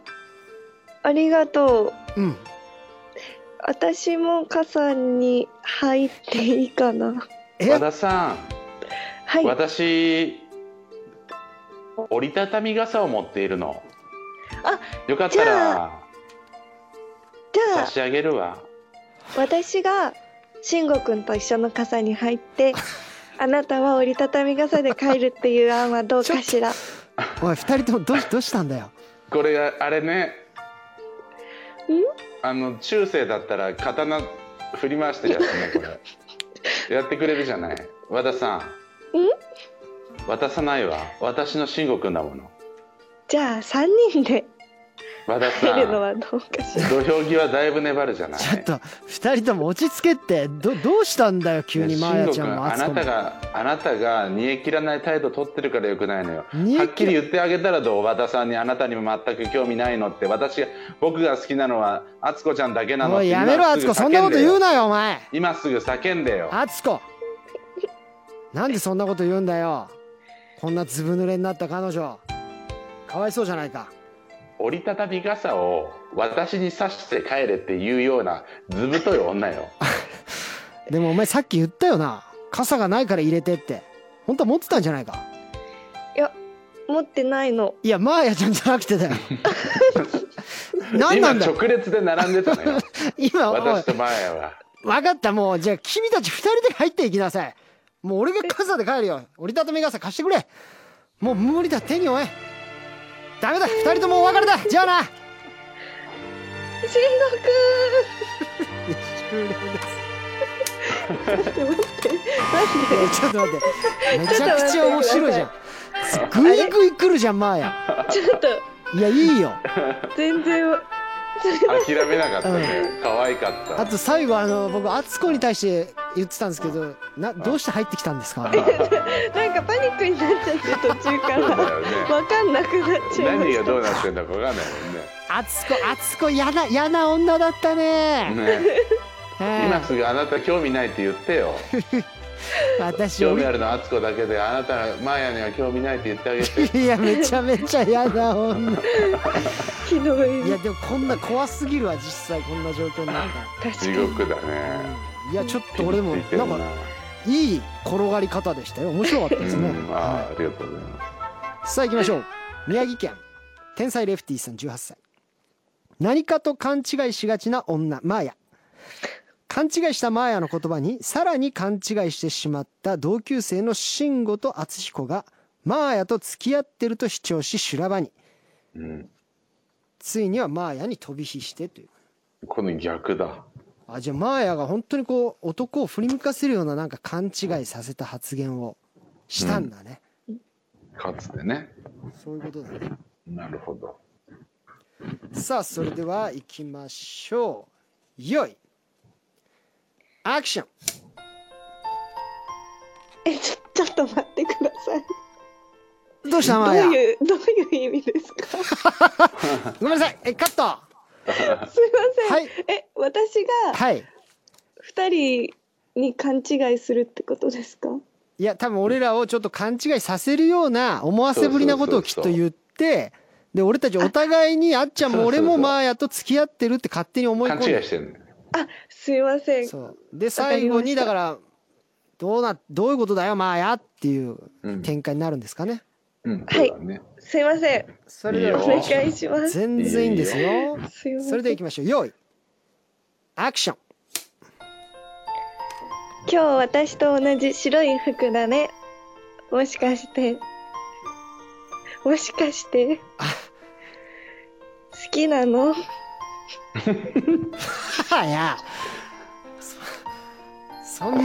ありがと
う
う
ん
私も傘に入っていいかな
え
和田さん、
はい
私折りたたみ傘を持っているの
あ
よかった
じ
ら
じゃ
差
あ
し上げるわ
私が慎吾君と一緒の傘に入 ってあなたは折りたたみ傘で帰るっていう案はどうかしら
おい二人ともどうしどうしたんだよ
これあれねあの中世だったら刀振り回してるやつねこれやってくれるじゃない和田さん渡さないわ私の慎吾君だもの
じゃあ3人で
和田さ
入るの
ん
はどうかしら
土俵際だいぶ粘るじゃない
ちょっと二人とも落ち着けってどどうしたんだよ急に
ね
まやちゃんも
あ
敦
な
子
た
も
があなたが煮え切らない態度取ってるからよくないのよ
煮え切ら
はっきり言ってあげたらどう和田さんにあなたにも全く興味ないのって私が僕が好きなのは敦子ちゃんだけなのっ
お
て
いやめろ敦子そんなこと言うなよお前
今すぐ叫んでよ
敦子なんでそんなこと言うんだよこんなずぶ濡れになった彼女かわいそうじゃないか
折りたたみ傘を私に刺して帰れっていうようなずぶとい女よ
でもお前さっき言ったよな傘がないから入れてって本当は持ってたんじゃないか
持ってないの
いやマーヤちゃんじゃなくてだよ何
今
なんだよ
直列で並んでたのよ
今 おい
私とマーヤは
分かったもうじゃあ君たち2人で入っていきなさいもう俺が傘で帰るよ折りたたみ傘貸してくれもう無理だ手に負えダメだ2人ともお別れだじゃあな
慎吾くん
終了です
待って
えちょっと待ってめちゃくちゃ面白いじゃんグイグイ来るじゃんマーヤ
待ってちょっと
いやいいよ
全然
諦めなかったね可愛かった
あと最後あの僕敦子に対して言ってたんですけどなどうして入ってきたんですか
なんかパニックになっちゃって途中か
そうだ
ら
よね
わかんなくなっちゃいま
何
し
がどうなってんだか分かんないもんね
敦子敦子嫌な嫌な女だったね
ね
はい
今すぐあなた興味ないって言ってよ
私
興味あるのは敦子だけであなたマーヤには興味ないって言ってあげて
いやめちゃめちゃ嫌な女
たひどい
いやでもこんな怖すぎるわ実際こんな状況になったら
確か
地
に
獄だね
いやちょっと俺でも
ピリついてる
なんかいい転がり方でしたよ面白かったですね、
うん
はい
あーありがとうございます
さあ行きましょう宮城県天才レフティさん18歳何かと勘違いしがちな女マーヤ勘違いしたマーヤの言葉にさらに勘違いしてしまった同級生の慎吾と敦彦がマーヤと付き合ってると主張し修羅場に
うん
ついにはマーヤに飛び火してという
この逆だ
あじゃあマーヤが本当にこう男を振り向かせるようななんか勘違いさせた発言をしたんだね、
かつてね
そういうことだね
なるほど
さあそれでは行きましょうよいアクション
えちょちょっと待ってください
どうした
ど
マ
う
ーヤ
いうどういう意味ですかすい
ごめんなさいえカットは
ません、
はい
え私が
い
二人に勘違いするってことですか
いや多分俺らをちょっと勘違いさせるような思わせぶりなことをきっと言ってで俺たちお互いにあっちゃんも俺
そうそう
も
そう
マーヤと付き合ってるって勝手に思い込
勘
ん
違い
で
してるね
あすいません
そうで最後にだからどうなどういうことだよマーヤっていう
うん
展開になるんですかね
うん
はい
そうだね
すいません
それで
い
はい
お
よ
願いします
全然いいんです
いい
よ
すいません
それでは行きましょうよいアクション
今日私と同じ白い服だねもしかしてもしかして好きな の
はや そそんな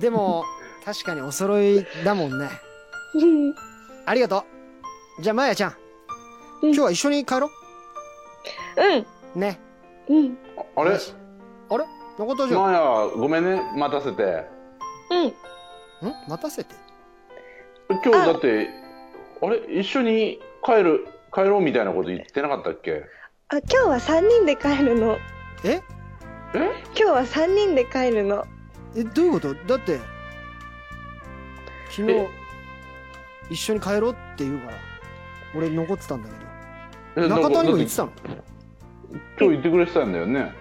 でも確かにお揃いだもんね
うん
ありがとうじゃあまやちゃん
うん
今日は一緒に帰ろ
うん
うね
うん
あれ
あれ中田じゃんん
マヤごめんね待たせて
うん
待たせて
今日だってあれ一緒に帰る帰ろうみたいなこと言ってなかったっけ
あ今日は3人で帰るの
え
今日は3人で帰るの
えどういうことだって昨日
え
一緒に帰ろうって言うから俺残ってたんだけど
え
中田にも言ってた
だっ
の
て今日言ってくれてたんだよね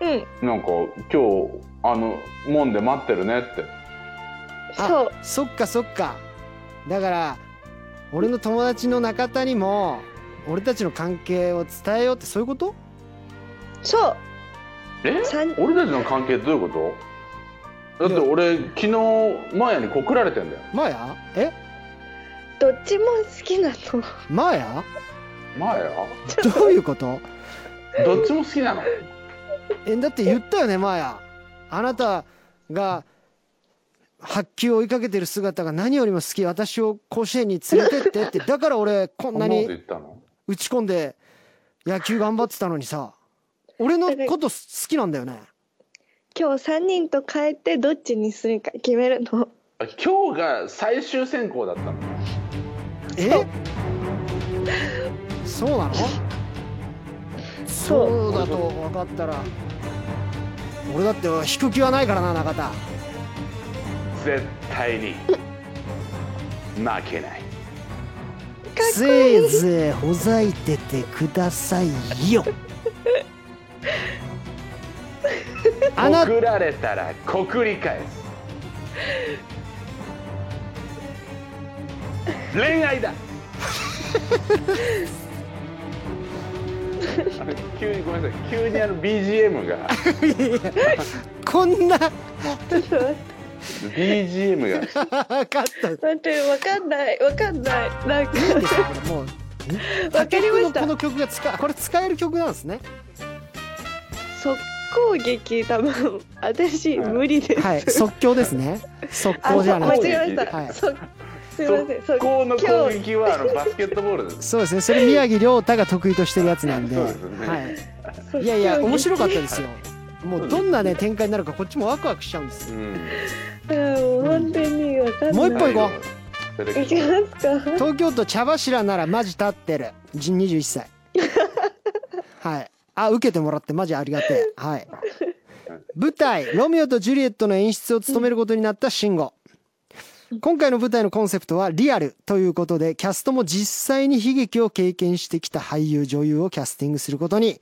うん
なんか今日あの門で待ってるねって
そう
あそっかそっかだから俺の友達の中田にも俺たちの関係を伝えようってそういうこと
そう
え
三
俺たちの関係どういうことだって俺昨日マヤに告られてんだよ
マヤえ
どっちも好きなの
マヤ
マヤ
どういうこと
どっちも好きなの
えだって言ったよねマヤあなたが発球を追いかけてる姿が何よりも好き私を甲子園に連れてってってだから俺こん
こんな
な
こと
に
言ったの
打ち込んで野球頑張ってたのにさ俺のこと好きなんだよね
今日3人と帰ってどっちにするか決めるの
あ今日が最終選考だったの
えそうなの
そう
そうだと分かったら俺だって引く気はないからな中田
絶対に負けない
せいぜいほざいててくださいよあな
告られたら告り返す恋愛だあれ急にごめんなさい急にあの BGM が
こんな
BGM が
分かった
待ってわかんないわかんないなん か
いいんですよこれもう
わかりま
他局
し
のこ
た
の曲が使これ使える曲なんですね
速攻撃多分私無理です、
はい即興ですね即
あそ
興
う
じゃな
間
く
そ
ては
う
違えました、
い
そすいません
速攻の攻
今日
撃はあのバスケットボールです
そうですねそれ宮城亮太が得意としてるやつなんで
そうですね
はい、いやいや面白かったですよもうどんなね展開になるかこっちもワクワクしちゃうんですよ
うん
うん本当にわかんない
もう一本行こう
それで
いきますか
東京都茶柱ならマジ立ってるじ21歳はいあ受けてもらってマジありがてえはい舞台「ロミオとジュリエット」の演出を務めることになった慎吾今回の舞台のコンセプトは「リアル」ということでキャストも実際に悲劇を経験してきた俳優女優をキャスティングすることに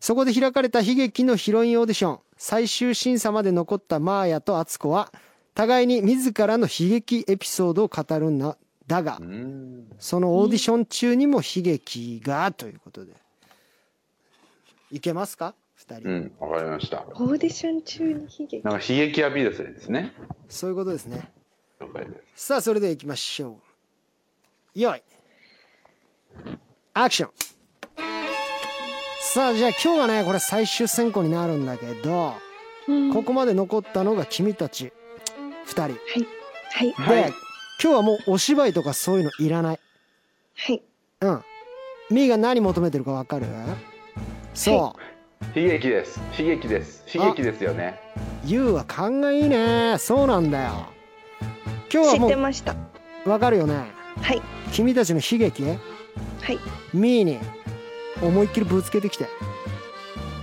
そこで開かれた悲劇のヒロインオーディション最終審査まで残ったマーヤと敦子は互いに自らの悲劇エピソードを語るんだだが
うん
そのオーディション中にも悲劇がということで。いけますか二人、
うんわかりました
オーディション中に悲劇
なんか悲劇アピールするんですね
そういうことですね。
了解です
さあ、それではいきましょう。よい。アクション。さあ、じゃあ今日はね、これ最終選考になるんだけど、ここまで残ったのが君たち二人。
はい
で、今日はもうお芝居とかそういうのいらない。
はい
うん。ミーが何求めてるかわかるそう。
悲劇です悲劇です悲劇ですよね
ゆうは勘がいいねそうなんだよ今日
知
は
っ
も
てました
うわかるよね
はい
君たちの悲劇はいミーに思いっきりぶつけてきて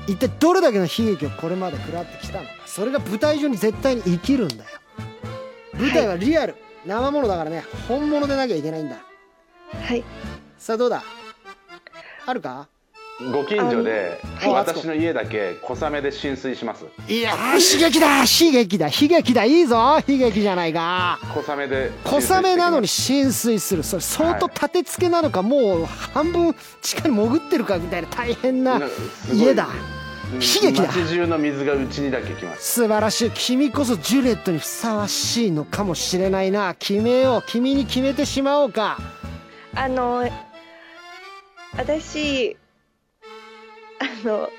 一体どれだけの悲劇をこれまで食らってきたのかそれが舞台上に絶対に生きるんだよ舞台はリアル、生ものだからね本物でなきゃいけないんだ
はい
さあどうだあるか
ご近所で
あのはい
私の家だけ小雨で浸水します
いやー悲劇だ悲劇だ悲劇だいいぞ悲劇じゃないか
小雨で浸水してきます
小雨なのに浸水するそれ相当立て付けなのか、もう半分地下に潜ってるかみたいな大変な
なすごい
家だ
うん
悲劇だ
街中の水がうちにだけ来ます
素晴らしい君こそジュリエットにふさわしいのかもしれないな決めよう君に決めてしまおうか
あの私あの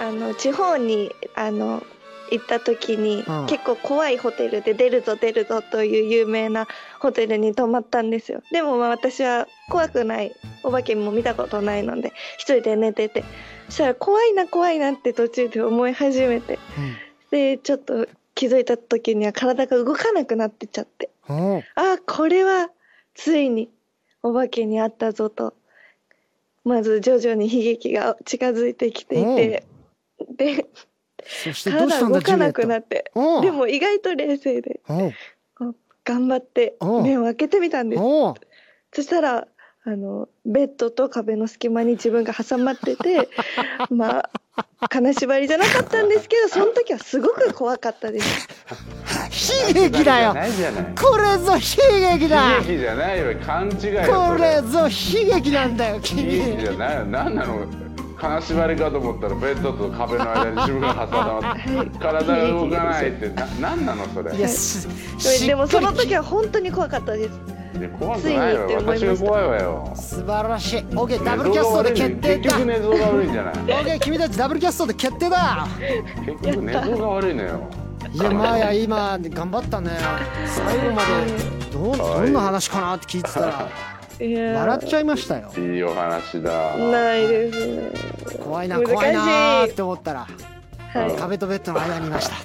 あの地方にあの行った時に、
うん
結構怖いホテルで出るぞ出るぞという有名なホテルに泊まったんですよでもまあ私は怖くないお化けも見たことないので一人で寝ててそしたら怖いな怖いなって途中で思い始めてでちょっと気づいた時には体が動かなくなってちゃって
うんうん
あこれはついにお化けに会ったぞとまず徐々に悲劇が近づいてきていて、で
そしてどうし
体
たんだ
動
ジュリ
か
エッ
な
ト
くなって
うん
でも意外と冷静で
うん
頑張って
うん
目を開けてみたんです
うん
そしたらあのベッドと壁の隙間に自分が挟まって てまあ金縛りじゃなかったんですけどその時はすごく怖かったです
悲劇だよ
ないじゃない
これぞ悲劇だ
悲劇じゃないよ勘違いだよ
こ
それ
れぞ悲劇なんだよ
悲劇じ
君
ゃないよ何なの金縛りかと思ったらベッドと壁の間に自分が挟まって体が動かないってな何なのそれ
いやしし
でも
っか
そ
り
の時は本当に怖かったです
いや怖くないわ
ついにって
よ
思
私
いました
が怖いわよ
素晴らしい OK ダブルキャストで決定
結
だ
局寝相が悪いんじゃない
OK 君たちダブルキャストで決定だ
結局寝相が悪いのよ
いやマーヤ今頑張ったね最後までどうどんな話かなって聞いてたら
いや
笑っちゃいましたよ
いいお話だ
ないですね
怖いな
難しい
怖いなーって思ったら
は
壁とベッドの間にいました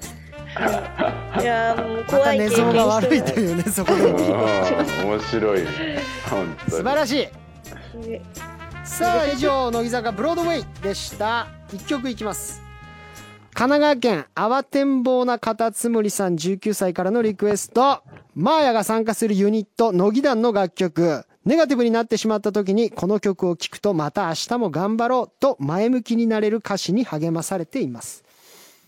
いいやもう
ま
怖
た
い
寝
経験
相が悪い
し
と
て
いうね そこで
うん面白いね本当
素晴
に
らしい
ないね
さあ以上乃木坂ブロードウェイでした一曲いきます神奈川県慌てんぼうなカタツムリさん19歳からのリクエストマーヤが参加するユニット乃木団の楽曲ネガティブになってしまった時にこの曲を聴くとまた明日も頑張ろうと前向きになれる歌詞に励まされています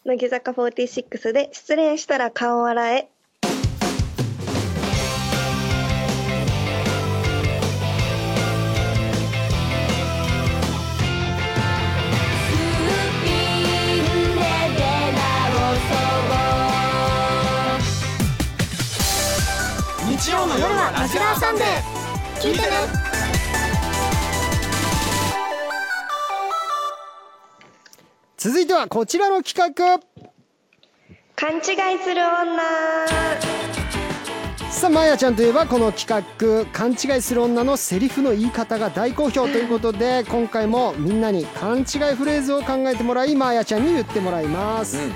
乃木坂46で失恋したら顔を洗え
「スピンで出直そう」
日曜の夜はラジラーサンデー
聞いてね
続いてはこちらの企画
勘違いする女
さあまやちゃんといえばこの企画「勘違いする女」のセリフの言い方が大好評ということで今回もみんなに勘違いフレーズを考えてもらいまやちゃんに言ってもらいます、
うん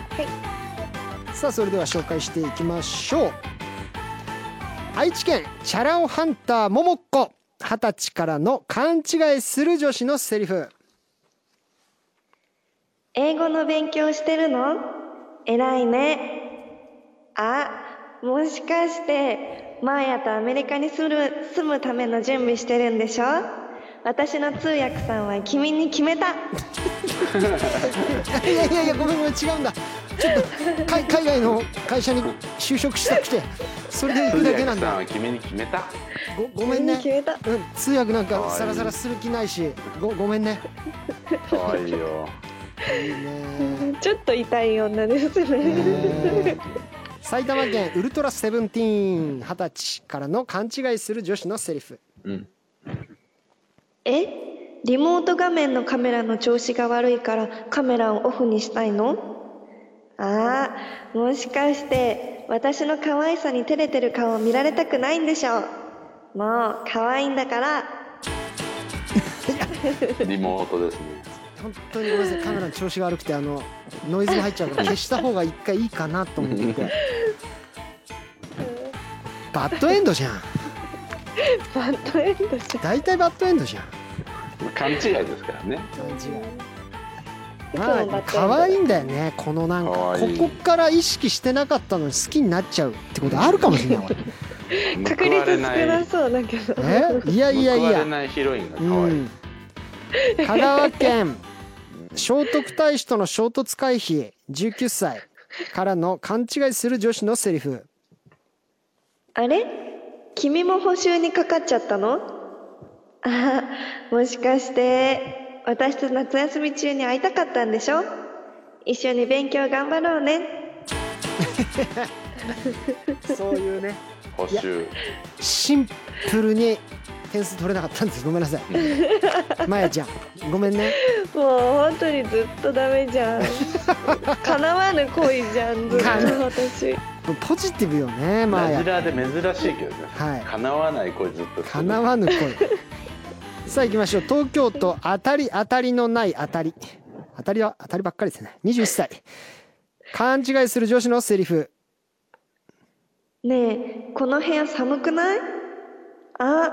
さあそれでは紹介していきましょう愛知県チャラ男ハンターももっこ二十歳からの勘違いする女子のセリフ
英語の勉強してるの偉いねあもしかしてマーヤとアメリカに住む住むための準備してるんでしょ私の通訳さんは君に決めた
いやいやいやごめんごめん違うんだちょっと海海外の会社に就職したくてそれで行くだけなん
さん
だ
は君に決めた
ごごめんね
君に決めた
うん、通訳なんかさらさらする気ないしごごめんね
可愛いよ
いいね
ちょっと痛い女ですね
えー埼玉県ウルトラセブンティーン二十歳からの勘違いする女子のセリフ
うん
えリモート画面のカメラの調子が悪いからカメラをオフにしたいのああもしかして私の可愛さに照れてる顔を見られたくないんでしょうもう可愛いんだから
リモートですね
本当にごめんなさいカメラの調子が悪くてあのノイズが入っちゃうから 消した方が一回いいかなと思っててバッドエンドじゃん
バッドエンドじ
大体バッドエンドじゃん
勘違いですからね
まあ可愛いんだよねこのなんか
可愛い
ここから意識してなかったのに好きになっちゃうってことあるかもしれ ない俺
ゃん
報
確
わ
率
れ
少
な
ないそうだけど
えいやいやい
報われ
や
ないヒロインが可
う
愛い
ん、香川県聖徳太子との衝突回避19歳からの勘違いする女子のセリフ
あれ君も補習にかかっちゃったのああ、もしかして、私と夏休み中に会いたかったんでしょ一緒に勉強頑張ろうね。
そういうね
補修
シンプルに点数取れなかったんですごめんなさい まやちゃんごめんね
もう本当にずっとダメじゃん叶わぬ恋じゃんずっと私
もうポジティブよねま
ラジ
や
ラで珍しいけどね、
はい
叶わない声ずっと
かなわぬ恋さあ行きましょう東京都当たり当たりのない当たり当たりは当たりばっかりですね21歳勘違いする女子のセリフ
ねえこの部屋寒くないあ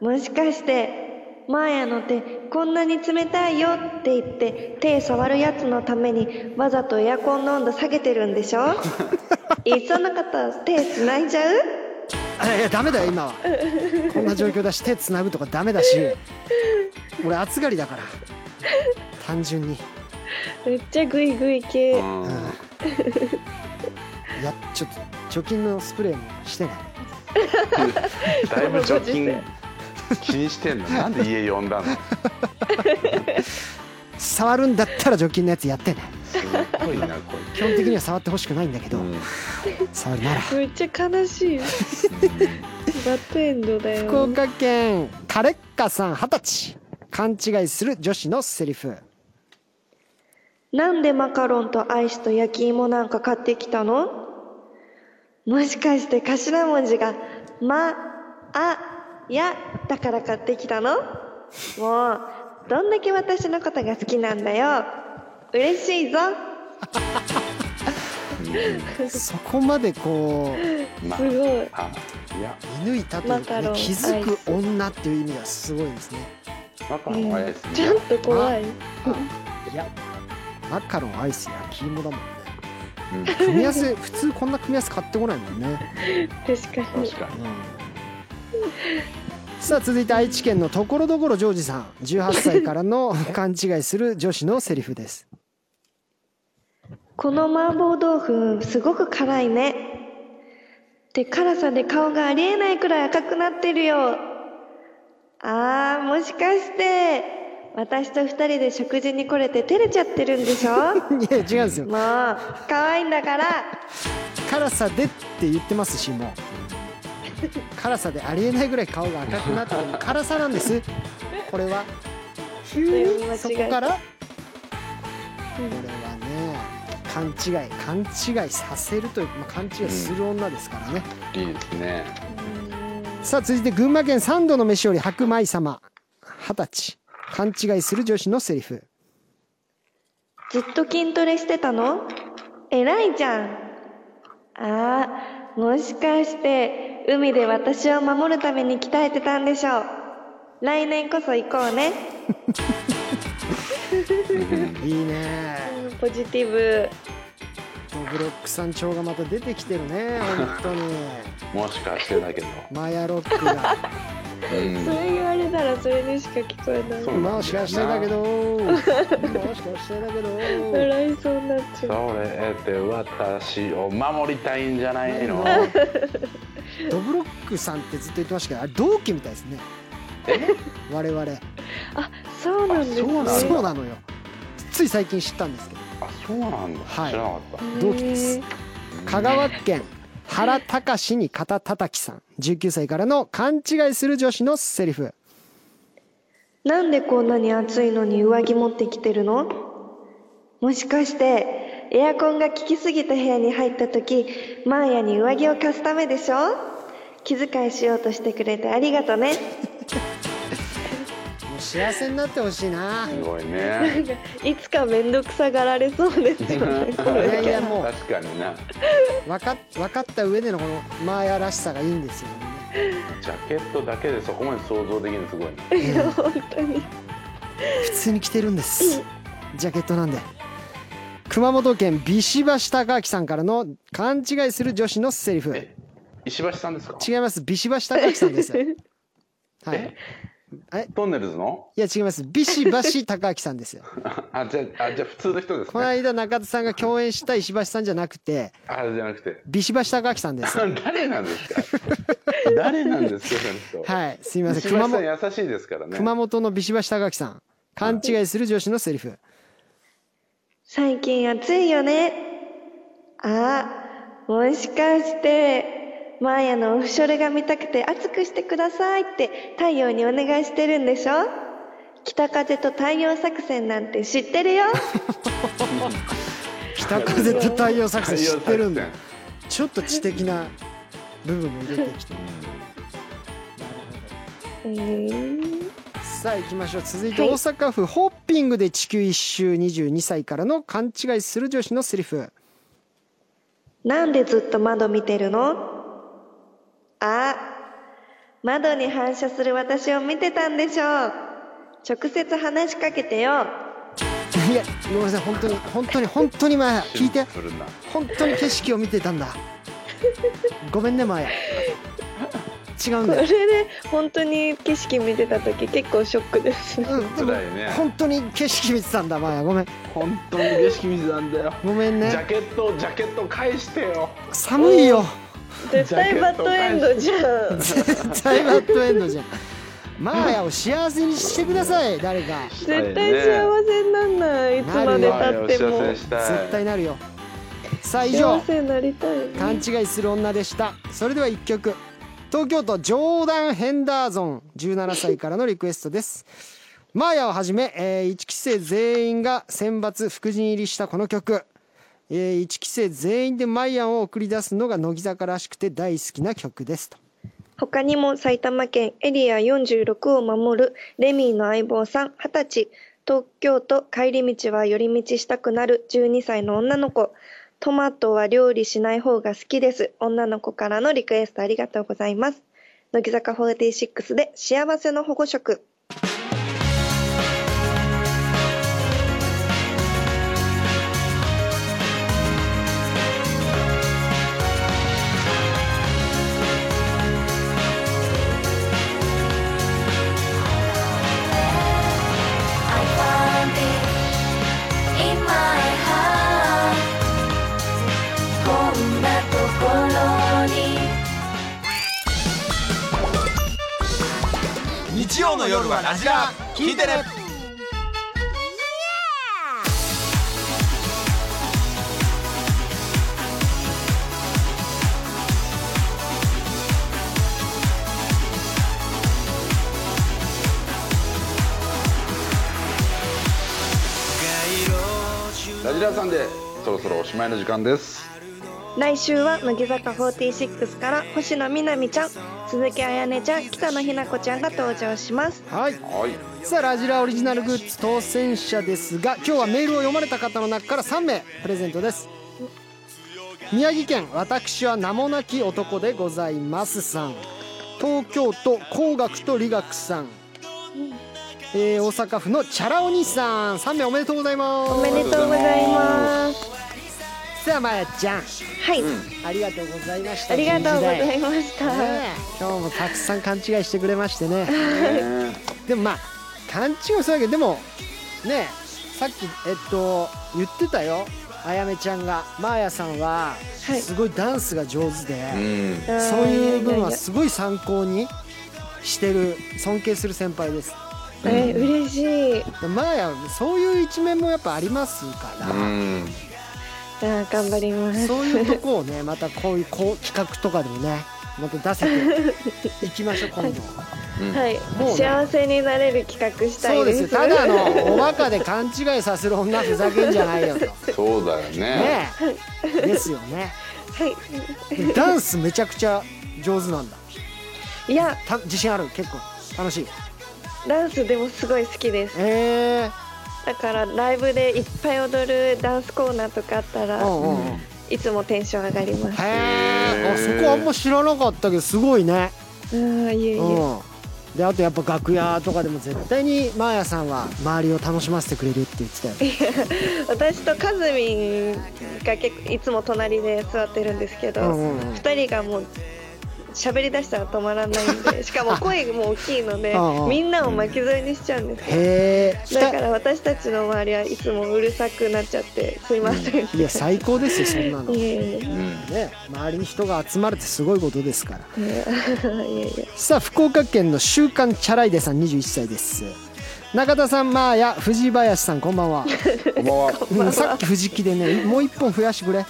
もしかしてマーヤの手こんなに冷たいよって言って手触るやつのためにわざとエアコンの温度下げてるんでしょいっその方手つないじゃう
あいやいやダメだよ今はこんな状況だし手つなぐとかダメだし俺暑がりだから単純に
めっちゃグイグイ
う
系
ん
いやちょっと貯金のスプレーもしてない
だいぶ貯金 気にしてんのなんで家呼んだの
触るんだったら除菌のやつやってね
すごいなこ
基本的には触ってほしくないんだけ
れ、
ど、
うん
触るなら
めっちゃ悲しいバッドエンドだ
福
よ
岡県カレッカさん二十歳勘違いする女子のセリフ
なんでマカロンとアイスと焼き芋なんか買ってきたのもしかして頭文字が「ま」「あ」「や」だから買ってきたのもうどんだけ私のことが好きなんだよ嬉しいぞ
そこまでこう
まあ
すご
あい
い
や
見抜いたというか、
マカ
ね
ロ、ン
気づく女っていう意味がすごいですね
マカロンは早いですね
ちょっと怖い
いやマカロンアイス焼き芋だもんね
うん
組み合わせ 普通こんな組み合わせ買ってこないもんね、
確かに
確かに
さあ続いて愛知県のところどころジョージさん18歳からの勘違いする女子のセリフです
この麻婆豆腐すごく辛いねで辛さで顔がありえないくらい赤くなってるよあーもしかして私と二人で食事に来れて照れちゃってるんでしょ
いや違うんですよ
もう可愛いんだから
辛さでって言ってますしもう辛さでありえないぐらい顔が赤くなってる辛さなんですこれは
読み間違えた
そこからこれはね勘違い勘違いさせるというか、まあ、勘違いする女ですからね、
いいですね
さあ続いて群馬県三度の飯より白米様二十歳勘違いする女子のセリフ
ずっと筋トレしてたの偉いじゃんあーもしかして海で私を守るために鍛えてたんでしょう来年こそ行こうね
いいね
ポジティブ
ドブロックさん長がまた出てきてるね本当に
もしかしてだけど、
マヤロックが
うん
それ言われたらそれにしか聞こえない
そう
もしかしてだけどもしかしてだけど
笑いそうになっちゃう
それで私を守りたいんじゃないの
ドブロックさんってずっと言ってましたけどあれ同期みたいですね我々
そうなんです
あそうなんだ
そうなのよつい最近知ったんですけど
あそうなんだ、
はい
知らなかった
同期です香川県原隆に肩たたきさん19歳からの勘違いする女子のセリフ
なんでこんなに暑いのに上着持ってきてるのもしかしてエアコンが効きすぎた部屋に入った時マーヤに上着を貸すためでしょ気遣いしようとしてくれてありがとね
もう幸せになってほしいな
すごいね
いつか面倒くさがられそうですよねこれ
いやいやもう
確かにな
分かっ分かった上でのこのマーヤらしさがいいんですよね
ジャケットだけでそこまで想像できるのすごいな
本当に
普通に着てるんですジャケットなんで熊本県ビシバシ高明さんからの勘違いする女子のセリフ
え石橋さんですか
違いますビシバシ高明さんですはい
えトンネルズの
いや違いますビシバシ高明さんですよ
あじゃああじゃあ普通の人です
この
ね
間中田さんが共演した石橋さんじゃなくて
あじゃなくて
ビシバシ高明さんです
誰なんですか誰なんですかその人
はいすみません
石
熊
橋さん
本
優しいですからね
熊本のビシバシ高明さん勘違いする女子のセリフ
最近暑いよねあもしかしてマーヤのオフショルが見たくて熱くしてくださいって太陽にお願いしてるんでしょ北風と太陽作戦なんて知ってるよ
北風と太陽作戦知ってるんだ
太陽作
ちょっと知的な部分も出てきて
うーん
さあ行きましょう続いて
はい
大阪府、ホッピングで地球一周22歳からの勘違いする女子のセリフ
なんでずっと窓見てるのあ窓に反射する私を見てたんでしょう直接話しかけてよ
いやごめんなさい本当に本当に本当にマヤ聞いて
シンプルな
本当に景色を見てたんだごめんねマヤ違うん
こ
だ
れ
よ、
で本当に景色見てた時結構ショックですね
うん、でも
辛いね
本当に景色見てたんだマヤごめん
本当に景色見てたんだよ
ごめん
ジャ
ね
ケットジャケット返してよ
寒いよ
絶対バッドエンドじゃ ん
絶対バッドエンドじゃんマーヤを幸せにしてください誰か
絶対幸せになんないいつまでたっても
幸せにしたい
絶対なるよさあ以上
幸せになりたいね
勘違いする女でしたそれでは1曲東京都ジョーダン・ヘンダーゾン17歳からのリクエストですマーヤをはじめ、え1期生全員が選抜副陣入りしたこの曲、え1期生全員でマイアンを送り出すのが乃木坂らしくて大好きな曲ですと
他にも埼玉県エリア46を守るレミーの相棒さん20歳東京都帰り道は寄り道したくなる12歳の女の子トマトは料理しない方が好きです女の子からのリクエストありがとうございます乃木坂46で幸せの保護色
日曜の夜はラジラ聞いてね
ラジラさんでそろそろおしまいの時間です
来週は乃木坂46から星野みなみちゃん鈴木彩音ちゃん北野日な子ちゃんが登場します
はい
はい
さあラジラオリジナルグッズ当選者ですが今日はメールを読まれた方の中から3名プレゼントです宮城県私は名もなき男でございますさん東京都工学と理学さん、えー大阪府のチャラお兄さん3名おめでとうございます
おめでとうございます
さあまやちゃん
はい、
ありがとうございました
ありがとうござ
ね
いました。
え今日もたくさん勘違いしてくれましてね
ね
でもまあ勘違いするわけでもねえさっきえっと言ってたよあやめちゃんがマーヤさんは
はい
すごいダンスが上手で、
うん
そういう部分
あ
は
ー
すごい参考にしてる尊敬する先輩です
いやいやえー嬉しい。
マーヤはそういう一面もやっぱありますから、
うん
じゃあ頑張ります。
そういうとこをねまたこういうこう企画とかでもねまた出せていきましょう今度。
はい、
もうね
幸せになれる企画した
そう
いで。
ですすよただのおバカで勘違いさせる女ふざけんじゃないよ と。
そうだよね
ねえですよね
は
ダンスめちゃくちゃ上手なんだ
い。いや、
た自信ある結構楽しい
ダンスでもすごい好きです。
え
だからライブでいっぱい踊るダンスコーナーとかあった
ー、う
ら、
んうんうんへ
いつもテンション上がります。
えそこあんま知らなかったけどすごいね
うん、いえいえ。
うんであとやっぱ楽屋とかでも絶対にマーヤさんは周りを楽しませてくれるって言ってたよね
私とカズミンが結構いつも隣で座ってるんですけど、
うんうんうん
2人がもう喋りだしたら止まらないん でしかも声も大きいので
うんうん
みんなを巻き添えにしちゃうんですよ
へえ
だから私たちの周りはいつもうるさくなっちゃってすいません、
いや最高ですよそんなの
い
ね
えいえい
うん
周りに人が集まるってすごいことですから
え いえいえ
さあ福岡県の週刊チャライデさん21歳です中田さんマーヤ藤井林さんこんばんは
こんばんは
うんさっき藤 木でねもう一本増やしてくれ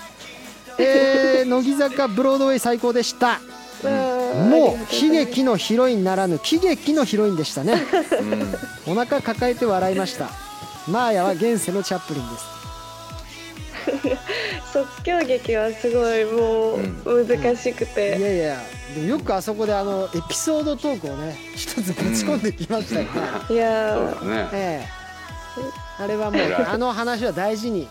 えー、乃木坂ブロードウェイ最高でしたもう悲劇のヒロインならぬ喜劇のヒロインでしたね
う
お
ん
腹抱えて笑いましたマーヤは現世のチャップリンです
即興劇はすごいもう難しく
い
て、
やいやでもよくあそこであのエピソードトークをね一つぶち込んできま したよね、
い
そうで
や
すね
ええあれはもう
偉い
あの話は大事に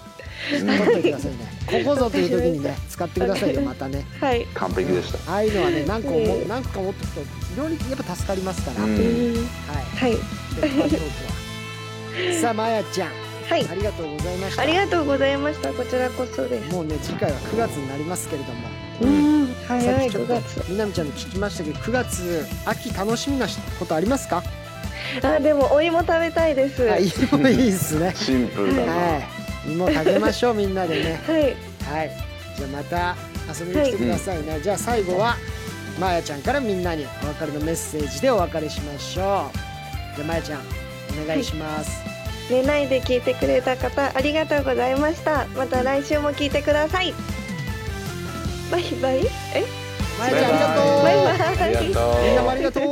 うん
取ってくださいねここぞという時にね使ってくださいよまたね
ーはい、
完璧でした
ああいうのはね何個も
ええ
何個か持ってくと非常にやっぱ助かりますから、は
う
い
ん
はい
ペッパートークはさあまやちゃん
はい
ありがとうございました
ありがとうございましたこちらこそです
もうね次回は9月になりますけれども
うん
さっ
早い
きちょ
5
っと
月
みなみちゃんに聞きましたけど9月秋楽しみなことありますか
あでもお芋食べたいです
あ
はい、
芋いいですね
シンプルだな、
はい芋食べましょうみんなでねはいじゃあまた遊びに来てくださいね、じゃあ最後はまーやちゃんからみんなにお別れのメッセージでお別れしましょうじゃあまーやちゃんお願いします、
寝ないで聞いてくれた方ありがとうございましたまた来週も聞いてくださいバイバイえ
まーやちゃんありがとう
バイバイ
ありがとう
みんなもありがとう